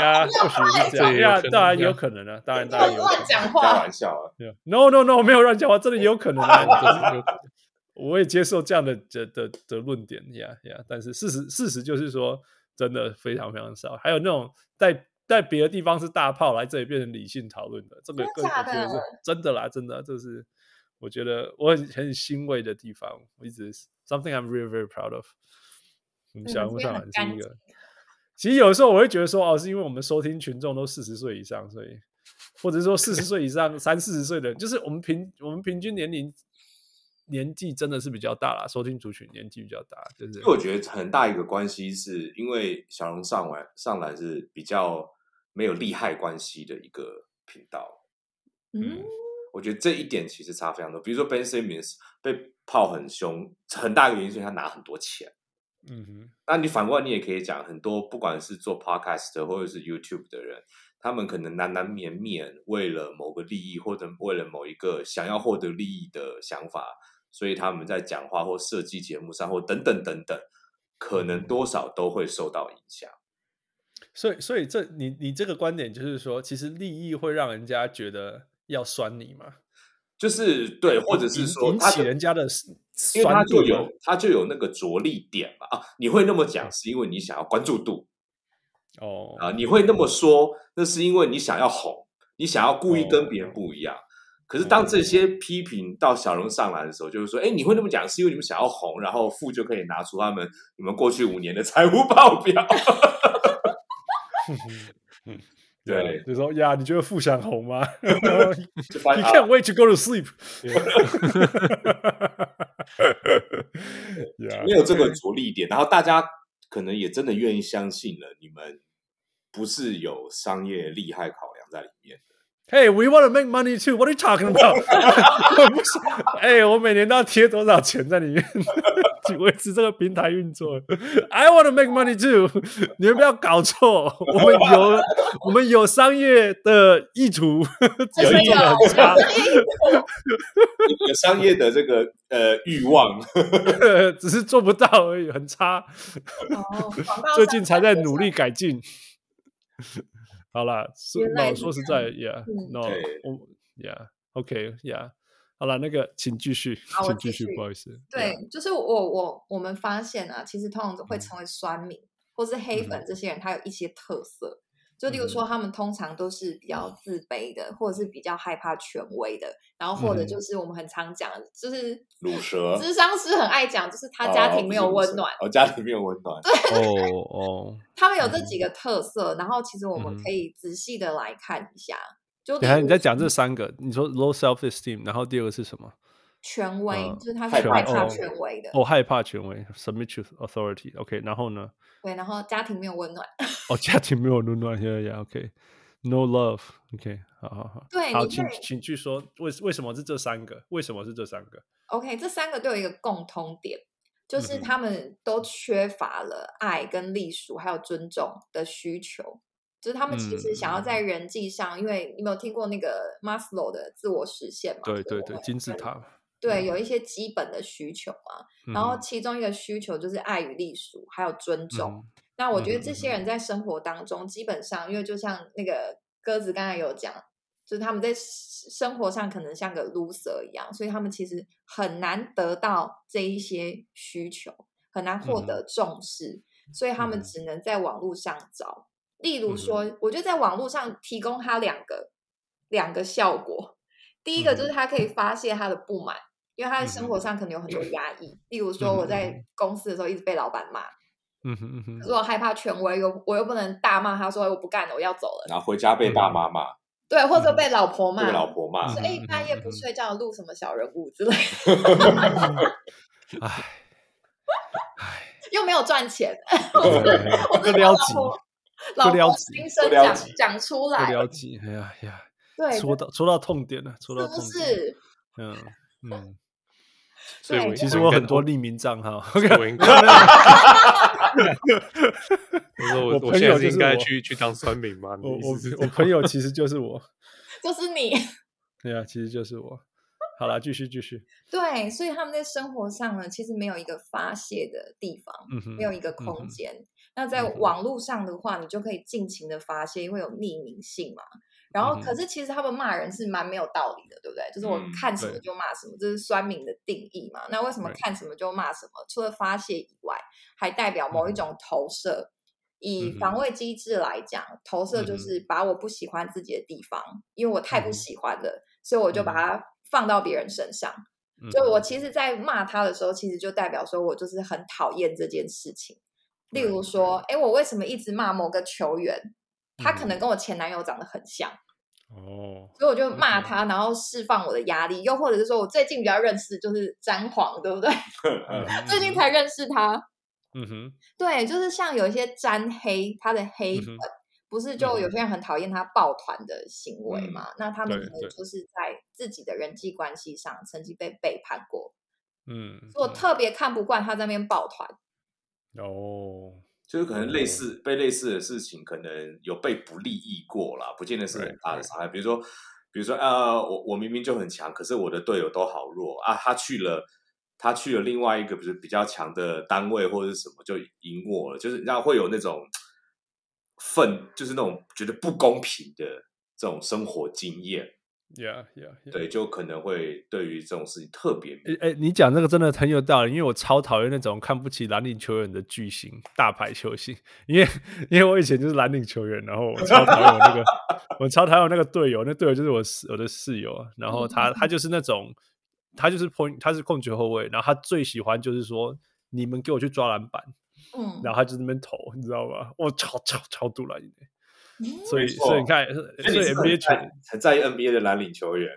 C: 呀， 或许是这样，
D: 对
C: 呀，
D: 有可
C: 当然有可
D: 能呀
C: 能啊，当然当然
E: 乱
C: 有可
E: 乱
C: 能
E: 讲
F: 开
E: 话，
F: 玩笑啊，
C: 对啊。No no no，没有乱讲话，真的也有可能啊， 就是有可能我也接受这样的的的的论点呀呀，但是事实事实就是说，真的非常非常少，还有那种在。在别的地方是大炮，来这里变成理性讨论的，这个
E: 真的
C: 更我
E: 假
C: 觉得是
E: 的
C: 真的啦，真的，这是我觉得我很很欣慰的地方，我一直 something I'm really very proud of。我们
E: 嗯
C: 小人物
E: 所以
C: 上
E: 很
C: 来
E: 干
C: 是一个，其实有时候我会觉得说，哦，是因为我们收听群众都四十岁以上，所以或者是说四十岁以上、三四十岁的人，就是我们平我们平均年龄年纪真的是比较大啦，收听族群年纪比较大，就是
F: 因为我觉得很大一个关系是因为小龙上完上来是比较没有利害关系的一个频道，
E: 嗯，
F: 我觉得这一点其实差非常多。比如说 Ben Simmons 被泡很凶，很大一个原因是因为他拿很多钱。
C: 嗯哼，
F: 那你反过来，你也可以讲很多，不管是做 podcast 的或者是 YouTube 的人，他们可能难难免免为了某个利益，或者为了某一个想要获得利益的想法，所以他们在讲话或设计节目上，或等等等等，可能多少都会受到影响。
C: 所以所以这你你这个观点就是说，其实利益会让人家觉得要酸你嘛，
F: 就是对，或者是
C: 引
F: 说
C: 引
F: 他
C: 起
F: 的
C: 人家的
F: 因为他
C: 酸
F: 就
C: 度
F: 有
C: 嘛
F: 他就有那个着力点嘛啊，你会那么讲是因为你想要关注度，
C: 哦
F: 啊，你会那么说，那是因为你想要红，你想要故意跟别人不一样。可是当这些批评到小龙上来的时候，就是说，哎，你会那么讲，是因为你们想要红，然后富就可以拿出他们你们过去五年的财务报表。对，
C: 啊就说呀，你觉得富想 红吗
F: 就发
C: ？You
F: 现
C: can't wait to go to sleep
F: 啊
C: Yeah，
F: 没有这个着力点，然后大家可能也真的愿意相信了，你们不是有商业利害考量在里面。
C: Hey, we want to make money too. What are you talking about? 不是，哎、我每年都要贴多少钱在里面？起维持这个平台运作。I want to make money too，你们不要搞错，我们有我们有商业的意图，只是做的很差。
F: 有商业的这个呃欲望，
C: 只是做不到而已，很差。
E: 哦，广 告
C: 最
E: 上
C: 近才在努力改进。好啦， 说
E: 原来
C: 那
E: 是
C: 说实
E: 这
C: 在
E: 样嗯
C: ，Yeah，No，
F: 对
C: 我 Yeah，OK，Yeah，好了，那个请继续，
E: 好我
C: 请继
E: 继
C: 续，
E: 续
C: 不好意思。
E: 对，就是我我我们发现啊，其实通常都会成为酸民、或是黑粉这些人，他有一些特色。就例如说，他们通常都是比较自卑的，或者是比较害怕权威的，然后或者
C: 嗯
E: 就是我们很常讲的，就是
F: 乳蛇，
E: 智商师很爱讲，就是他家庭没有温暖，
F: 哦，不是乳蛇哦家庭没有温暖，
C: 哦哦，
E: 他们有这几个特色，然后其实我们
C: 嗯
E: 可以仔细的来看一下。就
C: 等一下
E: 例
C: 你
E: 如
C: 在讲这三个，你说 low self esteem，然后第二个是什么？
E: 权威，
C: 嗯
E: 就是他
F: 害
E: 是
F: 怕
E: 害怕
C: 权
E: 权威的，
C: 哦，害怕权威，submit to authority。OK，然后呢？
E: 对，然后家庭没有温暖，
C: 哦， 家庭没有温暖，Yeah，Yeah，OK，No love。OK，好好好，
E: 对
C: 好，
E: 哎你
C: 请
E: 可以
C: 请去说为为什么是这三个？为什么是这三个？
E: OK，这三个都有一个共通点，就
C: 嗯
E: 是
C: 哼
E: 他们都缺乏了爱、跟隶属还有尊重的需求。就是他们其实想要在
C: 嗯
E: 人际上，因为你没有听过那个 Maslow 的自我实现嘛？
C: 对
E: 就
C: 对
E: 是
C: 对
E: 我，们
C: 金字塔嘛。
E: 对有一些基本的需求嘛。
C: 嗯
E: 然后
C: 哼
E: 其中一个需求就是爱与隶属，还有尊重。
C: 嗯
E: 那我觉
C: 嗯
E: 得这些人在生活当中，基本上因为就像那个鸽子刚才有讲，就是他们在生活上可能像个 loser 一样，所以他们其实很难得到这一些需求，很难获
C: 嗯
E: 得重视，所以他
C: 嗯
E: 们只能在网络上找。例如说，我觉得在网络上提供他两个两个效果，第
C: 嗯
E: 一个就是他可以发泄他的不满。因为他在生活上可能有很多压抑，例如说我
C: 嗯嗯
E: 在公司的时候一直被老板骂，
C: 嗯哼嗯哼
E: 可是我害怕权威，又我又不能大骂他说我不干了，我要走了，
F: 然后回家被爸妈骂，
E: 对，或
C: 嗯
E: 者被老婆骂，
F: 被老婆骂
E: 说，哎
C: 嗯嗯
E: 半夜
C: 嗯
E: 不
C: 嗯
E: 睡觉录什么小人物之类的，
C: 唉，
E: 又没有赚钱，
C: 不
E: 我真的
C: 了
E: 老
C: 解，
E: 婆老
C: 了
E: 婆
C: 解
E: 心声
F: 不了
E: 讲
F: 解
E: 讲出
C: 不
E: 来，
C: 了解，哎呀呀，
E: 对，是
C: 说到说到痛点了，说到
E: 不
C: 痛点，
E: 是？
C: 嗯嗯，
D: 所以
E: 对
D: 我
C: 其
E: 我
C: 实我很多匿名账 号，
D: 我应该，我说
C: 我
D: 我
C: 朋
D: 现
C: 友
D: 在是
C: 就是
D: 应该
C: 我
D: 去去当酸民吗？
C: 我
D: 你
C: 我
D: 意思是这
C: 我
D: 样
C: 朋友其实就是我，
E: 就是你，
C: 对啊，其实就是我。好啦，继续继续，
E: 对，所以他们在生活上呢，其实没有一个发泄的地方，
C: 嗯哼，
E: 没有一个
C: 嗯
E: 空
C: 哼
E: 间。那在
C: 嗯哼
E: 网络上的话，你就可以尽情的发泄，因为有匿名性嘛。然后，可
C: 嗯
E: 是其实他们骂人是蛮没有道理的，对不对？就是我
F: 嗯
E: 看什么
C: 对
E: 就骂什么，这是酸民的定义嘛。那为什么
C: 对
E: 看什么就骂什么？除了发泄以外，还代表某一种投射。
C: 嗯
E: 以
C: 嗯哼
E: 防卫机制来讲，投射
C: 嗯
E: 就
C: 哼
E: 是把我不喜欢自己的地方，因为我太
C: 嗯
E: 不喜欢了，所以我就把
C: 嗯
E: 它放到别人身上。
C: 嗯
E: 就我其实，在骂他的时候，其实就代表说我就是很讨厌这件事情。例如
C: Right,
E: 说，哎，我为什么一直骂某个球员？他可
C: 嗯
E: 能跟我前男友长得很像，
C: 哦，
E: 所以我就骂他，然后释放我的压力。又或者是说我最近比较认识就是詹皇，对不对？
C: 嗯哼
E: 最近，才认识他，
C: 嗯哼，
E: 对，就是像有一些詹黑，他的黑
C: 嗯
E: 粉
C: 哼，嗯
E: 不是就有些人很讨厌他抱团的行为
F: 嗯
E: 嘛？那他们
C: 对
E: 可能
C: 对
E: 就是在自己的人际关系上曾经被背叛过，
C: 嗯
E: 所以
C: 嗯
E: 我特别看不惯他在那边抱团。
C: 哦，
F: 就是可能类似被类似的事情，可能有被不利益过啦，不见得是很大的伤害。比如说，比如说啊，我我明明就很强，可是我的队友都好弱啊，他去了。他去了另外一个，比如比较强的单位或者是什么，就赢我了，就是你知道会有那种愤，就是那种觉得不公平的这种生活经验，
C: ，Yeah Yeah Yeah。
F: 对，就可能会对于这种事情特别敏
C: 哎、诶你讲这个真的很有道理，因为我超讨厌那种看不起蓝领球员的巨星、大牌球星，因为因为我以前就是蓝领球员，然后我超讨厌我那 个我超讨厌我那个队友，那队友就是我室我的室友啊，然后他他就是那种他就是碰他是控球后卫，然后他最喜欢就是说你们给我去抓篮板，
E: 嗯，
C: 然后他就在那边投，你知道吗？我超超超杜兰的，
E: 嗯
C: 所以
F: 没错
C: 所以你看，
F: 所以
C: 所
F: 你
C: 以
F: 是
C: NBA
F: 很嗯
C: 球
F: 在很在意 NBA 的蓝领球员，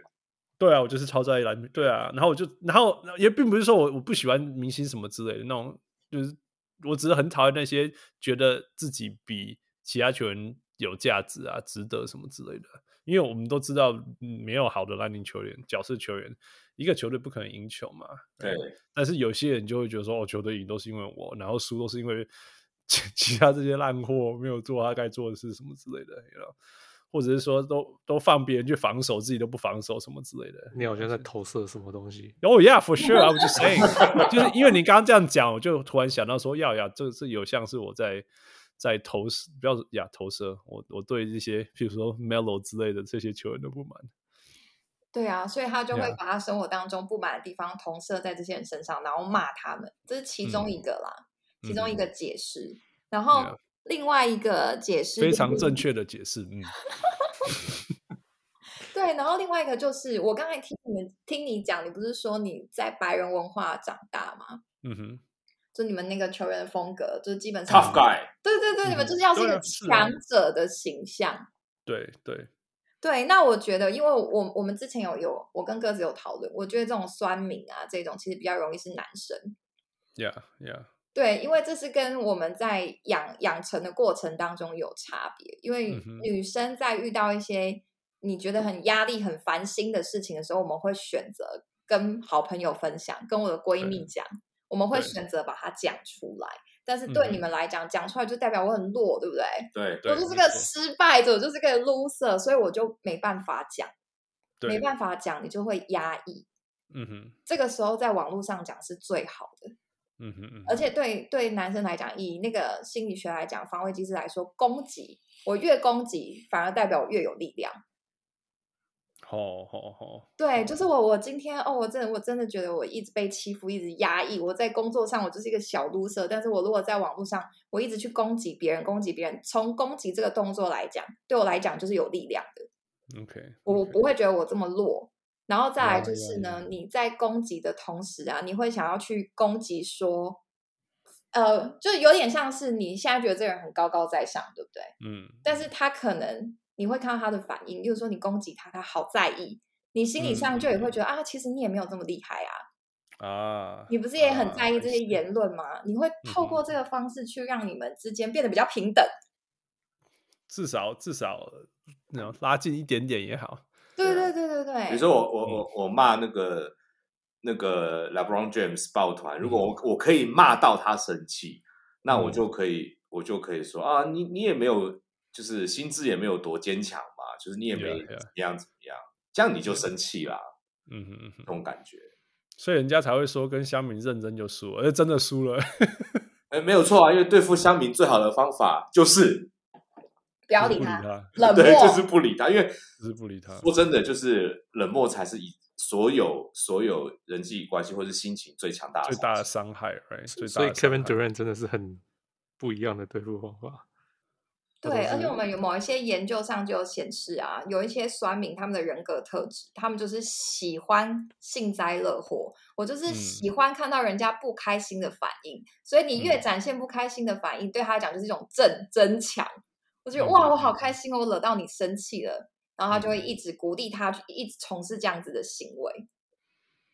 C: 对啊，我就是超在意篮，对啊，然后我就，然后也并不是说我我不喜欢明星什么之类的那种，就是我只是很讨厌那些觉得自己比其他球员有价值啊、值得什么之类的，因为我们都知道嗯没有好的篮球球员、角色球员，一个球队不可能赢球嘛。哎
F: 对，
C: 但是有些人就会觉得说，哦，球队赢都是因为我，然后输都是因为其其他这些烂货没有做他该做的事什么之类的，you know，或者是说都都放别人去防守，自己都不防守什么之类的。
D: 你好像在投射什么东西？
C: Oh yeah, for sure. I was just saying，就是 因为你刚刚这样讲，我就突然想到说，呀呀，这这有像是我在在投射，不要呀投射，我我对这些，譬如说 Melo 之类的这些球员的不满。
E: 对啊，所以他就会
C: Yeah.
E: 把他生活当中不满的地方投射在这些人身上，然后骂他们，这是其中
C: 嗯
E: 一个啦，其中一个解释。然后
C: Yeah.
E: 另外一个解释
C: 啊非
E: 就
C: 常
E: 是
C: 正确的解释，嗯，
E: 对，然后另外一个就是我刚才听你们听你讲，你不是说你在白人文化长大吗？
C: 嗯哼，
E: 就你们那个球员的风格，就基本上
F: Tough guy，
E: 对对对，你们就是要是一
C: 对
E: 个
C: 啊是啊
E: 强者的形象。
C: 对对，
E: 对，那我觉得，因为我我们之前有有我跟鸽子有讨论，我觉得这种酸民啊，这种其实比较容易是男生。
C: 呀呀，
E: 对，因为这是跟我们在养养成的过程当中有差别，因为
C: 嗯哼
E: 女生在遇到一些你觉得很压力、很烦心的事情的时候，我们会选择跟好朋友分享，跟我的闺蜜讲，我们会
C: 对
E: 选择把它讲出来。但是对你
C: 嗯哼
E: 们来讲，讲出来就代表我很弱，对不对？
F: 对，
C: 对
E: 我就是
C: 没
E: 个
C: 错
E: 失败者，我就是个 loser，所以我就没办法讲。没
C: 对，
E: 办法讲，你就会压抑。
C: 嗯哼，
E: 这个时候在网络上讲是最好的，
C: 嗯哼，嗯
E: 而
C: 哼
E: 且对对男生来讲，以那个心理学来讲，防卫机制来说，攻击我越攻击，反而代表我越有力量。
C: 好好好，
E: 对，就是我，我今天哦，我真的我真的觉得我一直被欺负，一直压抑。我在工作上我就是一个小 loser，但是我如果在网络上，我一直去攻击别人，攻击别人，从攻击这个动作来讲，对我来讲就是有力量的。
C: ，OK，
E: 我不会觉得我这么弱。然后再
C: 嗯
E: 来
C: 了
E: 就
C: 解
E: 是
C: 了
E: 呢，你在攻击的同时啊，你会想要去攻击说，呃，就有点像是你现在觉得这个人很高高在上，对不对？
C: 嗯，
E: 但是他可能你会看到他的反应，例如说你攻击他，他好在意，你心理上就也会
C: 嗯
E: 觉得、啊，其实你也没有这么厉害啊，
C: 啊，
E: 你不是也很在意这些
C: 言？
E: 言论吗？你会透过
C: 嗯哼
E: 这个方式去让你们之间变得比较平等。
C: 至少至少，那拉近一点点也好，
E: 对
F: 对
E: 对
F: 啊
E: 对对
C: 哎
E: 对，
F: 比如说我
C: 嗯
F: 我我我骂那个那个 LeBron James 抱团，如果
C: 嗯
F: 我我可以骂到他生气，那我就可以我就可以说啊，你你也没有就是心智也没有多坚强嘛，就是你也没
C: Yeah, yeah.
F: 怎么样怎么样，这样你就生气啦，
C: 嗯哼嗯哼
F: 这。种感觉。
C: 所以人家才会说跟乡民认真就输，而真的输了。
F: 哎，没有错啊，因为对付乡民最好的方法就是
E: 不要
C: 就是不
E: 理他，
C: 理他，
E: 冷漠
F: 对，就是不理他，因为
C: 就是不理他。
F: 说真的，就是冷漠才是以所有所有人际关系或是心情最强大的
C: 最大的
F: 方式
C: 伤害，right？最大
D: 所以
C: 的伤
D: Kevin
C: 害
D: Durant 真的是很不一样的对付方法。他
E: 对，
D: 都
E: 而且
D: 是
E: 我们有某一些研究上就有显示啊，有一些酸民他们的人格特质，他们就是喜欢幸灾乐祸。我就是
C: 嗯
E: 喜欢看到人家不开心的反应，所以你越
C: 嗯
E: 展现不开心的反应，对他来讲就是一种正增强。我觉
C: 嗯
E: 得哇，
C: 嗯
E: 我好
C: 嗯
E: 开心哦，我惹到你生气了，然后他就会
C: 嗯
E: 一直鼓励他去一直从事这样子的行为，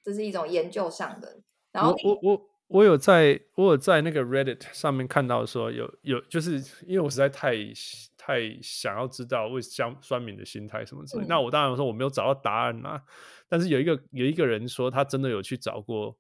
E: 这是一种研究上的。然后
C: 我我我我有在我有在那个 Reddit 上面看到说有有就是 因为我实在太太想要知道为相酸民的心态什么之类。那
E: 嗯
C: 我当然说我没有找到答案啦、但是有一个有一个人说他真的有去找过。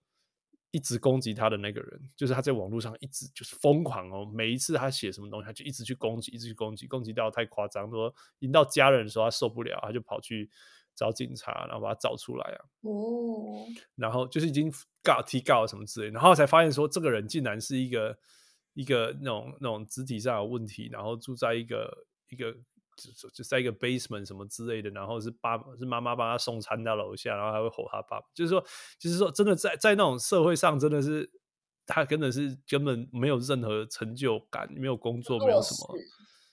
C: 一直攻击他的那个人，就是他在网络上一直就是疯狂哦，每一次他写什么东西，他就一直去攻击，一直去攻击，攻击到太夸张，说引到家人的时候他受不了，他就跑去找警察，然后把他找出来啊。
E: 哦，
C: 然后就是已经告提告什么之类，然后才发现说这个人竟然是一个一个那种那种肢体上有问题，然后住在一个一个就就就在一个 basement 什么之类的，然后是爸是妈妈帮他送餐到楼下，然后还会吼他爸爸，就是说就是说真的在在那种社会上真的是。他真的是根本没有任何成就感，没有工作，没有
E: 弱
C: 什么
E: 势，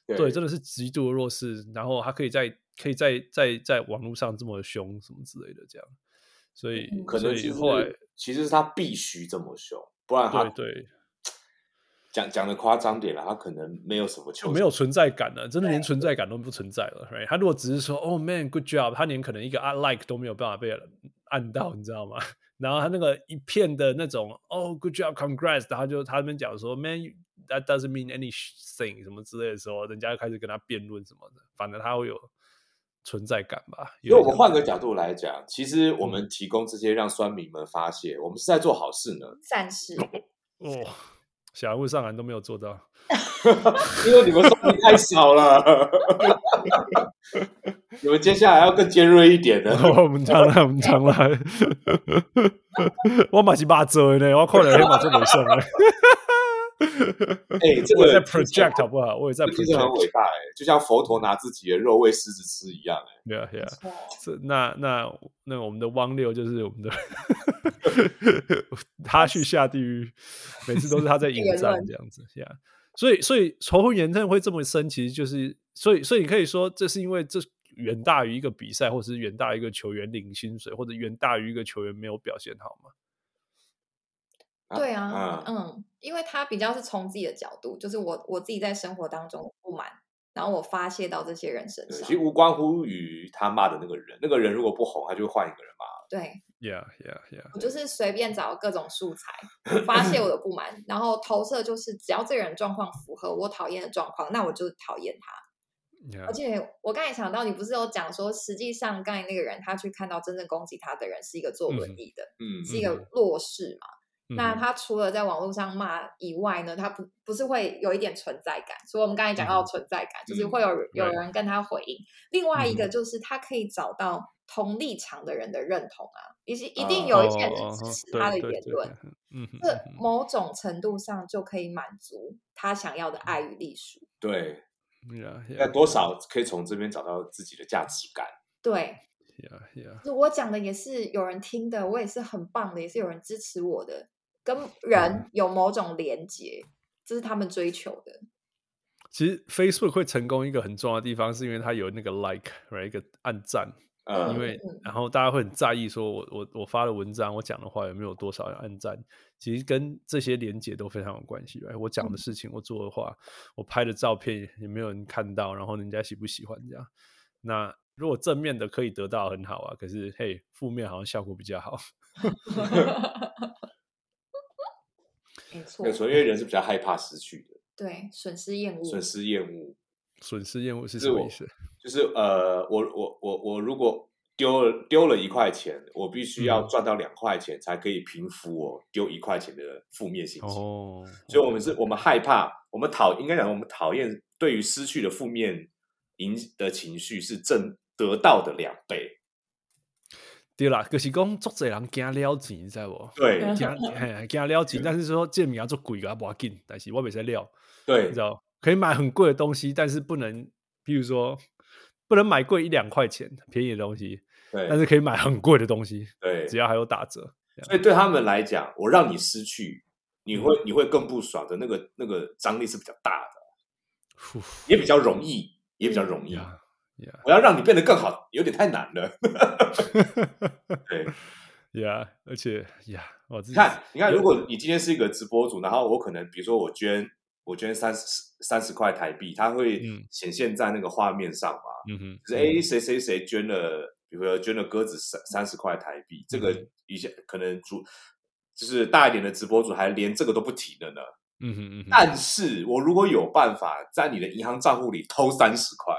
F: 对
C: 对，真的是极度的弱势。然后他可以在可以在在在网络上这么凶什么之类的，这样。所以
E: 嗯
F: 可
C: 所
F: 能
C: 以
F: 其实
C: 后来
F: 其实是他必须这么凶，不然他
C: 对对
F: 讲讲的夸张点了，他可能没有什么球
C: 就没有存在感了，真的连存在感都不存在了。Right? 他如果只是说 “Oh man, good job”，他连可能一个 I like 都没有办法被按到，你知道吗？ 然后他那个一片的那种 “Oh, good job, congrats”，然后就他们讲说 “Man, you- that doesn't mean anything” 什么之类的时候，人家就开始跟他辩论什么的，反正他会有存在感吧。
F: 因为我们换个角度来讲，其实我
C: 嗯
F: 们提供这些让酸民们发泄，我们是在做好事呢。
E: 暂时
C: 哦，小人物上篮都没有做到。
F: 因为你们送的太少了，你们接下来要更尖锐一点的。
C: 我们讲了，我们讲了，我马是八折呢，我看了黑马就没上了。
F: 哎、这
C: 我
F: 个
C: 也在 project 好不好？我也在
F: 这个精神很
C: project。
F: 伟大哎、就像佛陀拿自己的肉喂狮子吃一样哎、
C: Yeah, yeah. 是那那那我们的汪六就是我们 的，他去下地狱，每次都是 他在引
E: 言
C: 战
E: 论
C: 这样子，Yeah。所以所以仇恨炎症会这么深，其实就是所以所以你可以说，这是因为这远大于一个比赛，或者是远大于一个球员领薪水，或者远大于一个球员没有表现好嘛？
E: 对啊，嗯，因为他比较是从自己的角度，就是我我自己在生活当中的不满，然后我发泄到这些人身
F: 对
E: 上
F: 其，实无关乎于他骂的那个人，那个人如果不红，他就会换一个人骂。
E: 对
C: Yeah, yeah, yeah.
E: 我就是随便找各种素材发泄 我的不满，然后投射就是只要这个人状况符合我讨厌的状况，那我就讨厌他。
C: Yeah.
E: 而且我刚才想到，你不是有讲说，实际上刚才那个人他去看到真正攻击他的人是一个坐轮
C: 嗯
E: 椅的，
F: 嗯，
E: 是一个弱势嘛？那
C: 嗯
E: 他除了在网络上骂以外呢，他不不是会有一点存在感，所以我们刚才讲到存在感，就是会有有
C: 嗯对
E: 人跟他回应。另外一个
C: 嗯
E: 就是他可以找到同立场的人的认同啊，一些一
F: 啊
E: 定有一些人
C: 哦哦
E: 是支
C: 哦
E: 持
C: 对
E: 他的
C: 对
E: 言
C: 对
E: 论，
C: 嗯哼，
E: 这某种程度上就可以满足他想要的
C: 嗯
E: 爱与隶属。
F: 对，
C: Yeah,
F: 那
C: yeah,
F: 多少可以从这边找到自己的价值感。
E: 对，
C: yeah, yeah.
E: 就我讲的也是有人听的，我也是很棒的，也是有人支持我的，跟
C: 嗯
E: 人有某种连结，这是他们追求的。
C: 其实 Facebook 会成功一个很重要的地方，是因为它有那个 like，right，一个按赞。
F: 嗯，
C: 因为
E: 嗯
C: 然后大家会很在意，说我我我发的文章，我讲的话有没有多少人按赞，其实跟这些连接都非常有关系。哎，我讲
F: 嗯
C: 的事情，我做的话，我拍的照片有没有人看到，然后人家喜不喜欢这样。那如果正面的可以得到很好啊，可是嘿，负面好像效果比较好。
E: 没错
F: 没，有错，因为人是比较害怕失去的，
E: 对，损失厌恶，
F: 损失厌恶。
C: 损失厌恶是
F: 是
C: 什么
F: 我
C: 意思？
F: 就是呃，我我我我如果丢了丢了一块钱，我必须要
C: 嗯
F: 赚到两块钱才可以平复我丢一块钱的负面心情。
C: 哦，
F: 所以，我们是我们害怕，我们讨应该讲，我们讨厌对于失去的负面影的情绪是正得到的两倍。
C: 对啦，就是讲作者人惊了钱，你知道不？
F: 对
C: 惊嘿惊了钱，但是说这名做贵个无要紧，但是我袂使了。
F: 对
C: 你知，道，可以买很贵的东西，但是不能，比如说不能买贵一两块钱便宜的东西，但
F: 对
C: 是可以买很贵的东西，
F: 对，
C: 只要还有打折。
F: 所以对他们来讲，我让你失去，
C: 嗯
F: 你会你会更不爽的那个那个张力是比较大的，
C: 呼
F: 也比较容易，也比较容易。
C: 呀呀
F: 我要让你变得更好，有点太难了。 对，
C: 呀！而且呀，我自
F: 你
C: 己
F: 看，你看，如果你今天是一个直播主，然后我可能比如说我捐，我捐三十三十块台币，它会
C: 嗯
F: 显现在那个画面上嘛？
C: 嗯哼，
F: 就是哎，诶谁谁谁捐了，比如说捐了鸽子三三十块台币，这个
C: 嗯
F: 以前可能主就是大一点的直播主还连这个都不提了呢。
C: 嗯哼嗯哼
F: 但是我如果有办法在你的银行账户里偷三十块，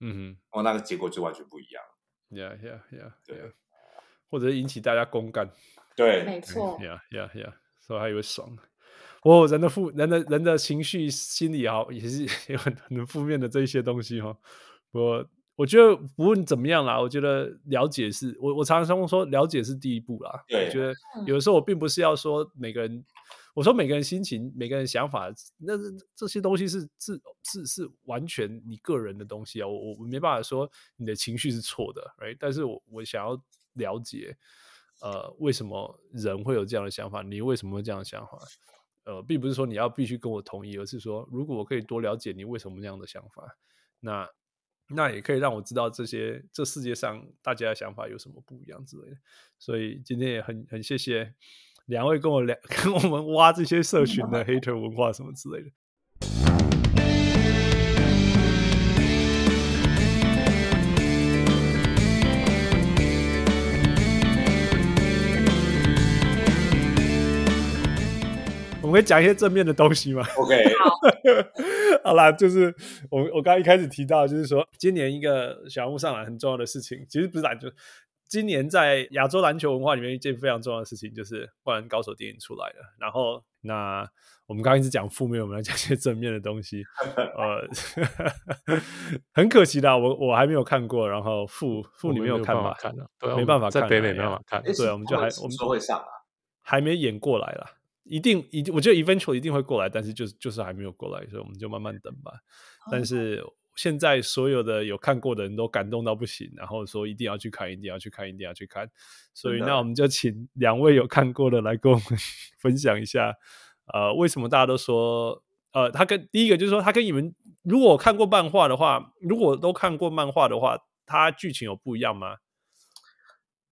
C: 嗯
F: 哦，那个结果就完全不一样。
C: 哼呀呀呀
F: 对
C: 呀，或者引起大家公干。
F: 对，
E: 没错，
C: 哎呀呀呀！所以还以为爽。哦，人的负人的人的情绪、心理好也是有很很负面的这一些东西哈、哦。我我觉得不论怎么样啦，我觉得了解是我我常常说了解是第一步啦。
F: 对
C: 我觉得
E: 嗯
C: 有的时候我并不是要说每个人，我说每个人心情、每个人想法，那这这些东西是是是是完全你个人的东西啊。我我我没办法说你的情绪是错的，right？但是我我想要了解，呃，为什么人会有这样的想法？你为什么会这样的想法？呃，并不是说你要必须跟我同意，而是说，如果我可以多了解你为什么那样的想法，那那也可以让我知道这些这世界上大家的想法有什么不一样之类的。所以今天也很很谢谢两位跟我聊 跟我们挖这些社群的 hater 文化什么之类的。我们可以讲一些正面的东西嘛。
F: OK，
C: 好啦，就是我我刚刚一开始提到，就是说今年一个小人物上来很重要的事情，其实不是篮球，今年在亚洲篮球文化里面一件非常重要的事情，就是《灌篮高手》电影出来了。然后，那我们刚刚一直讲负面，我们来讲一些正面的东西。呃， 很可惜的，啊我我还没有看过。然后父父
D: 我
C: 你
D: 们
C: 没有
D: 没有
C: 看
D: 办
C: 吧
D: 法？看啊对啊
C: 没
D: 我
C: 办
D: 们
C: 法
D: 在
C: 看
D: 北
C: 啊
D: 美没
C: 哎
D: 办
C: 呀
D: 法看
F: 诶
C: 对我们就还我们
F: 说会上啊，
C: 还没演过来啦，一定一定，我觉得 eventually 一定会过来，但是就是就是还没有过来，所以我们就慢慢等吧。
F: 哦
C: 但是现在所有的有看过的人都感动到不行，然后说一定要去看，一定要去看，一定要去看。所以
F: 真的欸
C: 那我们就请两位有看过的来跟我们 分享一下，呃，为什么大家都说，呃，他跟第一个就是说，他跟你们如果看过漫画的话，如果都看过漫画的话，它剧情有不一样吗？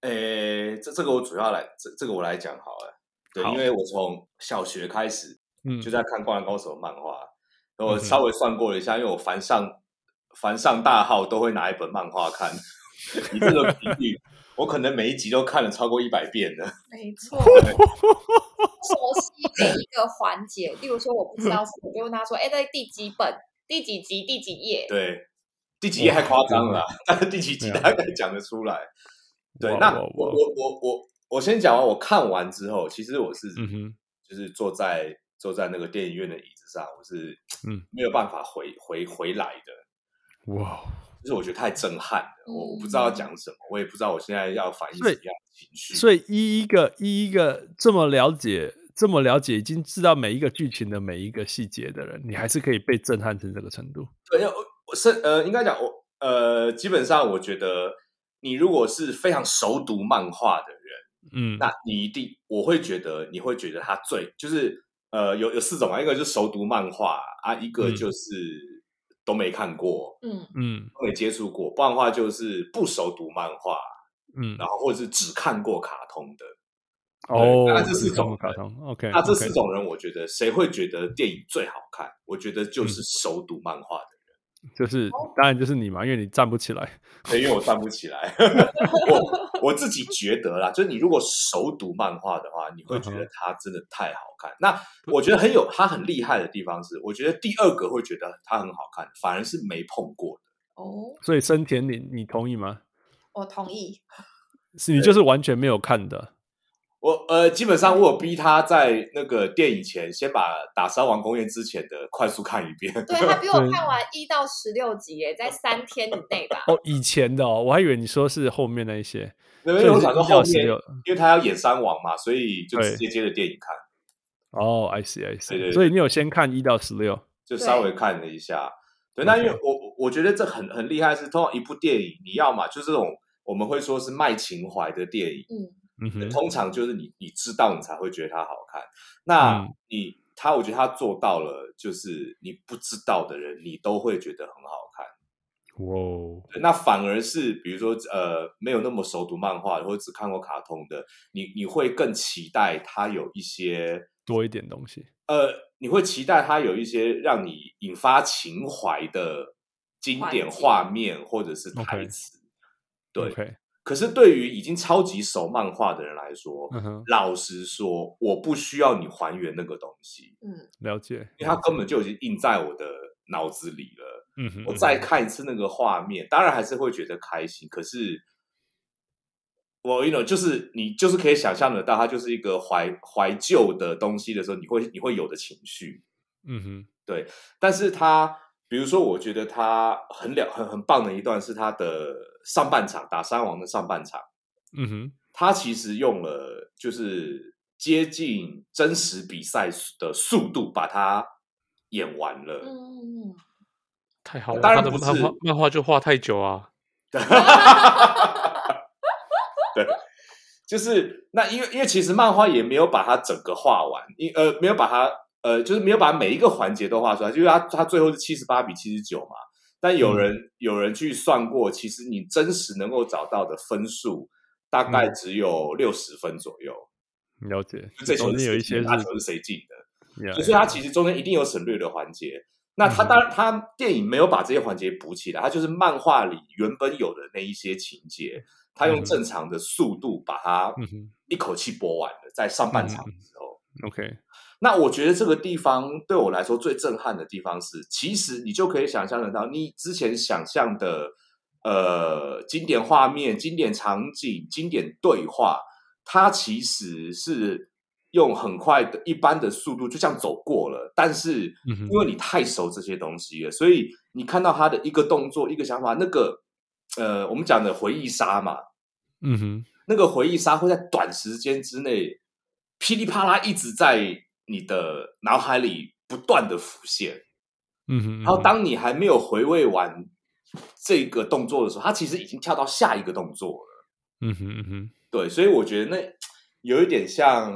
F: 诶，这这个我主要来，这这个我来讲好了。对，
C: 好
F: 因为我从小学开始
C: 嗯
F: 就在看《灌篮高手》漫画，然后
C: 嗯
F: 我
C: 哼
F: 稍微算过了一下，因为我凡上凡上大号都会拿一本漫画 看，以这个频率，我可能每一集都看了超过一百遍了。
E: 没错，熟悉每一个环节。例如说，我不知道什么，就问他说：“哎，那第几本？第几集？第几页
F: 对，第几页还夸张了啦，但是第几集
C: 对啊
F: 大概讲得出来。对，
C: 哇
F: 那
C: 哇
F: 我
C: 哇
F: 我我我我先讲完，我看完之后，其实我是
C: 嗯哼，
F: 就是坐在坐在那个电影院的椅子上，我是
C: 嗯
F: 没有办法回回回来的，
D: 哦
C: 哇，
F: 就是我觉得太震撼了，我我不知道要讲什么，我也不知道我现在要反应什
C: 嗯所以
F: 么样的情绪。
C: 所以一一个一一个这么了解、这么了解，已经知道每一个剧情的每一个细节的人，你还是可以被震撼成这个程度。
F: 对，要我是呃，应该讲我呃，基本上我觉得你如果是非常熟读漫画的人，
C: 嗯
F: 那你一定我会觉得你会觉得他最就是呃有有四种啊，一个就是熟读漫画啊，一个
C: 嗯
F: 就是都没看过。？”
E: 嗯，
C: 嗯
F: 都没接触过，不然的话就是不熟读漫画，
C: 嗯，
F: 然后或者是只看过卡通的。
C: 哦，
F: 大概这四
C: 是
F: 种
C: 卡通，OK，
F: 那这
C: OK
F: 四种人，我觉得谁会觉得电影最好看？我觉得
C: 嗯
F: 就是熟读漫画的
C: 就是当然就是你嘛，因为你站不起来。
F: 人，对因为我站不起来。 我我自己觉得啦，就是你如果熟读漫画的话，你会
C: 嗯
F: 觉得它真的太好看。那我觉得很有它很厉害的地方是，我觉得第二个会觉得它很好看，反而是没碰过的。
E: 哦，
C: 所以森田你你同意吗？
E: 我同意。
C: 是你就是完全没有看的。
F: 我呃，基本上我有逼他在那个电影前先把《打三王公宴》之前的快速看一遍。
E: 对他比我
C: 对
E: 看完一到十六集耶，在三天以内吧。
C: 哦，以前的哦，我还以为你说是后面那一些，
F: 因
C: 所
F: 为
C: 以
F: 我
C: 是
F: 想说
C: 1到
F: 后面
C: 16
F: 因为他要演三王嘛，所以就
C: 对
F: 直接接着电影看，
C: 哦，I see I
F: 对对
C: see，所以你有先看一到十六，
F: 就稍微看了一下。对，那因为我我我觉得这很很厉害是，通常一部电影你要嘛就这种我们会说是卖情怀的电影，
E: 嗯，
C: 嗯哼，
F: 通常就是你你知道你才会觉得它好看。那
C: 嗯
F: 你、他我觉得他做到了，就是你不知道的人你都会觉得很好看。
C: 哇哦，
F: 对那反而是比如说呃没有那么熟读漫画或者只看过卡通的，你你会更期待它有一些。
C: 多一点东西，
F: 呃，你会期待它有一些让你引发情怀的经典
E: 环节
F: 画面或者是台
C: OK
F: 词。对
C: o k
F: 可是对于已经超级熟漫画的人来说，
C: 嗯哼，
F: 老实说，我不需要你还原那个东西，
C: 了解，
F: 因为它根本就已经印在我的脑子里了。
C: 嗯哼，
F: 我
C: 嗯
F: 再
C: 哼
F: 看一次那个画面，当然还是会觉得开心，可是。我 you know，就是你就是可以想象得到，它就是一个怀怀旧的东西的时候，你会你会有的情绪。
C: 嗯哼。
F: 但是他，比如说，我觉得他很了很很棒的一段是他的上半场打三王的上半场，
C: 嗯哼，
F: 他其实用了就是接近真实比赛的速度把它演完了。
E: 嗯，
D: 太好了，
F: 呃当然
D: 他的
F: 不
D: 漫
F: 是
D: 画漫画就画太久啊，
F: 对，就是那因为因为其实漫画也没有把它整个画完，因呃没有把它呃就是没有把每一个环节都画出来，就是它它最后是七十八比七十九嘛。但有人、
C: 嗯
F: 有人去算过，其实你真实能够找到的分数大
C: 嗯
F: 概只有六十分左右。
C: 了解
F: 就这，球
C: 中
F: 是
C: 间有一
F: 谁进的
C: 些是啊
F: 那球是谁进的，
C: 呀
F: 所以它其实中间一定有省略的环节。那它
C: 嗯
F: 当然，它电影没有把这些环节补起来，它就是漫画里原本有的那一些情节，它
C: 嗯
F: 用正常的速度把它
C: 嗯哼嗯
F: 一口气播完了，在上半场的时候。
C: ，OK，
F: 那我觉得这个地方对我来说最震撼的地方是，其实你就可以想象得到，你之前想象的呃经典画面、经典场景、经典对话，它其实是用很快的一般的速度就这样走过了。但是
C: 嗯哼
F: 因为你太熟这些东西了，所以你看到他的一个动作、一个想法，那个呃我们讲的回忆杀嘛，
C: 嗯哼，
F: 那个回忆杀会在短时间之内噼里啪啦一直在你的脑海里不断的浮现，
C: 嗯哼，
F: 然后当你还没有回味完这个动作的时候，它其实已经跳到下一个动作了。
C: 嗯哼嗯哼，
F: 对，所以我觉得那有一点像，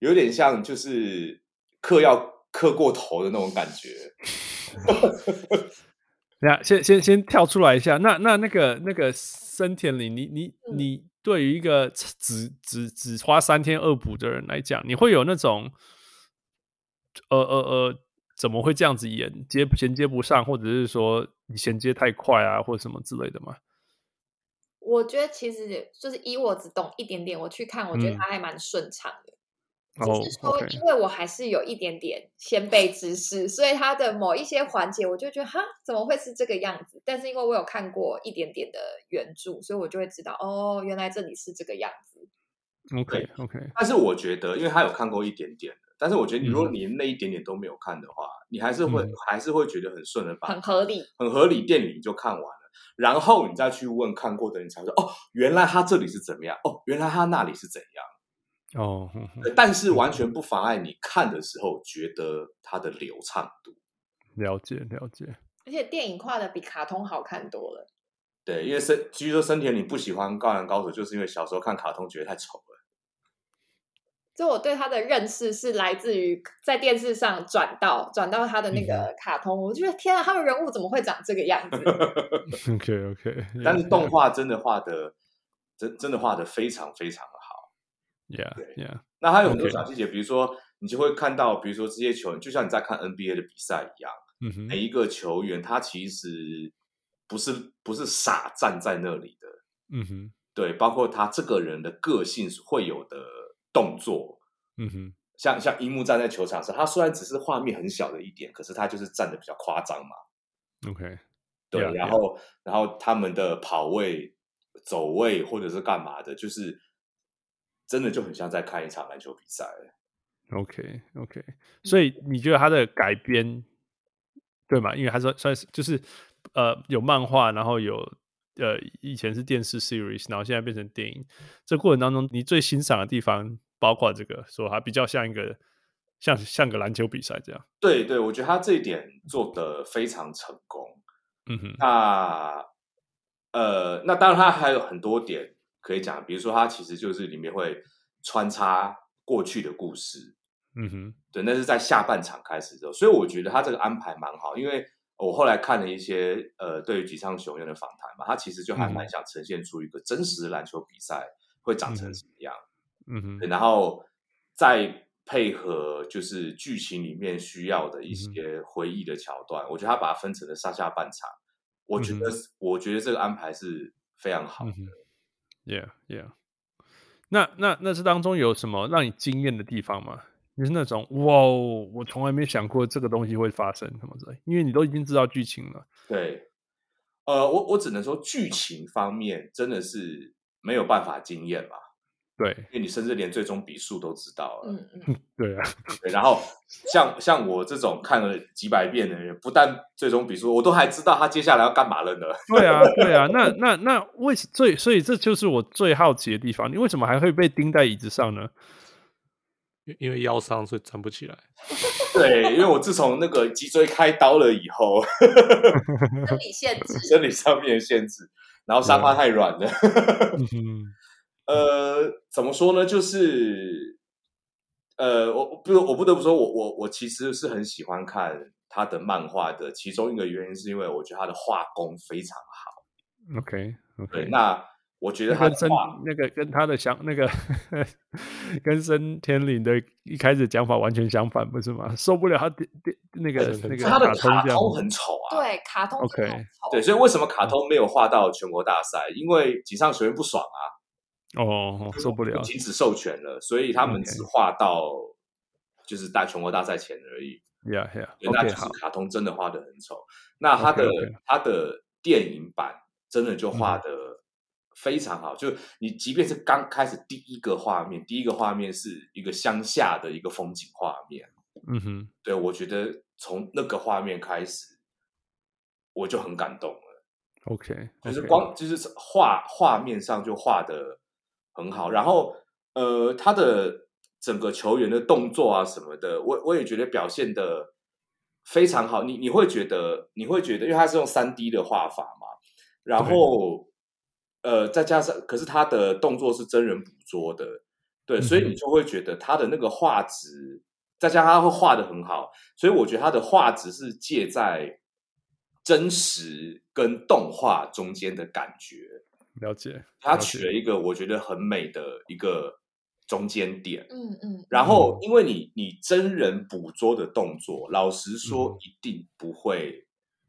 F: 有一点像就是嗑药嗑过头的那种感觉。
C: 那先先先跳出来一下，那那那个那个森田里，你你
E: 嗯
C: 你对于一个只只只花三天恶补的人来讲，你会有那种，呃呃呃，怎么会这样子演接衔接不上，或者是说你衔接太快啊，或者什么之类的吗？
E: 我觉得其实就是以我只懂一点点，我去看，我觉得
C: 嗯
E: 它还蛮顺畅的。
C: 哦、
E: 只是
C: o
E: 说，
C: k
E: 因为我还是有一点点先辈知识，所以它的某一些环节，我就觉得哈，怎么会是这个样子？但是因为我有看过一点点的原著，所以我就会知道，哦，原来这里是这个样子。
C: OK OK，
F: 但是我觉得，因为他有看过一点点的，但是我觉得你如果
C: 嗯
F: 你那一点点都没有看的话，你还是会、
C: 嗯
F: 还是会觉得很顺的把
E: 很合理，
F: 很合理，电影就看完了，然后你再去问看过的人，你才会说哦，原来他这里是怎么样，哦，原来他那里是怎样。
C: 哦、哼哼
F: 对但是完全不妨碍你看的时候觉得它的流畅度。
C: 了解了解，
E: 而且电影画的比卡通好看多了。
F: 对，因为森，据说森田你不喜欢《灌篮高手》，就是因为小时候看卡通觉得太丑了。
E: 就我对他的认识是来自于在电视上转到转到他的
F: 嗯
E: 那个卡通，我就觉得天啊，他们人物怎么会长这个样 子？
C: OK OK，
F: 但是动画真的画的，真真的画的非常非常的好。
C: Yeah Yeah，
F: 那还有很多
C: OK
F: 小细节，比如说你就会看到，比如说这些球员，就像你在看 NBA 的比赛一样。
C: 嗯哼
F: 每一个球员他其实不是不是傻站在那里的，
C: 嗯哼
F: 对，包括他这个人的个性是会有的动作，
C: 嗯哼
F: 像像樱木站在球场上，他虽然只是画面很小的一点，可是他就是站的比较夸张嘛，
C: OK，
F: 对啊
C: Yeah,
F: 然
C: yeah.
F: 后然后他们的跑位、走位或者是干嘛的，就是真的就很像在看一场篮球比赛。
C: OK OK，所以你觉得它的改编对吗？因为它算算是就是呃有漫画，然后有呃以前是电视 series，然后现在变成电影。这过程当中，你最欣赏的地方包括这个，说它比较像一个像像个篮球比赛这样。
F: 对对，我觉得他这一点做得非常成功。
C: 嗯哼，
F: 那呃，那当然它还有很多点可以讲，比如说它其实就是里面会穿插过去的故事，
C: 嗯哼，
F: 对，那是在下半场开始之后，所以我觉得他这个安排蛮好，因为我后来看了一些呃对于吉昌雄彦的访谈嘛，他其实就还
C: 嗯
F: 蛮想呈现出一个真实篮球比赛会长
C: 嗯
F: 成什么样。
C: 嗯哼，
F: 对然后再配合就是剧情里面需要
C: 嗯
F: 的一些回忆的桥段，我觉得他把它分成了上下半场，我觉得、
C: 嗯
F: 我觉得这个安排是非常好的。
C: 嗯哼，Yeah Yeah。那那那这当中有什么让你惊艳的地方吗？你是那种哇哦，我从来没想过这个东西会发生什么之类，因为你都已经知道剧情了。
F: 对，呃，我我只能说剧情方面真的是没有办法惊艳吧，
C: 对
F: 因为你甚至连最终比数都知道了。
E: 嗯嗯，
C: 对啊，
F: 对，然后像像我这种看了几百遍的人，不但最终比数，我都还知道他接下来要干嘛了呢。
C: 对啊，对啊，那那那为什最所以这就是我最好奇的地方，你为什么还会被钉在椅子上呢？
D: 因因为腰伤所以站不起来。
F: 对，因为我自从那个脊椎开刀了以后，
E: 生 理限制。
F: 生理上面的限制，然后沙发太软了。
C: 嗯哼，
F: 呃，怎么说呢？就是呃，我我不我不得不说，我我我其实是很喜欢看他的漫画的，其中一个原因是因为我觉得他的画工非常好。
C: ，OK
F: 对，
C: OK，
F: 那我觉得他
C: 跟
F: 的
C: 森
F: 画
C: 那个跟他的想那个跟森天领的一开始讲法完全相反，不是吗？受不了他的的那个
D: 对对
C: 那
D: 对
C: 个
F: 他的
C: 通
F: 卡
C: 这样嗯
F: 通很丑啊。
E: 对，卡通真的很
C: OK
E: 丑
F: 对，所以为什么卡通没有画到全国大赛？因为井上学院不爽啊，
C: 哦，受不了
F: 停止授权了，所以他们
C: OK
F: 只画到就是大全国大赛前而已。
C: ，Yeah Yeah，
F: 对，那就
C: OK，
F: 是
C: 好，
F: 卡通真的画的很丑。那它的
C: OK，OK 嗯
F: 它的电影版真的就画的非常好，就你即便是刚开始第一个画面，第一个画面是一个乡下的一个风景画面，
C: 嗯哼，
F: 对我觉得从那个画面开始，我就很感动了。
C: OK，
F: 就是
C: OK
F: 光就是画画面上就画的很好，然后呃，他的整个球员的动作啊什么的，我我也觉得表现的非常好。你你会觉得你会觉得，因为他是用三 D 的画法嘛，然后呃，再加上可是他的动作是真人捕捉的，对，所以
C: 嗯哼
F: 你就会觉得他的那个画质，再加上他会画的很好，所以我觉得它的画质是介在真实跟动画中间的感觉，
C: 了解，
F: 它
C: 了
F: 取
C: 解
F: 了一个我觉得很美的一个中间点。
E: 嗯嗯，
F: 然后，因为你你真人捕捉的动作，老实说
C: 嗯，
F: 一定不会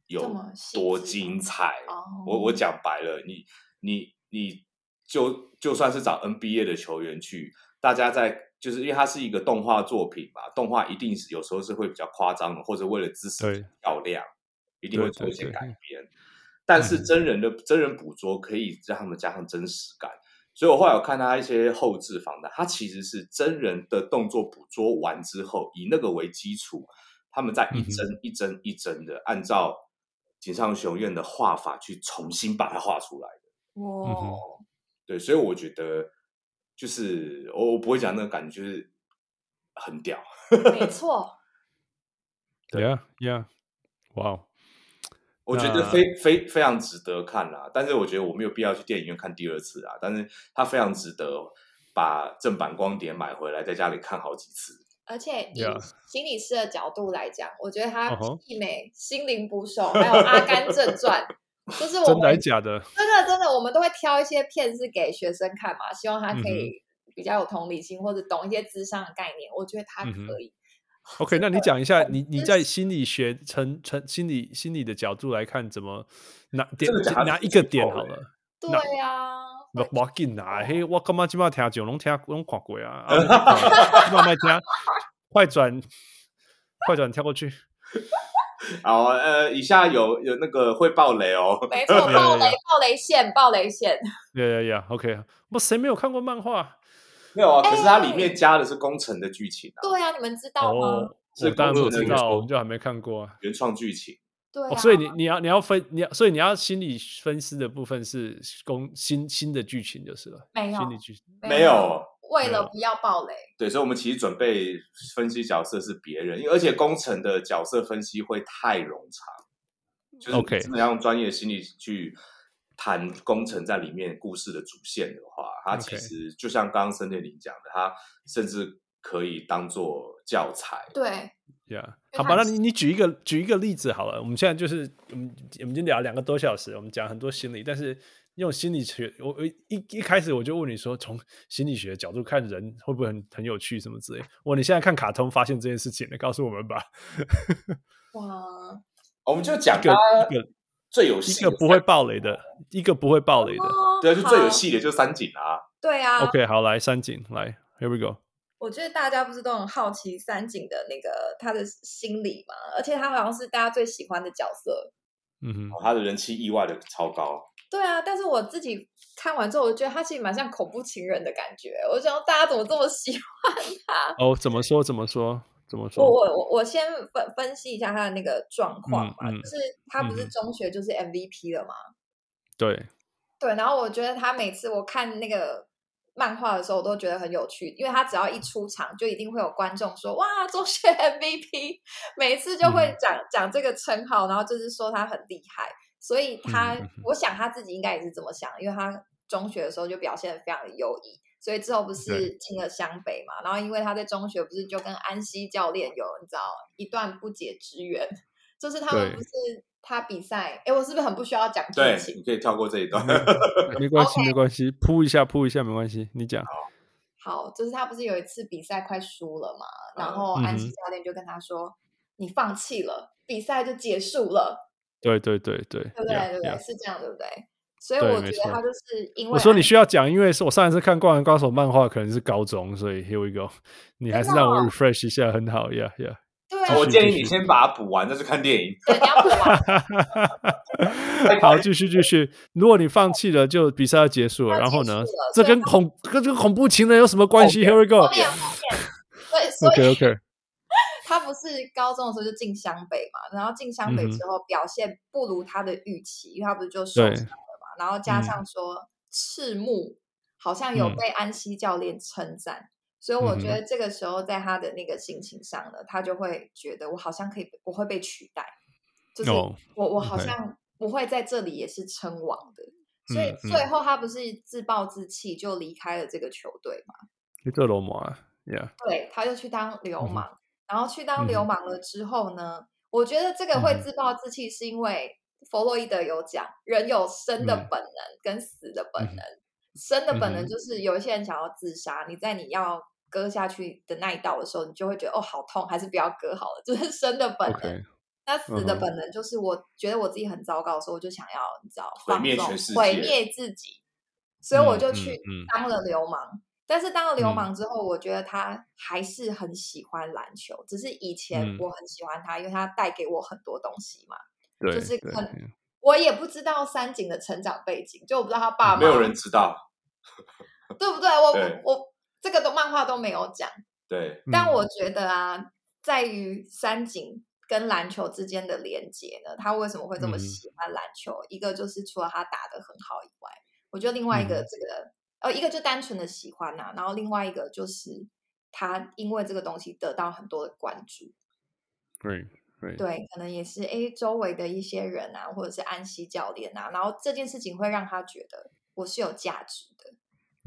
E: 这
F: 有
E: 么细
F: 多
E: 致
F: 精彩。
E: 哦，
F: 我我讲白了，你你你就就算是找 NBA 的球员去，大家在就是因为它是一个动画作品嘛，动画一定是有时候是会比较夸张的，或者为了姿
C: 对
F: 势漂亮，一定会
C: 对
F: 做
C: 对
F: 一些
C: 对嗯
F: 改编。但是真人的、真人捕捉可以让他们加上真实感，所以我后来有看他一些后置访谈，他其实是真人的动作捕捉完之后，以那个为基础，他们再一
C: 嗯哼
F: 帧一帧一帧的按照井上雄彦的画法去重新把它画出来。
E: 哇、
C: 哼
F: 对，所以我觉得就是我我不会讲那个感觉，就是很屌。
E: 没错，
C: ，Yeah Yeah，哇、哦，
F: 我觉得
C: 那
F: 非非非常值得看啦，但是我觉得我没有必要去电影院看第二次啊。但是它非常值得把正版光碟买回来，在家里看好几次。
E: 而且以
C: Yeah
E: 心理师的角度来讲，我觉得他
C: 啊嗯哼
E: 媲美《心灵捕手》还有《阿甘正 传》，就是我
C: 真的还
E: 们
C: 假的？
E: 真的真的，我们都会挑一些片是给学生看嘛，希望他可
C: 嗯
E: 以比较有同理心、或者懂一些智商的概念。我觉得他
C: 嗯哼
E: 可以。
C: OK，那你讲一下，你你
E: 真
C: 在
E: 是
C: 心理学层层心理心理的角度来看，怎么拿点
F: 真的假的哦
C: 拿
F: 这
C: 一个
F: 是
C: 点
F: 错
C: 好
F: 的
C: 了？那
E: 对啊，
C: 不要紧啦，嘿，我感觉即摆听上拢听拢看过 啊，啊即摆卖听，快转快转跳过去。
F: 好，呃，以下有有那个会爆雷哦。
E: 没错，
C: 没有
E: 暴
C: 没有
E: 雷暴雷线暴雷线，
C: 呀呀呀，OK，我谁没有看过漫画？
F: 没有啊，可是它里面加的是工程的剧情啊，
E: 对啊，你们知道吗？
C: 哦，
F: 是
C: 我当然
F: 公
C: 不
F: 司
C: 知
F: 那个
C: 道，我们就还没看过啊。
F: 原创剧情。
E: 对啊，
C: 哦，所以你你要你要分你要，所以你要心理分析的部分是公新新的剧情就是了，
E: 没有
C: 心理剧情
F: 没有，
E: 为
C: 没
E: 了
C: 有
E: 不要暴雷，
F: 对，所以我们其实准备分析角色是别人，因为而且工程的角色分析会太冗长，就是
C: OK
F: 你真的要用专业心理去谈工程在里面故事的主线的话，它其
C: OK
F: 实就像刚刚森田林讲的，它甚至可以当做教材。
E: 对，
C: 呀。
E: 因
C: 好
E: 为
C: 吧，
E: 它
C: 那
E: 是
C: 你你举一个举一个例子好了。我们现在就是我们我们已经聊了两个多小时，我们讲很多心理，但是用心理学，我我一一开始我就问你说，从心理学角度看人会不会很很有趣什么之类。我你现在看卡通发现这件事情了，告诉我们吧。
E: 哇，
F: 我们就讲
C: 一个
E: 啊
F: 它
C: 一个
F: 最有
C: 一
F: 戏
C: 个
F: 的
C: 不会爆雷的，一个不会爆雷的。
E: 哦
F: 对啊，就最有
E: 好
F: 戏的就是三井啊。
E: 对啊
C: OK，好，来三井，来，Here we go。
E: 我觉得大家不是都很好奇三井的那个他的心理嘛，而且他好像是大家最喜欢的角色。
C: 嗯
F: 哦他的人气意外的超高。
E: 对啊，但是我自己看完之后，我觉得他其实蛮像恐怖情人的感觉。我想大家怎么这么喜欢他？
C: 哼，哦，怎么说？怎么说？怎么
E: 啊我
C: 说？
E: 我我我先分分析一下他的那个状况嘛，
C: 嗯嗯
E: 就是他不是
C: 嗯
E: 中学就是 MVP 了嘛？
C: 对，
E: 对，然后我觉得他每次我看那个漫画的时候，我都觉得很有趣，因为他只要一出场，就一定会有观众说：“哇，中学 MVP！” 每次就会
C: 嗯
E: 讲、讲这个称号，然后就是说他很厉害。所以他，
C: 嗯嗯嗯
E: 我想他自己应该也是这么想，因为他中学的时候就表现的非常的优异，所以之后不是
C: 对
E: 进了湘北嘛，然后因为他在中学不是就跟安西教练有你知道一段不解之缘，就是他们
C: 对
E: 不是他比赛，哎，我是不是很不需要讲剧
F: 对
E: 情，？
F: 你可以跳过这一段。
C: 嗯没关系，
E: OK
C: 没关系，铺一下，铺一下，没关系。你讲，
E: 好，就是他不是有一次比赛快输了嘛，然
F: 嗯
E: 后安西
C: 嗯哼
E: 教练就跟他说：“你放弃了，比赛就结束了，
C: 对对对对，
E: 对不对？
C: 呀
E: 对不
C: 呀
E: 对？是这样对不对？”所以
C: 对
E: 我觉
C: 没
E: 得
C: 错
E: 他就是因为
C: 我说你
E: 爱
C: 需要讲，因为是我上一次看《灌篮高手》漫画可能是高中，所以 Here we go，你 还是让我
E: 真的哦
C: refresh 一下，很好呀 呀。
E: 对啊
F: 我
C: 继续
F: 建议
C: 继
F: 你
C: 续
F: 先把它补完，再去看电影。
E: 对你要补完哎
C: 好，继续继续。如果你放弃了，就比赛要结束了。
E: 要
C: 然后
E: 结
C: 呢
E: 束了，哦
C: 这
E: 所以
C: 跟恐跟这个恐怖情人有什么关系？Here we
E: 后
C: go。
E: 面后面，对，所以
C: OK OK，
E: 他不是高中的时候就进湘北嘛，然后进湘北
C: 嗯哼
E: 之后表现不如他的预期，因为他不是就受伤
C: 对
E: 了嘛，然后加上说赤木好像有
C: 嗯
E: 被安西教练称赞，所以我觉
C: 嗯哼
E: 得这个时候在他的那个心情上呢，他就会觉得我好像可以，我会被取代，就是我、
C: 哦
E: 我好
C: OK
E: 像不会在这里也是称王的。所以
C: 嗯嗯
E: 最后他不是自暴自弃就离开了这个球队嘛？
C: 你这罗马啊，Yeah，
E: 对，他就去当流
C: 嗯哼
E: 氓，然后去当
C: 嗯
E: 流
C: 哼
E: 氓了之后呢，我觉得这个会
C: 嗯哼
E: 自暴自弃，是因为弗洛伊德有讲，人有生的
C: 嗯
E: 本能跟死的本
C: 嗯哼
E: 能，生的
C: 嗯
E: 本能
C: 哼
E: 就是有一些人想要自杀，你在你要割下去的那一刀的时候，你就会觉得哦好痛，还是不要割好了， 就是生的本能。
C: OK
E: 那死的
C: 嗯哼
E: 本能就是，我觉得我自己很糟糕的时候，我就想要你知道
F: 毁
E: 放
F: 灭
E: 纵
F: 全世
E: 毁
F: 界
E: 灭自己，所以我
C: 嗯
E: 就
C: 嗯
E: 去
C: 嗯
E: 当了流氓。但是当了流
C: 嗯
E: 氓之后，我觉得他还是很喜欢篮球，只是以前
C: 嗯
E: 我很喜欢他，因为他带给我很多东西嘛。
C: 对，
E: 就是
C: 对嗯
E: 可能我也不知道三井的成长背景，就我不知道他爸妈
F: 嗯没有人知道，
E: 对不对？我
F: 对
E: 我这个都漫画都没有讲，
F: 对，
E: 但
C: 嗯
E: 我觉得啊，在于三井跟篮球之间的连接呢，他为什么会这么
C: 嗯哼
E: 喜欢篮球？一个就是除了他打得很好以外，我觉得另外一个
C: 嗯
E: 这个、呃，一个就单纯的喜欢呐、然后另外一个就是他因为这个东西得到很多的关注，
C: Right Right，
E: 对，可能也是诶，周围的一些人啊，或者是安西教练啊，然后这件事情会让他觉得我是有价值的，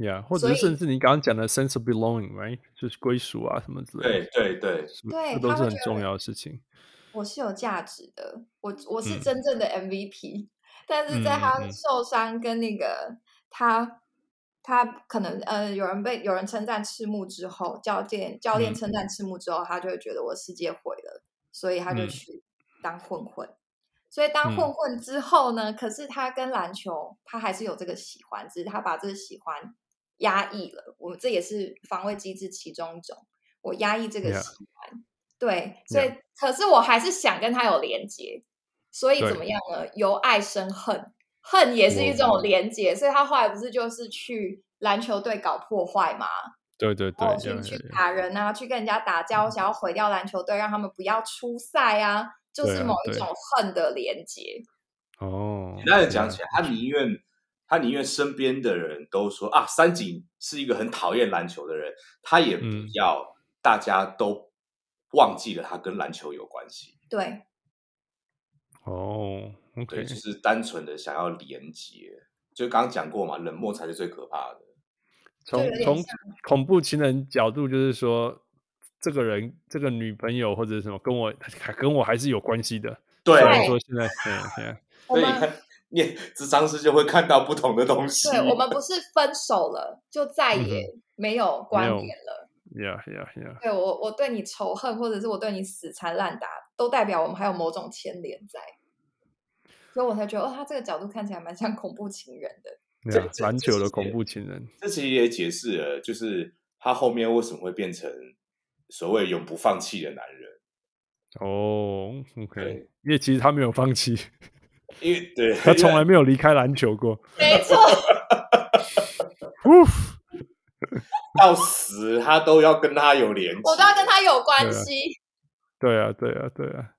C: Yeah，或
E: 所
C: 者是甚
E: 以
C: 至你刚刚讲的 sense of belonging，right，就是归属啊什么之类的，
F: 对，对，对，
C: 是不
E: 对
C: 这都
E: 他
C: 是
E: 会
C: 很
E: 觉
C: 重
E: 得
C: 要的事情。
E: 我是有价值的，我我是
C: 嗯
E: 真正的 MVP，、但 是在他
C: 嗯嗯嗯
E: 受伤跟那个他他可能呃有人被有人称赞赤木之后，教练教练
C: 嗯
E: 称赞赤木之后，他就会觉得我世界毁了，所以他就
C: 嗯
E: 去当混混。所以当混
C: 嗯
E: 混之后呢，可是他跟篮球他还是有这个喜欢，只是他把这个喜欢压抑了。我这也是防卫机制其中一种，我压抑这个
C: Yeah.
E: 喜欢。对，所以可是我还是想跟他有连接，所以
C: 对
E: 怎么样呢？由爱生恨，恨也是一种
C: 哦
E: 连接，所以他后来不是就是去篮球队搞破坏嘛，
C: 对对对嗯
E: 然后
C: ，yeah,
E: 去
C: yeah,
E: 哦去
C: yeah
E: 打人啊，去跟人家打架，我想要毁掉篮球队，让他们不要出赛啊，就
C: 对
E: 是
C: 啊
E: 某一
C: 对
E: 种恨的连接。
C: 哦，
F: 简单的讲
C: yeah
F: 起来，他宁愿他宁愿身边的人都说啊，三井是一个很讨厌篮球的人，他也不
C: 嗯
F: 要大家都忘记了他跟篮球有关系。
E: 对，
C: 哦
F: 对，
C: ，OK，
F: 就是单纯的想要连接，就刚刚讲过嘛，冷漠才是最可怕的。
C: 从
E: 有点
C: 从
E: 像
C: 恐怖情人角度，就是说，这个人，这个女朋友或者什么，跟我还跟我还是有关系的。
F: 对
C: 虽然说现在，对对，
F: 所
E: 我
F: 以你
E: 们
F: 看，你智商师就会看到不同的东西。
E: 对我们不是分手了，就再也没有观
C: 嗯有
E: 点了。
C: Yeah, yeah, yeah.
E: 对我，我对你仇恨，或者是我对你死缠烂打，都代表我们还有某种牵连在。所以我才觉得，哦，他这个角度看起来蛮像恐怖情人的。
F: 这
C: yeah，
F: 这
C: 篮
F: 这
C: 球的
F: 是
C: 恐怖情人，
F: 这其实也解释了，就是他后面为什么会变成所谓永不放弃的男人，
C: 哦，OK，
F: 对
C: 因为其实他没有放弃，
F: 因为对
C: 他从来没有离开篮球过。
E: 没错，
C: Woof
F: 到死他都要跟他有连接，
E: 我都要跟他有关
C: 对啊
E: 系。
C: 对啊，对啊，对啊。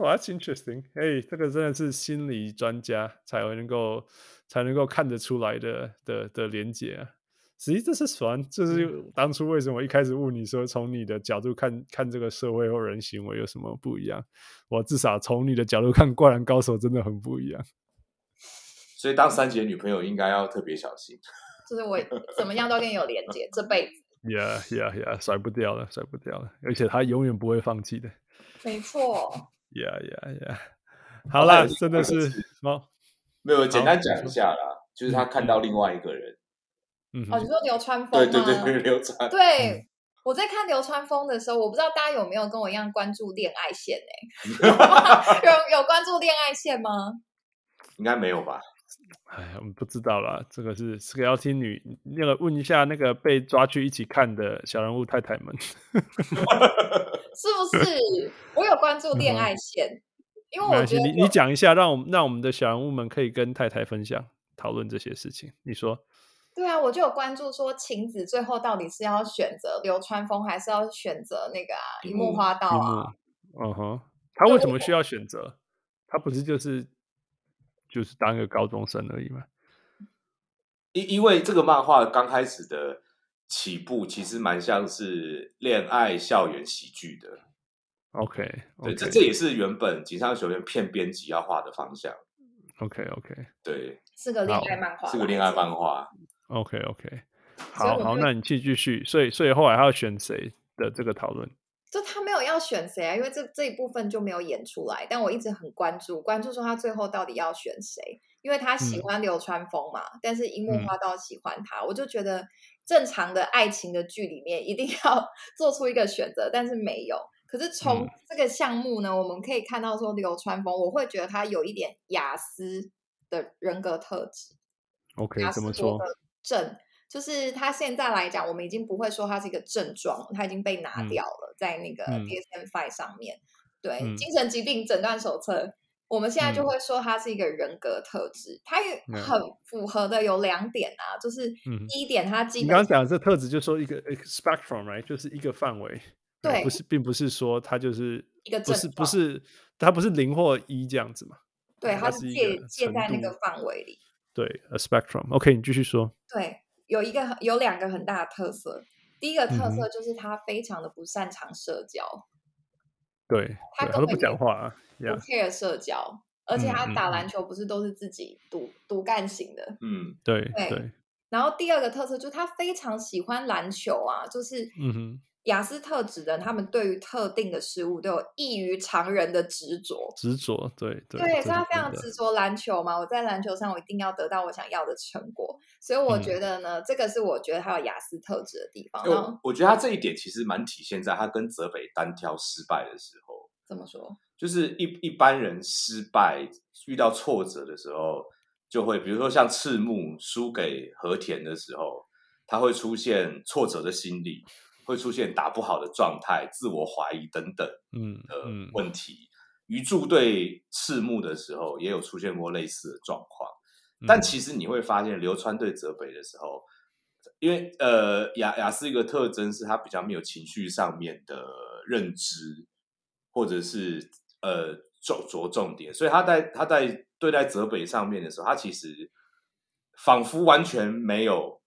C: 哇、t h a t s interesting。哎，这个真的是心理专家才会能够才能够看得出来的的的连接啊。实际这是烦，这是当初为什么一开始问你说从你的角度看看这个社会或人行为有什么不一样？我至少从你的角度看《灌篮高手》真的很不一样。
F: 所以当三姐女朋友应该要特别小心。
E: 就是我怎么样都跟你有连接，这辈子
C: Yeah, yeah, yeah，甩不掉了，甩不掉了，而且他永远不会放弃的。
E: 没错。
C: Yeah, yeah, yeah。好
F: 我还
C: 啦，
F: 有另
C: 真
F: 外
C: 的
F: 一个
C: 是猫，
F: 没有，简单
C: 好
F: 讲一下啦，就是他看到另外一个人，
C: 嗯
E: 哦，
C: 哼
E: 你，说流川枫
F: 对
E: 吗？
F: 对对对，流川，
C: 嗯
E: 对我在看流川枫的时候，我不知道大家有没有跟我一样关注恋爱 欸 线哎、有有关注恋爱线吗？
F: 应该没有吧？
C: 哎，我们不知道啦，这个是这个要听女那个问一下那个被抓去一起看的小人物太太们。
E: 是不 是？我有关注恋爱线，因
C: 嗯没
E: 为我
C: 关
E: 觉
C: 系，
E: 得
C: 你
E: 有
C: 你讲一下，让我们让我们的小人物们可以跟太太分享讨论这些事情。你说，
E: 对啊，我就有关注说晴子最后到底是要选择流川枫，还是要选择那个啊
F: 一
E: 樱木
F: 木
E: 花道
C: 樱
E: 啊？
C: 木，嗯哼，他
E: 对
C: 为什
E: 我
C: 么需要选择？他不是就是就是当个高中生而已吗？
F: 因因为这个漫画刚开始的起步，其实蛮像是恋爱校园喜剧的。
C: OK，
F: 对
C: o
F: 这
C: k
F: 这也是原本井上雄彦骗编辑要画的方向。
C: OK OK
F: 对，
E: 是个恋
C: 好
E: 爱漫画吧，
F: 是个恋爱漫画。
C: OK OK，
E: 所以
C: 好
E: 我
C: 好，
E: 就
C: 那你去继续。所以所以后来他要选谁的这个讨论？
E: 就他没有要选谁啊，因为这这一部分就没有演出来。但我一直很关注，关注说他最后到底要选谁，因为他喜
C: 嗯
E: 欢流川枫嘛，但是樱木
C: 嗯
E: 花道喜欢他，我就觉得正常的爱情的剧里面一定 要做出一个选择，但是没有。可是从
C: 嗯
E: 这个项目呢，我们可以看到说流川枫，我会觉得他有一点雅思的人格特质。
C: OK，
E: 雅
C: 怎
E: 思
C: 么
E: 伯
C: 说
E: 格？症，就是他现在来讲，我们已经不会说它是一个症状，它已经被拿
C: 嗯
E: 掉了，在那个
C: 嗯
E: DSM Five 上面。对，
C: 嗯
E: 精神疾病诊断手册，我们现在就
C: 嗯
E: 会说它是一个人格特质，它也
C: 嗯
E: 很符合的有两点啊，就是
C: 嗯
E: 第一点，它基
C: 你
E: 本
C: 刚刚讲的这特质，就说一个 spectrum，right，就是一个范围，right？
E: 对
C: 不是，并不是说它就是
E: 一个
C: 不是
E: 症
C: 不是，它不是零或一这样子嘛？
E: 对，它
C: 是
E: 是
C: 一
E: 介
C: 个
E: 介
C: 程
E: 在那
C: 度
E: 个范围里。
C: 对，a spectrum。OK，你继续说。
E: 对，有一个很有两个很大的特色，第一个特
C: 嗯哼
E: 色就是他非常的不擅长社交。
C: 对，
E: 他
C: 对
E: 根
C: 都
E: 本
C: 不
E: 也
C: 讲话啊
E: 不
C: ，Yeah，
E: care 社交，而且
C: 嗯
E: 他
C: 嗯
E: 打
C: 嗯
E: 篮球不是都是自己独独干型的。
F: 嗯，
C: 对
E: 对
C: 对，
E: 然后第二个特色就是他非常喜欢篮球啊，就是
C: 嗯哼，
E: 雅思特质的人，他们对于特定的事物都有异于常人的执着。
C: 执着，对对
E: 对，
C: 对，
E: 所以他非常
C: 真的
E: 执着篮球嘛，我在篮球上我一定要得到我想要的成果，所以
C: 嗯
E: 我
C: 哦
E: 觉得呢，这个是我觉得他有雅思特质的地方。然后
F: 我我觉得他这一点其实蛮体现在他跟泽北单挑失败的时候，
E: 怎么说？
F: 就是一一般人失败遇到挫折的时候，就会比如说像赤木输给和田的时候，他会出现挫折的心理，会出现打不好的状态、自我怀疑等等。
C: 嗯
E: 呃
F: 的
C: 嗯
F: 问题。鱼柱对赤木的时候，也有出现过类似的状况。但
C: 嗯
F: 其实你会发现，流川对泽北的时候，因为呃雅雅思一个特征是他比较没有情绪上面的认知，或者是呃着着重点，所以他在他在对待泽北上面的时候，他其实仿佛完全没有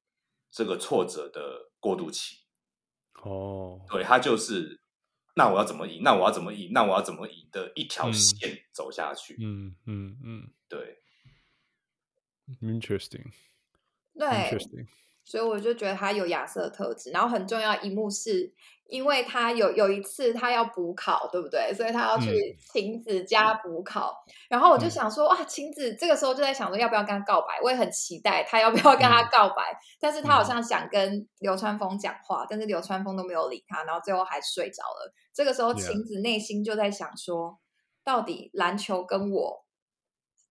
F: 这个挫折的过渡期。
C: 哦，
F: 对他就是，那我要怎么赢？那我要怎么赢？那我要怎么赢的一条
C: 嗯
F: 线走下去。
C: 嗯嗯嗯
F: 对，
C: ，interesting，interesting，
E: 对，所以我就觉得他有亚瑟的特质。然后很重要一幕是，因为他有有一次他要补考，对不对？所以他要去晴子家补考。然后我就
C: 嗯
E: 想说，哇，晴子这个时候就在想说，要不要跟他告白？我也很期待他要不要跟他
C: 嗯
E: 告白。但是他好
C: 嗯
E: 像想跟流川枫讲话，但是流川枫都没有理他，然后最后还睡着了。这个时候，
C: Yeah
E: 晴子内心就在想说，到底篮球跟我。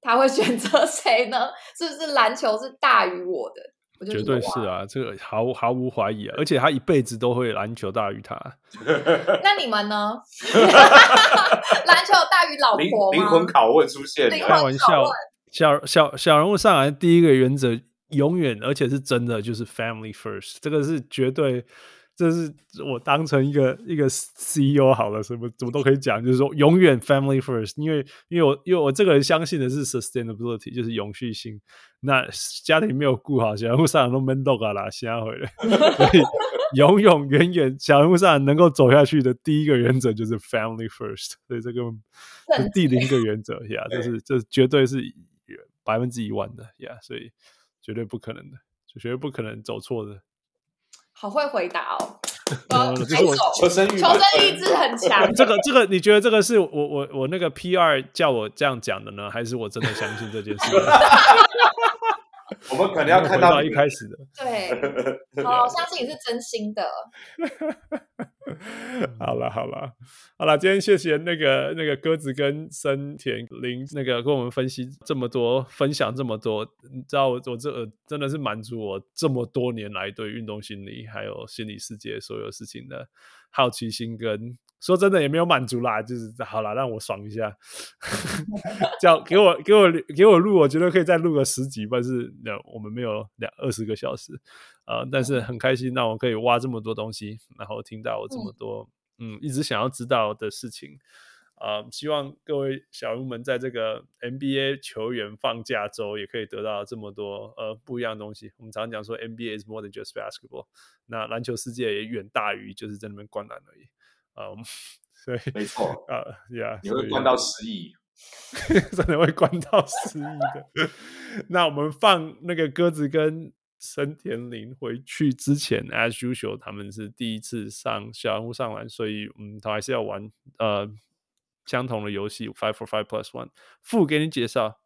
E: 他会选择 谁呢？是不是篮球是大于我的？我就
C: 绝
E: 觉得
C: 对
E: 哇
C: 是啊，这个毫无毫无怀疑啊，而且他一辈子都会篮球大于他。
E: 那你们呢？ 篮球大于老
F: 灵
E: 婆
F: 灵
E: 吗？
F: 魂拷问出现
E: 灵
F: 了。
E: 魂
C: 开玩笑，小小小人物上来第一个原则，永远而且是真的就是 family first，这个是绝对，这是我当成一个一个 CEO 好了，什么怎么都可以讲，就是说永远 family first，因为因为我因为我这个人相信的是 sustainability，就是永续性。那家庭没有顾好，小人物上来都闷到嘎啦，瞎回来，所以。永永远远，小人物上能够走下去的第一个原则就是 family first，所以这个这
E: 正
C: 第零个原则呀，这
F: 对
C: 是这绝对是百分之一万的呀，所以绝对不可能的，就绝对不可能走错的。
E: 好会回答 哦，
C: No, no, no，
E: 拍
C: 这是我。
E: 手
F: 求生欲
E: 求
F: 满分，
E: 生意志很强
C: 这个这个，你觉得这个是我我我那个 PR 叫我这样讲的呢，还是我真的相信这 件事呢？
F: 我们可能要看
C: 回到
F: 到
C: 一
F: 你
C: 开始的。
E: 对，好，我相信你是真心的。
C: 好了好了好了，今天谢谢那个那个鸽子跟森田林那个跟我们分析这么多，分享这么多，你知道我我这呃真的是满足我这么多年来对运动心理还有心理世界所有事情的好奇心跟。说真的也没有满足啦，就是好啦，让我爽一下， 叫给我给我给我录，我觉得可以再录个十集，但是那我们没有两二十个小时，呃，但是很开心，让我可以挖这么多东西，然后听到我这么多，嗯，一直想要知道的事情，啊、希望各位小人物们在这个 NBA 球员放假周也可以得到这么多呃不一样的东西。我们常讲说 NBA is more than just basketball，那篮球世界也远大于就是在那边灌篮而已，嗯、 所以
F: 没错，
C: 啊，yeah，
F: 你
C: 所
F: 会
C: 以
F: 灌到失忆。
C: 真的会关到失忆的。 那我们放那个鸽子跟森田林回去之前，as usual，他们是第一次上小人物上篮，所以嗯，他还是要玩呃相同的游戏 five for five plus one。副给你介绍，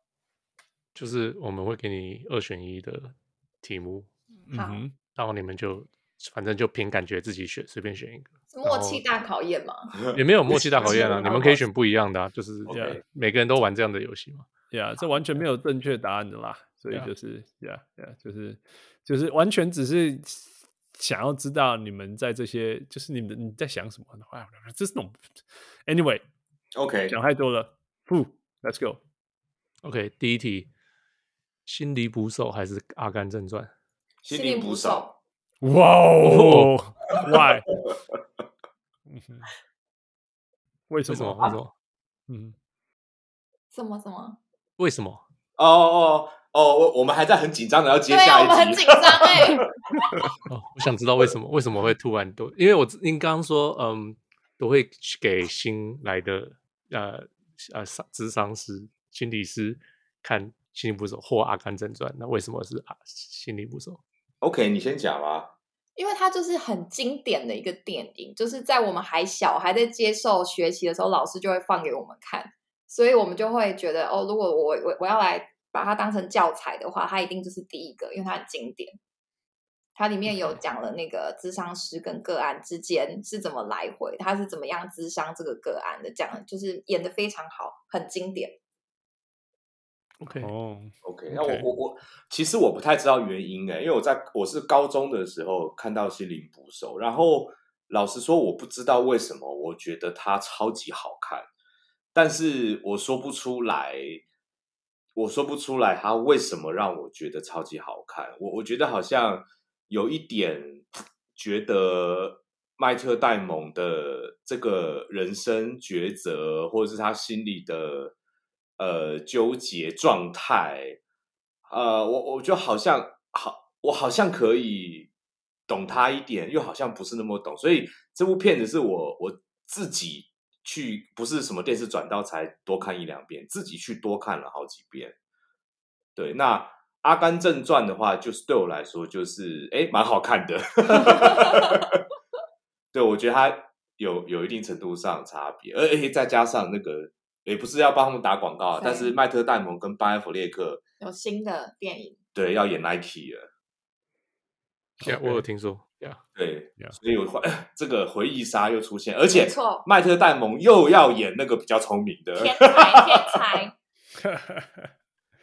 D: 就是我们会给你二选一的题目，
C: 嗯
E: 好
C: 哼，
D: 然后你们就反正就凭感觉自己选，随便选一个，
E: 是默契大考验嘛？
D: 也没有默契大 考验啊，
F: 是
D: 你们可以选不一样的、啊，就是
F: OK
D: 每个人都玩这样的游戏嘛。
C: 呀、这完全没有正确答案的啦，所以
D: Yeah
C: 就是呀呀就是就是完全只是想要知道你们在这些，就是你们你在想什么的话， 这是那种 anyway，
F: OK，
C: 讲太多了，不，Let's go。
D: OK，第一题，心理捕手还是《阿甘正传》？
F: 心
E: 灵
F: 灵捕手，
C: 哇哦，Why？嗯哼为什
D: 为什么？
C: 么？
F: 啊
D: 为什么？
C: 嗯，
E: 什么什么？
D: 为什么？
F: 哦哦哦，我我们还在很紧张的要接
E: 对啊，
F: 下
E: 我们
F: 一
E: 很
F: 题
E: 紧。张哎。
D: 哦，我想知道为什么为什么会突然都，因为我知您刚刚说，嗯，都会去给新来的呃呃商智商师、心理师看心理部手或《阿甘正传》，那为什么是啊心理部手？
F: OK，你先讲啊吧。
E: 因为它就是很经典的一个电影，就是在我们还小还在接受学习的时候，老师就会放给我们看，所以我们就会觉得哦，如果我我我要来把它当成教材的话，它一定就是第一个，因为它很经典。它里面有讲了那个智商师跟个案之间是怎么来回，他是怎么样智商这个个案的，讲得就是演的非常好，很经典。
D: OK，
C: 哦，
F: OK，那
C: OK
F: 我我我其实我不太知道原因欸诶，因为我在我是高中的时候看到心灵捕手，然后老实说我不知道为什么，我觉得它超级好看，但是我说不出来，我说不出来它为什么让我觉得超级好看。我我觉得好像有一点觉得麦特戴蒙的这个人生抉择，或者是他心里的呃纠结状态，呃，我我就好像好，我好像可以懂他一点，又好像不是那么懂，所以这部片子是我我自己去，不是什么电视转到才多看一两遍，自己去多看了好几遍。对，那《阿甘正传》的话，就是对我来说就是哎，诶蛮好看的。 对，我觉得它有有一定程度上的差别，而而且再加上那个，也不是要帮他们打广告啊，
E: 对
F: 但是麦特戴蒙跟班艾弗列克
E: 有新的电影，
F: 对要演 Nike 了，
D: Yeah，我有听说，Yeah，
F: 对
C: Yeah
F: 所以我会 这个回忆杀又出现，而且
E: 没错
F: 麦特戴蒙又要演那个比较聪明的，
E: 天才天才。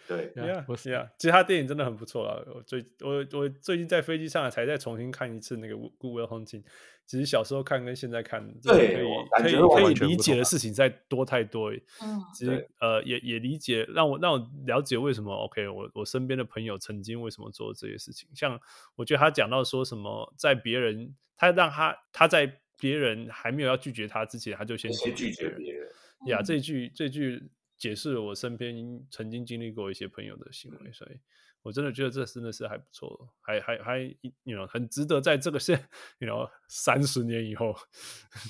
F: 对，
C: Yeah，
D: 我
C: yeah，其实他电影真的很不错啊！我最我我最近在飞机上才再重新看一次那个《Good Will Hunting》，其实小时候看跟现在看，真的
F: 对
C: 可以
F: 我感
C: 可以
F: 觉我
C: 可以
D: 完全
C: 理
D: 不
C: 解
D: 同
C: 的
D: 啊
C: 事情再多太多了。
E: 嗯，
C: 其实呃也也理解，让我让我了解为什么 OK，我我身边的朋友曾经为什么做这些事情。像我觉得他讲到说什么，在别人他让他他在别人还没有要拒绝他之前，他就先
F: 先拒
C: 绝
F: 绝
C: 别人。
F: 别人，
C: 呀，
E: 嗯
C: 这一句这一句解释了我身边曾经经历过一些朋友的行为，所以我真的觉得这真的是还不错，还还还，you know，很值得在这个现，you know，三十年以后，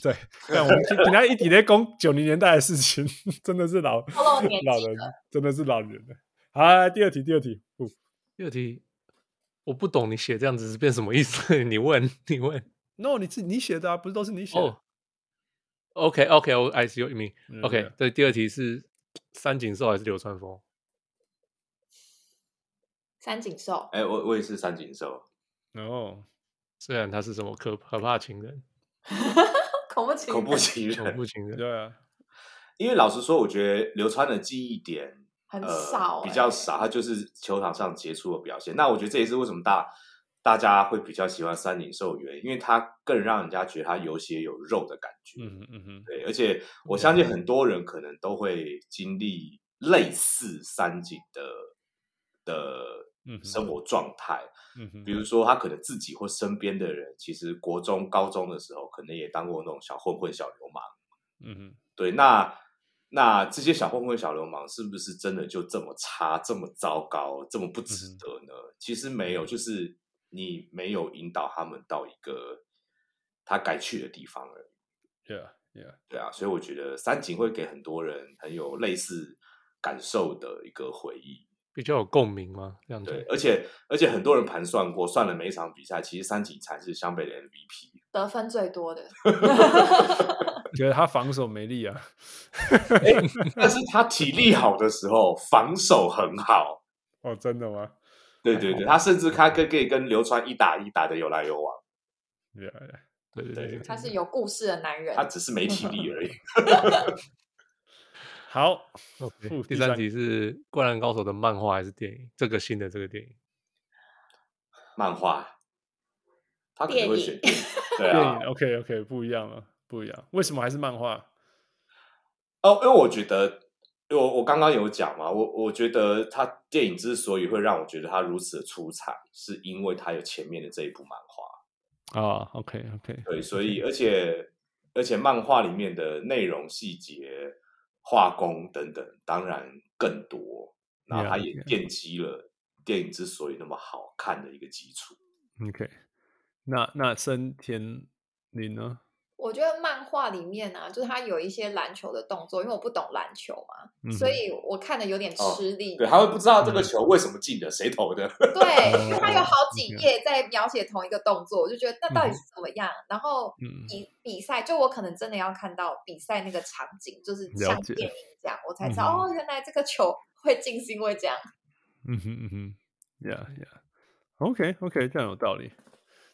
C: 对，但我们听听他一底在讲九零年代的事情， 真的是老
E: 透露年纪
C: 老人，真的是老人了。好，来第二题，第二题，不，
D: 第二题，我不懂你写这样子是变什么意思？ 你问，你问。
C: no，你自你写的啊，不是都是你写的
D: 哦、o k OK，我哦 I see you mean。
C: 嗯
D: OK，
C: 对
D: 对，第二题是三井寿还是流川枫？
E: 三井寿，
F: 哎，我我也是三井寿，
C: 哦，
D: 虽然他是什么可可怕情人，
E: 恐怖情
F: 恐
E: 人
F: 怖情
D: 恐
F: 人。
D: 怖情人，
C: 对啊，
F: 因为老实说，我觉得流川的记忆点
E: 很
F: 呃
E: 少、欸
F: 比较。少，他就是球场上杰出的表现。那我觉得这也是为什么大大家会比较喜欢三井寿的原因，因为他更让人家觉得他有血有肉的感觉。
C: 嗯哼嗯哼，
F: 对，而且我相信很多人可能都会经历类似三井的
C: 嗯
F: 的
C: 哼
F: 生活状态，
C: 嗯哼，
F: 比如说他可能自己或身边的人，其实国中、高中的时候可能也当过那种小混混、小流氓。
C: 嗯哼，
F: 对，那那这些小混混、小流氓是不是真的就这么差、这么糟糕、这么不值
C: 嗯
F: 得呢？其实没有，就是你没有引导他们到一个他该去的地方而已。
C: ，yeah yeah，
F: 对啊，所以我觉得三井会给很多人很有类似感受的一个回忆。
D: 比较有共鸣嘛，这样
F: 对，
D: 子。
F: 而且而且很多人盘算过，算了每一场比赛，其实三井才是湘北的 MVP。
E: 得分最多的，
C: 觉得他防守没力啊，
F: 但是他体力好的时候，防守很好，
C: 哦，真的吗
F: 对对对，他甚至他跟可以跟流川一打一打的有来有往，
C: ？Yeah yeah，
D: 对对对，
E: 他是有故事的男人
F: 他。只是没体力 而已。
C: 好，
D: OK，
C: 负
D: 第
C: 第
D: 三
C: 三
D: 题是《灌篮高手》的漫画还是电影？这个新的这个电影，
F: 漫画，他可能会选电影，对
C: 电
F: 啊
C: 影，OK OK 不一样了，不一样，为什么还是漫画？
F: 哦，因为我觉得，因为我我刚刚有讲嘛，我我觉得他电影之所以会让我觉得他如此的出彩，是因为他有前面的这一部漫画，
C: 啊，OK OK，
F: 对，所以而且而且漫画里面的内容细节、画工等等，当然更多，然后它
C: Yeah,
F: 也
C: yeah.
F: 奠基了电影之所以那么好看的一个基础。
C: OK，那那森田你呢？
E: 我觉得漫画里面啊，就是他有一些篮球的动作，因为我不懂篮球嘛，
C: 嗯
E: 所
C: 哼
E: 以我看的有点
F: 哦
E: 吃力。
F: 对，他会不知道这个球为什么进的，谁投的。
E: 对，因为他有
C: 哦
E: 好几
C: ，OK
E: 页在描写同一个动作，我就觉得那到底是怎么样？然后
C: 嗯
E: 比比赛，就我可能真的要看到比赛那个场景，就是
C: 了
E: 像
C: 解
E: 电影这样，我才知
C: 嗯
E: 道、
C: 哼
E: 哦，原来这个球会进是因为这样。
C: 嗯哼嗯哼，Yeah Yeah，OK OK，这样有道理。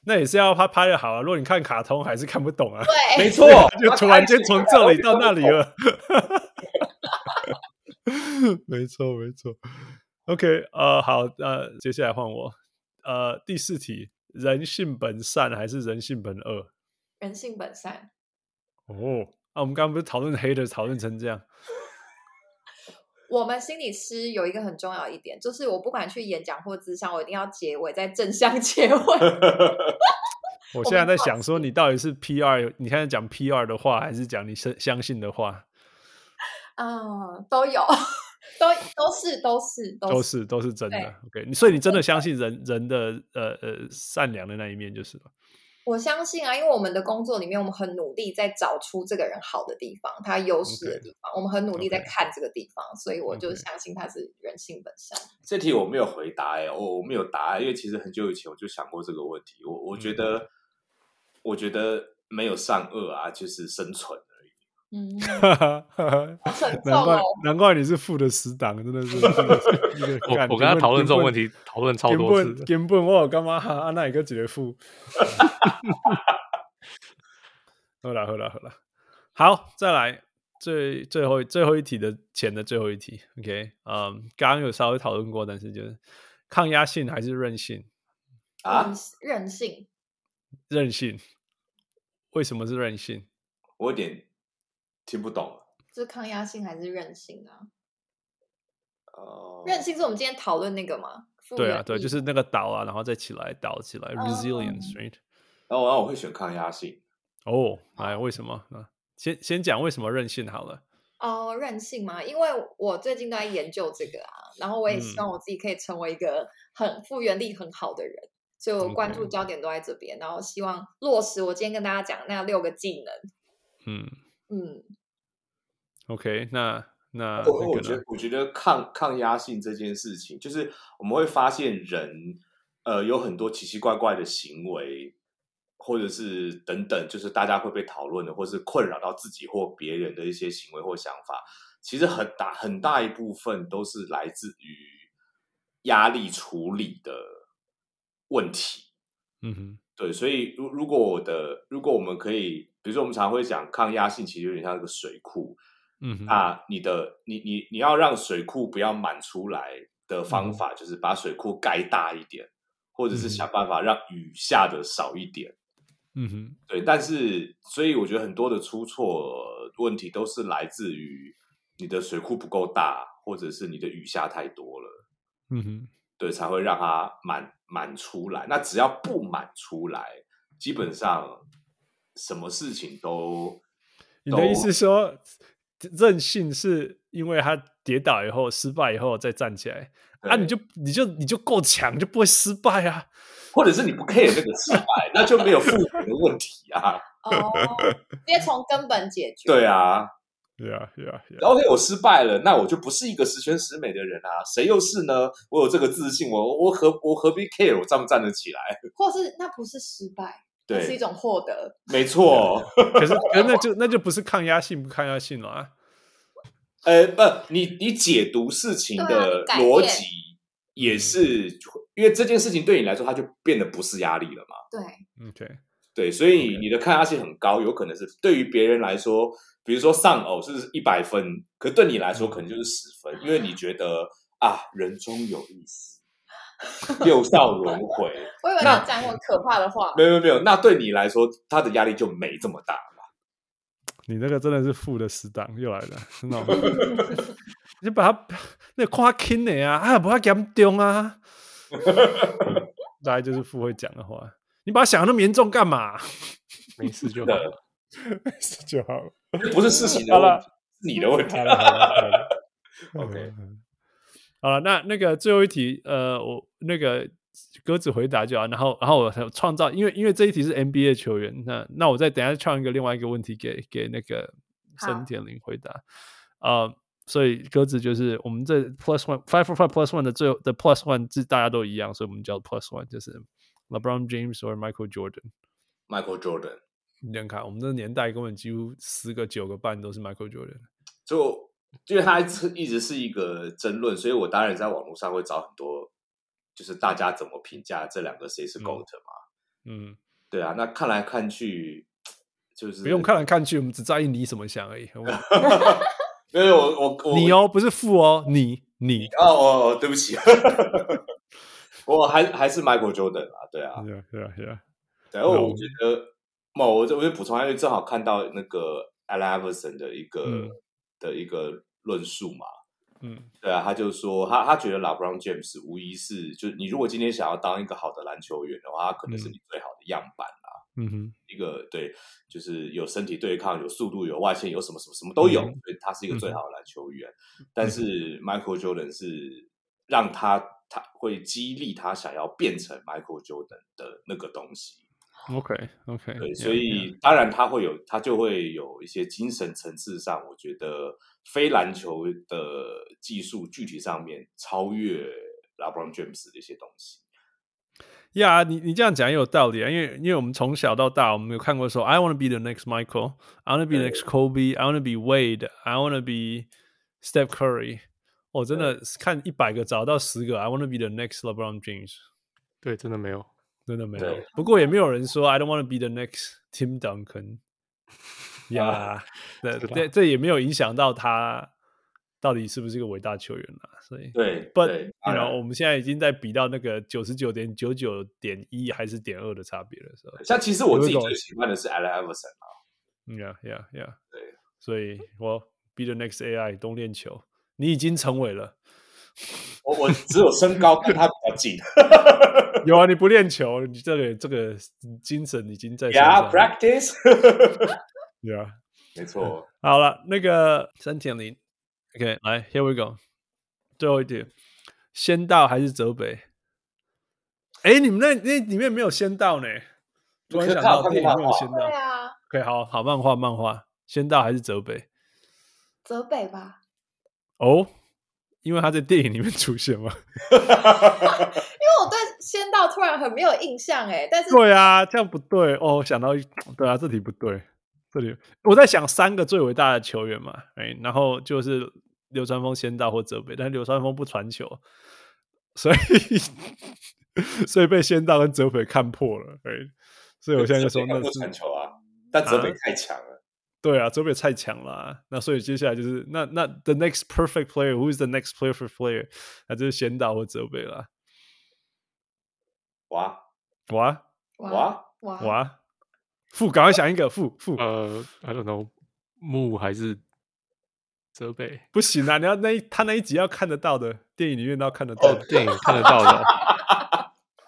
C: 那也是要他拍的好啊，如果你看卡通还是看不懂啊，
E: 对，
F: 没错
C: 就突然间从这里到那里了。 没错没错，OK，呃，好，呃，接下来换我，呃，第四题，人性本善还是人性本恶？
E: 人性本善。
C: 哦，啊，我们刚刚不是讨论黑的，讨论成这样，
E: 我们心理师有一个很重要一点，就是我不管去演讲或咨商，我一定要结尾在正向 结尾。
C: 我
E: 我
C: 现在
E: 们
C: 在
E: 放
C: 想说，你到底是 P 二，你现在讲 P 二的话，还是讲你相相信的话？
E: 嗯，都有，都都是都是
C: 都
E: 都是
C: 是都是真的
E: 对。
C: OK，你所以你真的相信人人的呃呃善良的那一面就是了。
E: 我相信啊，因为我们的工作里面，我们很努力在找出这个人好的地方，他优势的
C: OK
E: 地方我们很努力在
C: OK
E: 看这个地方所以我就
C: OK
E: 相信他是人性本善。
F: 这题我没有回答哎、我我没有答案，因为其实很久以前我就想过这个问题。我我觉得，我觉得没有善恶啊，就是生存而已。
E: 嗯，
C: 难
E: 很重
C: 怪
E: 哦。
C: 难怪你是副的死党，真的是真的是一个
D: 我
C: 干
D: 我跟他讨论这种
C: 根
D: 问。
C: 本
D: 题，讨论超
C: 根
D: 多
C: 本
D: 次的。
C: 根本我有干嘛哈？啊，那一个几个副。 好啦好啦好啦，好，再来最最后最后一题的前的最后一题。OK，嗯，刚刚有稍微讨论过，但是就是抗压性还是韧性？
F: 啊
E: 任，嗯任性，
C: 韧性为什么是韧性？
F: 我有点听不懂。
E: 就是抗压性还是任性啊？
F: 哦，
E: 任性是我们今天讨论那个吗？复
C: 对啊，
E: 原
C: 对，
E: 力
C: 就是那个倒啊，然后再起来，倒起来、r e s i l i e n c e right？
F: 然后然哦后我会选抗压性。
C: 哦，哎，为什么？啊先先讲为什么任性好了。
E: 哦，任性吗？因为我最近都在研究这个啊，然后我也
F: 嗯
E: 希望我自己可以成为一个很复原力很好的人，所以我关注
C: OK
E: 焦点都在这边，然后希望落实我今天跟大家讲那六个技能。
C: 嗯
E: 嗯，
C: ，OK，那呃那
F: 我
C: 那
F: 我
C: 个
F: 觉
C: 呢
F: 得？我觉得抗抗压性这件事情，就是我们会发现人呃有很多奇奇怪怪的行为，或者是等等，就是大家会被讨论的，或是困扰到自己或别人的一些行为或想法，其实很大很大一部分都是来自于压力处理的问题。
C: 嗯哼，
F: 对，所以如如果我的，如果我们可以比如说我们常会讲抗压性，其实有点像一个水库。
C: 嗯哼，
F: 那你的你你你要让水库不要满出来的方法，就是把水库盖大一点，或者是
C: 嗯
F: 想办法让雨下的少一点。
C: 嗯哼，
F: 对，但是所以我觉得很多的出错问题都是来自于你的水库不够大，或者是你的雨下太多了，
C: 嗯哼，
F: 对，才会让它满满出来。那只要不满出来，基本上什么事情都
C: 你的意
F: 都
C: 思说，任性是因为他跌倒以后、失败以后再站起来啊？
F: 对
C: 你就你就你就够强，就不会失败啊？
F: 或者是你不 care 这个失败，那就没有负责的问题啊。
E: 哦，直接从根本解决。
F: 对啊
C: 对啊，对啊，对啊，
F: ，OK，我失败了，那我就不是一个十全十美的人啊。谁又是呢？我有这个自信，我我何我何必 care 我站不站得起来？
E: 或是那不是失败，那是一
F: 对，
E: 种获得。
F: 没错。
C: 可是可是那就那就不是抗压性不抗压性了啊？
F: 呃，不，你你解读事情
E: 对啊
F: 的
E: 你改
F: 逻
E: 变
F: 辑也是，因为这件事情对你来说，它就变得不是压力了嘛。
E: 对，
C: OK，
F: 对，所以你的抗压性很高，有可能是对于别人来说，比如说丧偶是一百分，可对你来
C: 嗯
F: 说可能就是十分，因为你觉得啊，人中有意思，六道轮回，
E: 我以为
F: 那
E: 他讲我可怕的话。
F: 没有没有没有，那对你来说，他的压力就没这么大嘛。
C: 你那个真的是负的死党又来了，真的。你把他那夸轻的啊，啊，不要严重啊。 大概就是父会讲的话，你把他想的那么严重干嘛？
D: 没事就好
F: 对
D: 了。
C: 就好了。
F: 这不是事情的
C: 好
F: 问
C: 了
F: 题，是你的问题
C: 好。了好了好了
F: OK
C: 好了，那那个最后一题，呃，我那个鸽子回答就好，然后然后我还有创造，因为因为这一题是 NBA 球员，那那我再等一下创一个另外一个问题给给那个
E: 好
C: 森田林回答，呃，所以鸽子就是我们这 plus one five for five plus one 的最后的 plus one 是大家都一样，所以我们叫 plus one 就是 LeBron James 或 Michael Jordan。
F: Michael Jordan，
C: 你想看，我们这个年代根本几乎十个九个半都是 Michael Jordan。
F: 就因为它一直是一个争论，所以我当然在网络上会找很多，就是大家怎么评价这两个谁是
C: 嗯
F: GOAT 嘛？
C: 嗯，
F: 对啊，那看来看去就是
C: 不用，看来看去，我们只在意你怎么想而已。我们
F: 因为我 我我
C: 你哦，不是负哦，你你。
F: 哦哦哦，对不起， 我还还是 Michael Jordan 啊，对啊，
C: 对啊对啊对啊，
F: 然后
C: 那
F: 我
C: 我
F: 觉得，嘛，我就我就补充一下，因为正好看到那个 Allen Iverson 的一个、
C: 嗯
F: 的一个论述嘛，
C: 嗯
F: 对啊，他就说他他觉得 LeBron James 无疑是，就是你如果今天想要当一个好的篮球员的话，他可能是
C: 嗯
F: 你最好的样板啦。
C: 嗯哼
F: 一个对，就是有身体对抗，有速度，有外线，有什么什么什么都有，
C: 嗯
F: 所以他是一个最好的篮球员。
C: 嗯
F: 但是 Michael Jordan 是让他他会激励他想要变成 Michael Jordan 的那个东西。
C: ，OK OK，
F: 对，所以当然他会有，他就会有一些精神层次上，我觉得非篮球的技术具体上面超越 LeBron James 的一些东西。
C: 呀，yeah, 你你这样讲也有道理啊，因为因为我们从小到大，我们有看过说，I want to be the next Michael，I want to be the
F: 对
C: next Kobe，I want to be Wade，I want to be Steph Curry。我真的是看一百个找到十个，I want to be the next LeBron James，
D: 对，真的没有。
C: 真的没有
F: 对。
C: 不过也没有人说 I don't want to be the next Tim Duncan。呀， 那
D: 是吧
C: 这这也没有影响到他到底是不是一个伟大球员啦，所以
F: 对，
C: But
F: 对
C: you
F: 当
C: know，
F: 然
C: 我们现在已经在比到那个九十九点九九点一还是点二的差别了，是吧
F: 像其实我自己
C: 有一种
F: 最喜欢的是 Allen Iverson 啊，
C: ？Yeah, yeah, yeah。
F: 对，
C: 所以我 be the next AI，冬练球，你已经成为了。
F: 我我只有身高跟他比较 近。
C: 有啊，你不练球，你这个这个精神已经在 身
F: Yeah,
C: 上了。。
F: practice
C: Yeah。
F: 没 错，
C: 好了，那个三点零，OK，来，Here we go，最后一题，先到还是泽北？哎，你们那那里面没有先到呢，突然想到
F: 可是
C: 电
F: 他有看过漫
C: 影没有
F: 画
C: 先到
E: 对。啊，
C: OK，好好漫画漫画，先到还是泽北？
E: 泽北吧，
C: 哦，因为他在电影里面出现嘛。
E: 因为我对仙道突然很没有印象哎，但是
C: 对啊，这样不对哦。我想到一，对啊，这题不对。这里我在想三个最伟大的球员嘛，哎，然后就是流川枫、先到或泽北，但是流川枫不传球，所 以所以被先到跟泽北看破了，哎，所以我现在就说
F: 这
C: 那
F: 个不
C: 是
F: 传球啊，但泽北太强了，
C: 对啊，泽北太强了啊、那所以接下来就是那那 the next perfect player，who is the next perfect player？那就是贤达或泽北了。
F: 哇
C: 哇
F: 哇，
E: 哇
C: 哇，富，赶快想一个富富，
D: 呃，I don't know，木还是泽北？
C: 不行啊！你要那一他那一集要看得到的，电影里面都要看得到
D: 哦
C: 的。，
D: 电影看得到的哦。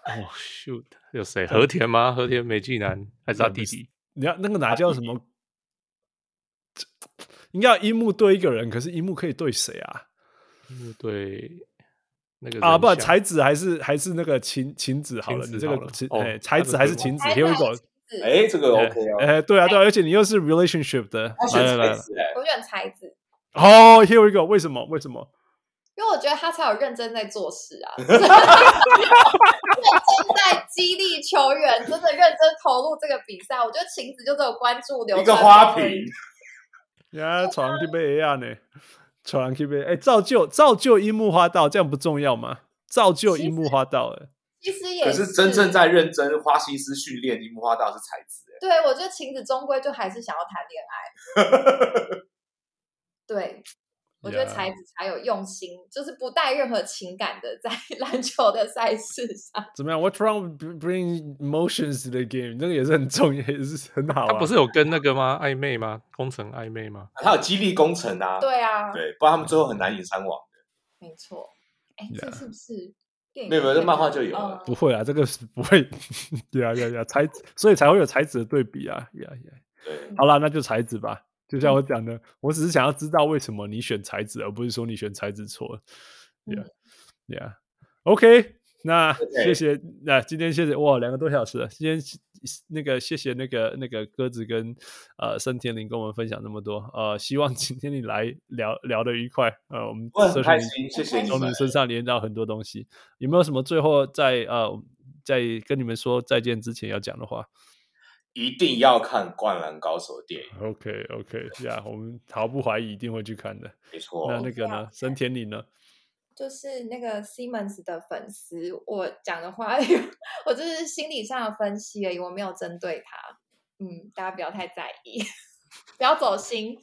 D: 哦，shoot，有谁？和田吗？和田美纪男还是他弟弟？
C: 你要那个
D: 啊
C: 哪叫什么？应该要樱木对一个人，可是樱木可以对谁啊？
D: 嗯对，那个
C: 啊，
D: 人
C: 不，
D: 像
C: 才子还是还是那个晴晴子好了，你
D: 晴子
C: 这
D: 好
C: 个
D: 了
C: 晴
D: 哦
C: 哎，才
D: 他
C: 子
D: 的
C: 还
D: 对
C: 是
D: 话
C: 晴子
E: 才
C: ，Here
E: 子
C: we go，
E: 是
F: 哎，这个
C: 哎
F: OK 哦，
C: 哎，对啊，对啊，而且你又是 relationship 的
F: 他，选
C: 来来
F: 才
C: 来，
F: 子哎，
E: 我选才子，
C: 哦，Here we go，为什么？为什么？
E: 因为我觉得他才有认真在做事 啊，认 真在激励球员，真的认真投入这个比赛。我觉得晴子就只有关注流
F: 一个
E: 川
F: 花
E: 枫而已
F: 瓶，
C: 呀，床去被 A 样呢，床去被哎，造就造就樱木花道，这样不重要吗？造就
E: 其
C: 樱木
E: 实
C: 花道，哎，
E: 其实也
F: 可是真正在认真花心思训练樱木花道是才子哎，
E: 对我觉得晴子终归就还是想要谈恋爱。对，我觉得
C: Yeah
E: 才子才有用心，就是不带任何情感的在 篮球的赛事上。
C: 怎么样？What's wrong with bring emotions to the game？那个也是很重要，也是很好、啊。
D: 他不是有跟那个吗？暧昧吗？工程暧昧吗？
F: 哎他有激励工程啊，
E: 对啊，
F: 对，不然他们最后很难赢三网。
E: 没错。哎，这
C: Yeah
E: 是不是电影？
F: 没有没有这漫画就有了
E: 嗯
C: 不会啊，这个是不会。 呀呀呀，才子所以才会有才子的对比啊。呀呀，
F: 对，嗯
C: 好啦，那就才子吧。就像我讲的，我只是想要知道为什么你选才子，而不是说你选才子错了。Yeah, yeah. OK，那
F: 嗯 OK
C: 谢谢。那、今天谢谢哇，两个多小时了。今天那个谢谢那个那个鸽子跟呃森田林跟我们分享那么多。呃，希望今天你来聊聊得愉快。呃，我们
F: 我很
C: social
F: 开
C: media-
F: 心，谢谢你
C: 从
F: 们
C: 你。身上连到很多东西。有没有什么最后在呃在跟你们说再见之前要讲的话
F: 一定要看《灌篮高手》的电影，
C: ？OK OK，呀、我们毫不怀疑一定会去看的。
F: 没错。
E: 哦
C: 那那个呢？森田你呢？
E: 就是那个 Simmons 的粉丝，我讲的话， 我就是心理上的分析而已，我没有针对他。嗯，大家不要太在意，不要走 心。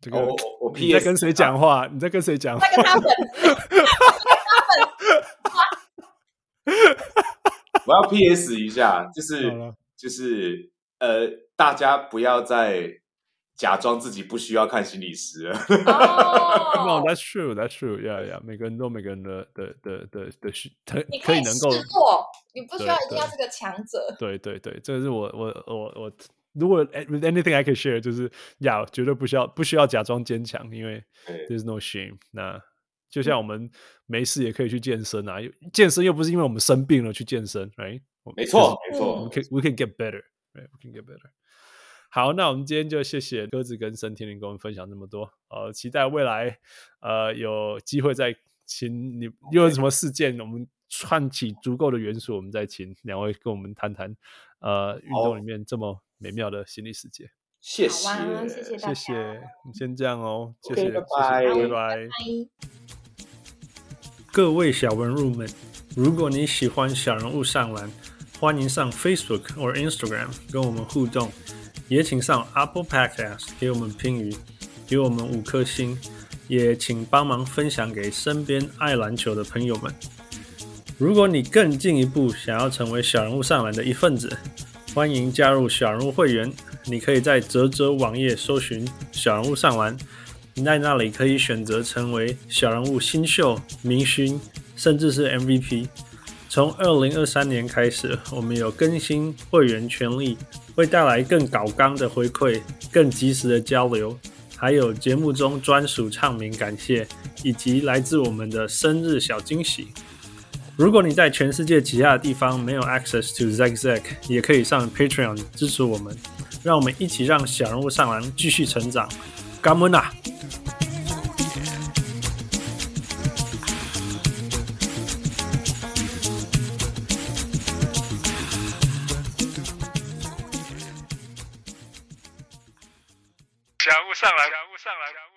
C: 这个、
F: 哦我我我
C: 你在
F: PS
C: 跟谁讲话？你在跟谁讲话
E: 他？啊跟他粉丝，
F: 我要 PS 一下，就
C: 好
F: 是
E: 哦
C: 了
F: 就是呃，大家不要再假装自己不需要看心理师了。
E: 哦
C: No, that's true, that's true. Yeah, yeah. 每个人都有每个人的的的的的需，他
E: 你
C: 可以
E: 以
C: 能
E: 试
C: 够
E: 过，你不需
C: 对
E: 要一定要
C: 对
E: 是个强者。
C: 对对对，这个是我我我我，如果哎 with anything I can share，就是呀绝对不需要不需要假装坚强，因为
F: 对嗯
C: there's no shame。那就像我们没事也可以去健身啊，又健身又不是因为我们生病了去健身，right？我
F: 没
C: 就是
E: 嗯
F: 错，嗯没
C: 我们
E: Oh.
F: 错。
C: 可以 we can get better, right? We can get better. 好，那我们今天就谢谢鸽子跟沈天林跟我们分享这么多，呃，期待未来呃有机会再请你又有什么事件，我们串起足够的元素，我们再请两位跟我们谈谈呃运
F: 好
C: 动里面这么美妙的心理世界。
F: 谢
E: 好啊，谢谢
C: 谢
E: 大家，
C: 谢，我们先这样哦，谢
F: OK，
C: 谢，
F: 拜
C: 谢谢
F: 拜
C: 拜拜。
E: 拜。
C: 各位小文入们，如果你喜欢小人物上篮，欢迎上 Facebook 或 Instagram 跟我们互动，也请上 Apple Podcast 给我们评语，给我们五颗星，也请帮忙分享给身边爱篮球的朋友们。如果你更进一步想要成为小人物上篮的一份子，欢迎加入小人物会员。你可以在泽泽网页搜寻“小人物上篮”，你在那里可以选择成为小人物新秀、明星，甚至是 MVP。从二零二三年开始，我们有更新会员权利，会带来更搞纲的回馈、更及时的交流，还有节目中专属唱名感谢，以及来自我们的生日小惊喜。如果你在全世界其他的地方没有 access to Zack Zack，也可以上 Patreon 支持我们，让我们一起让小人物上篮继续成长。干们啊！
A: 想物上来，想物上来，想物上来。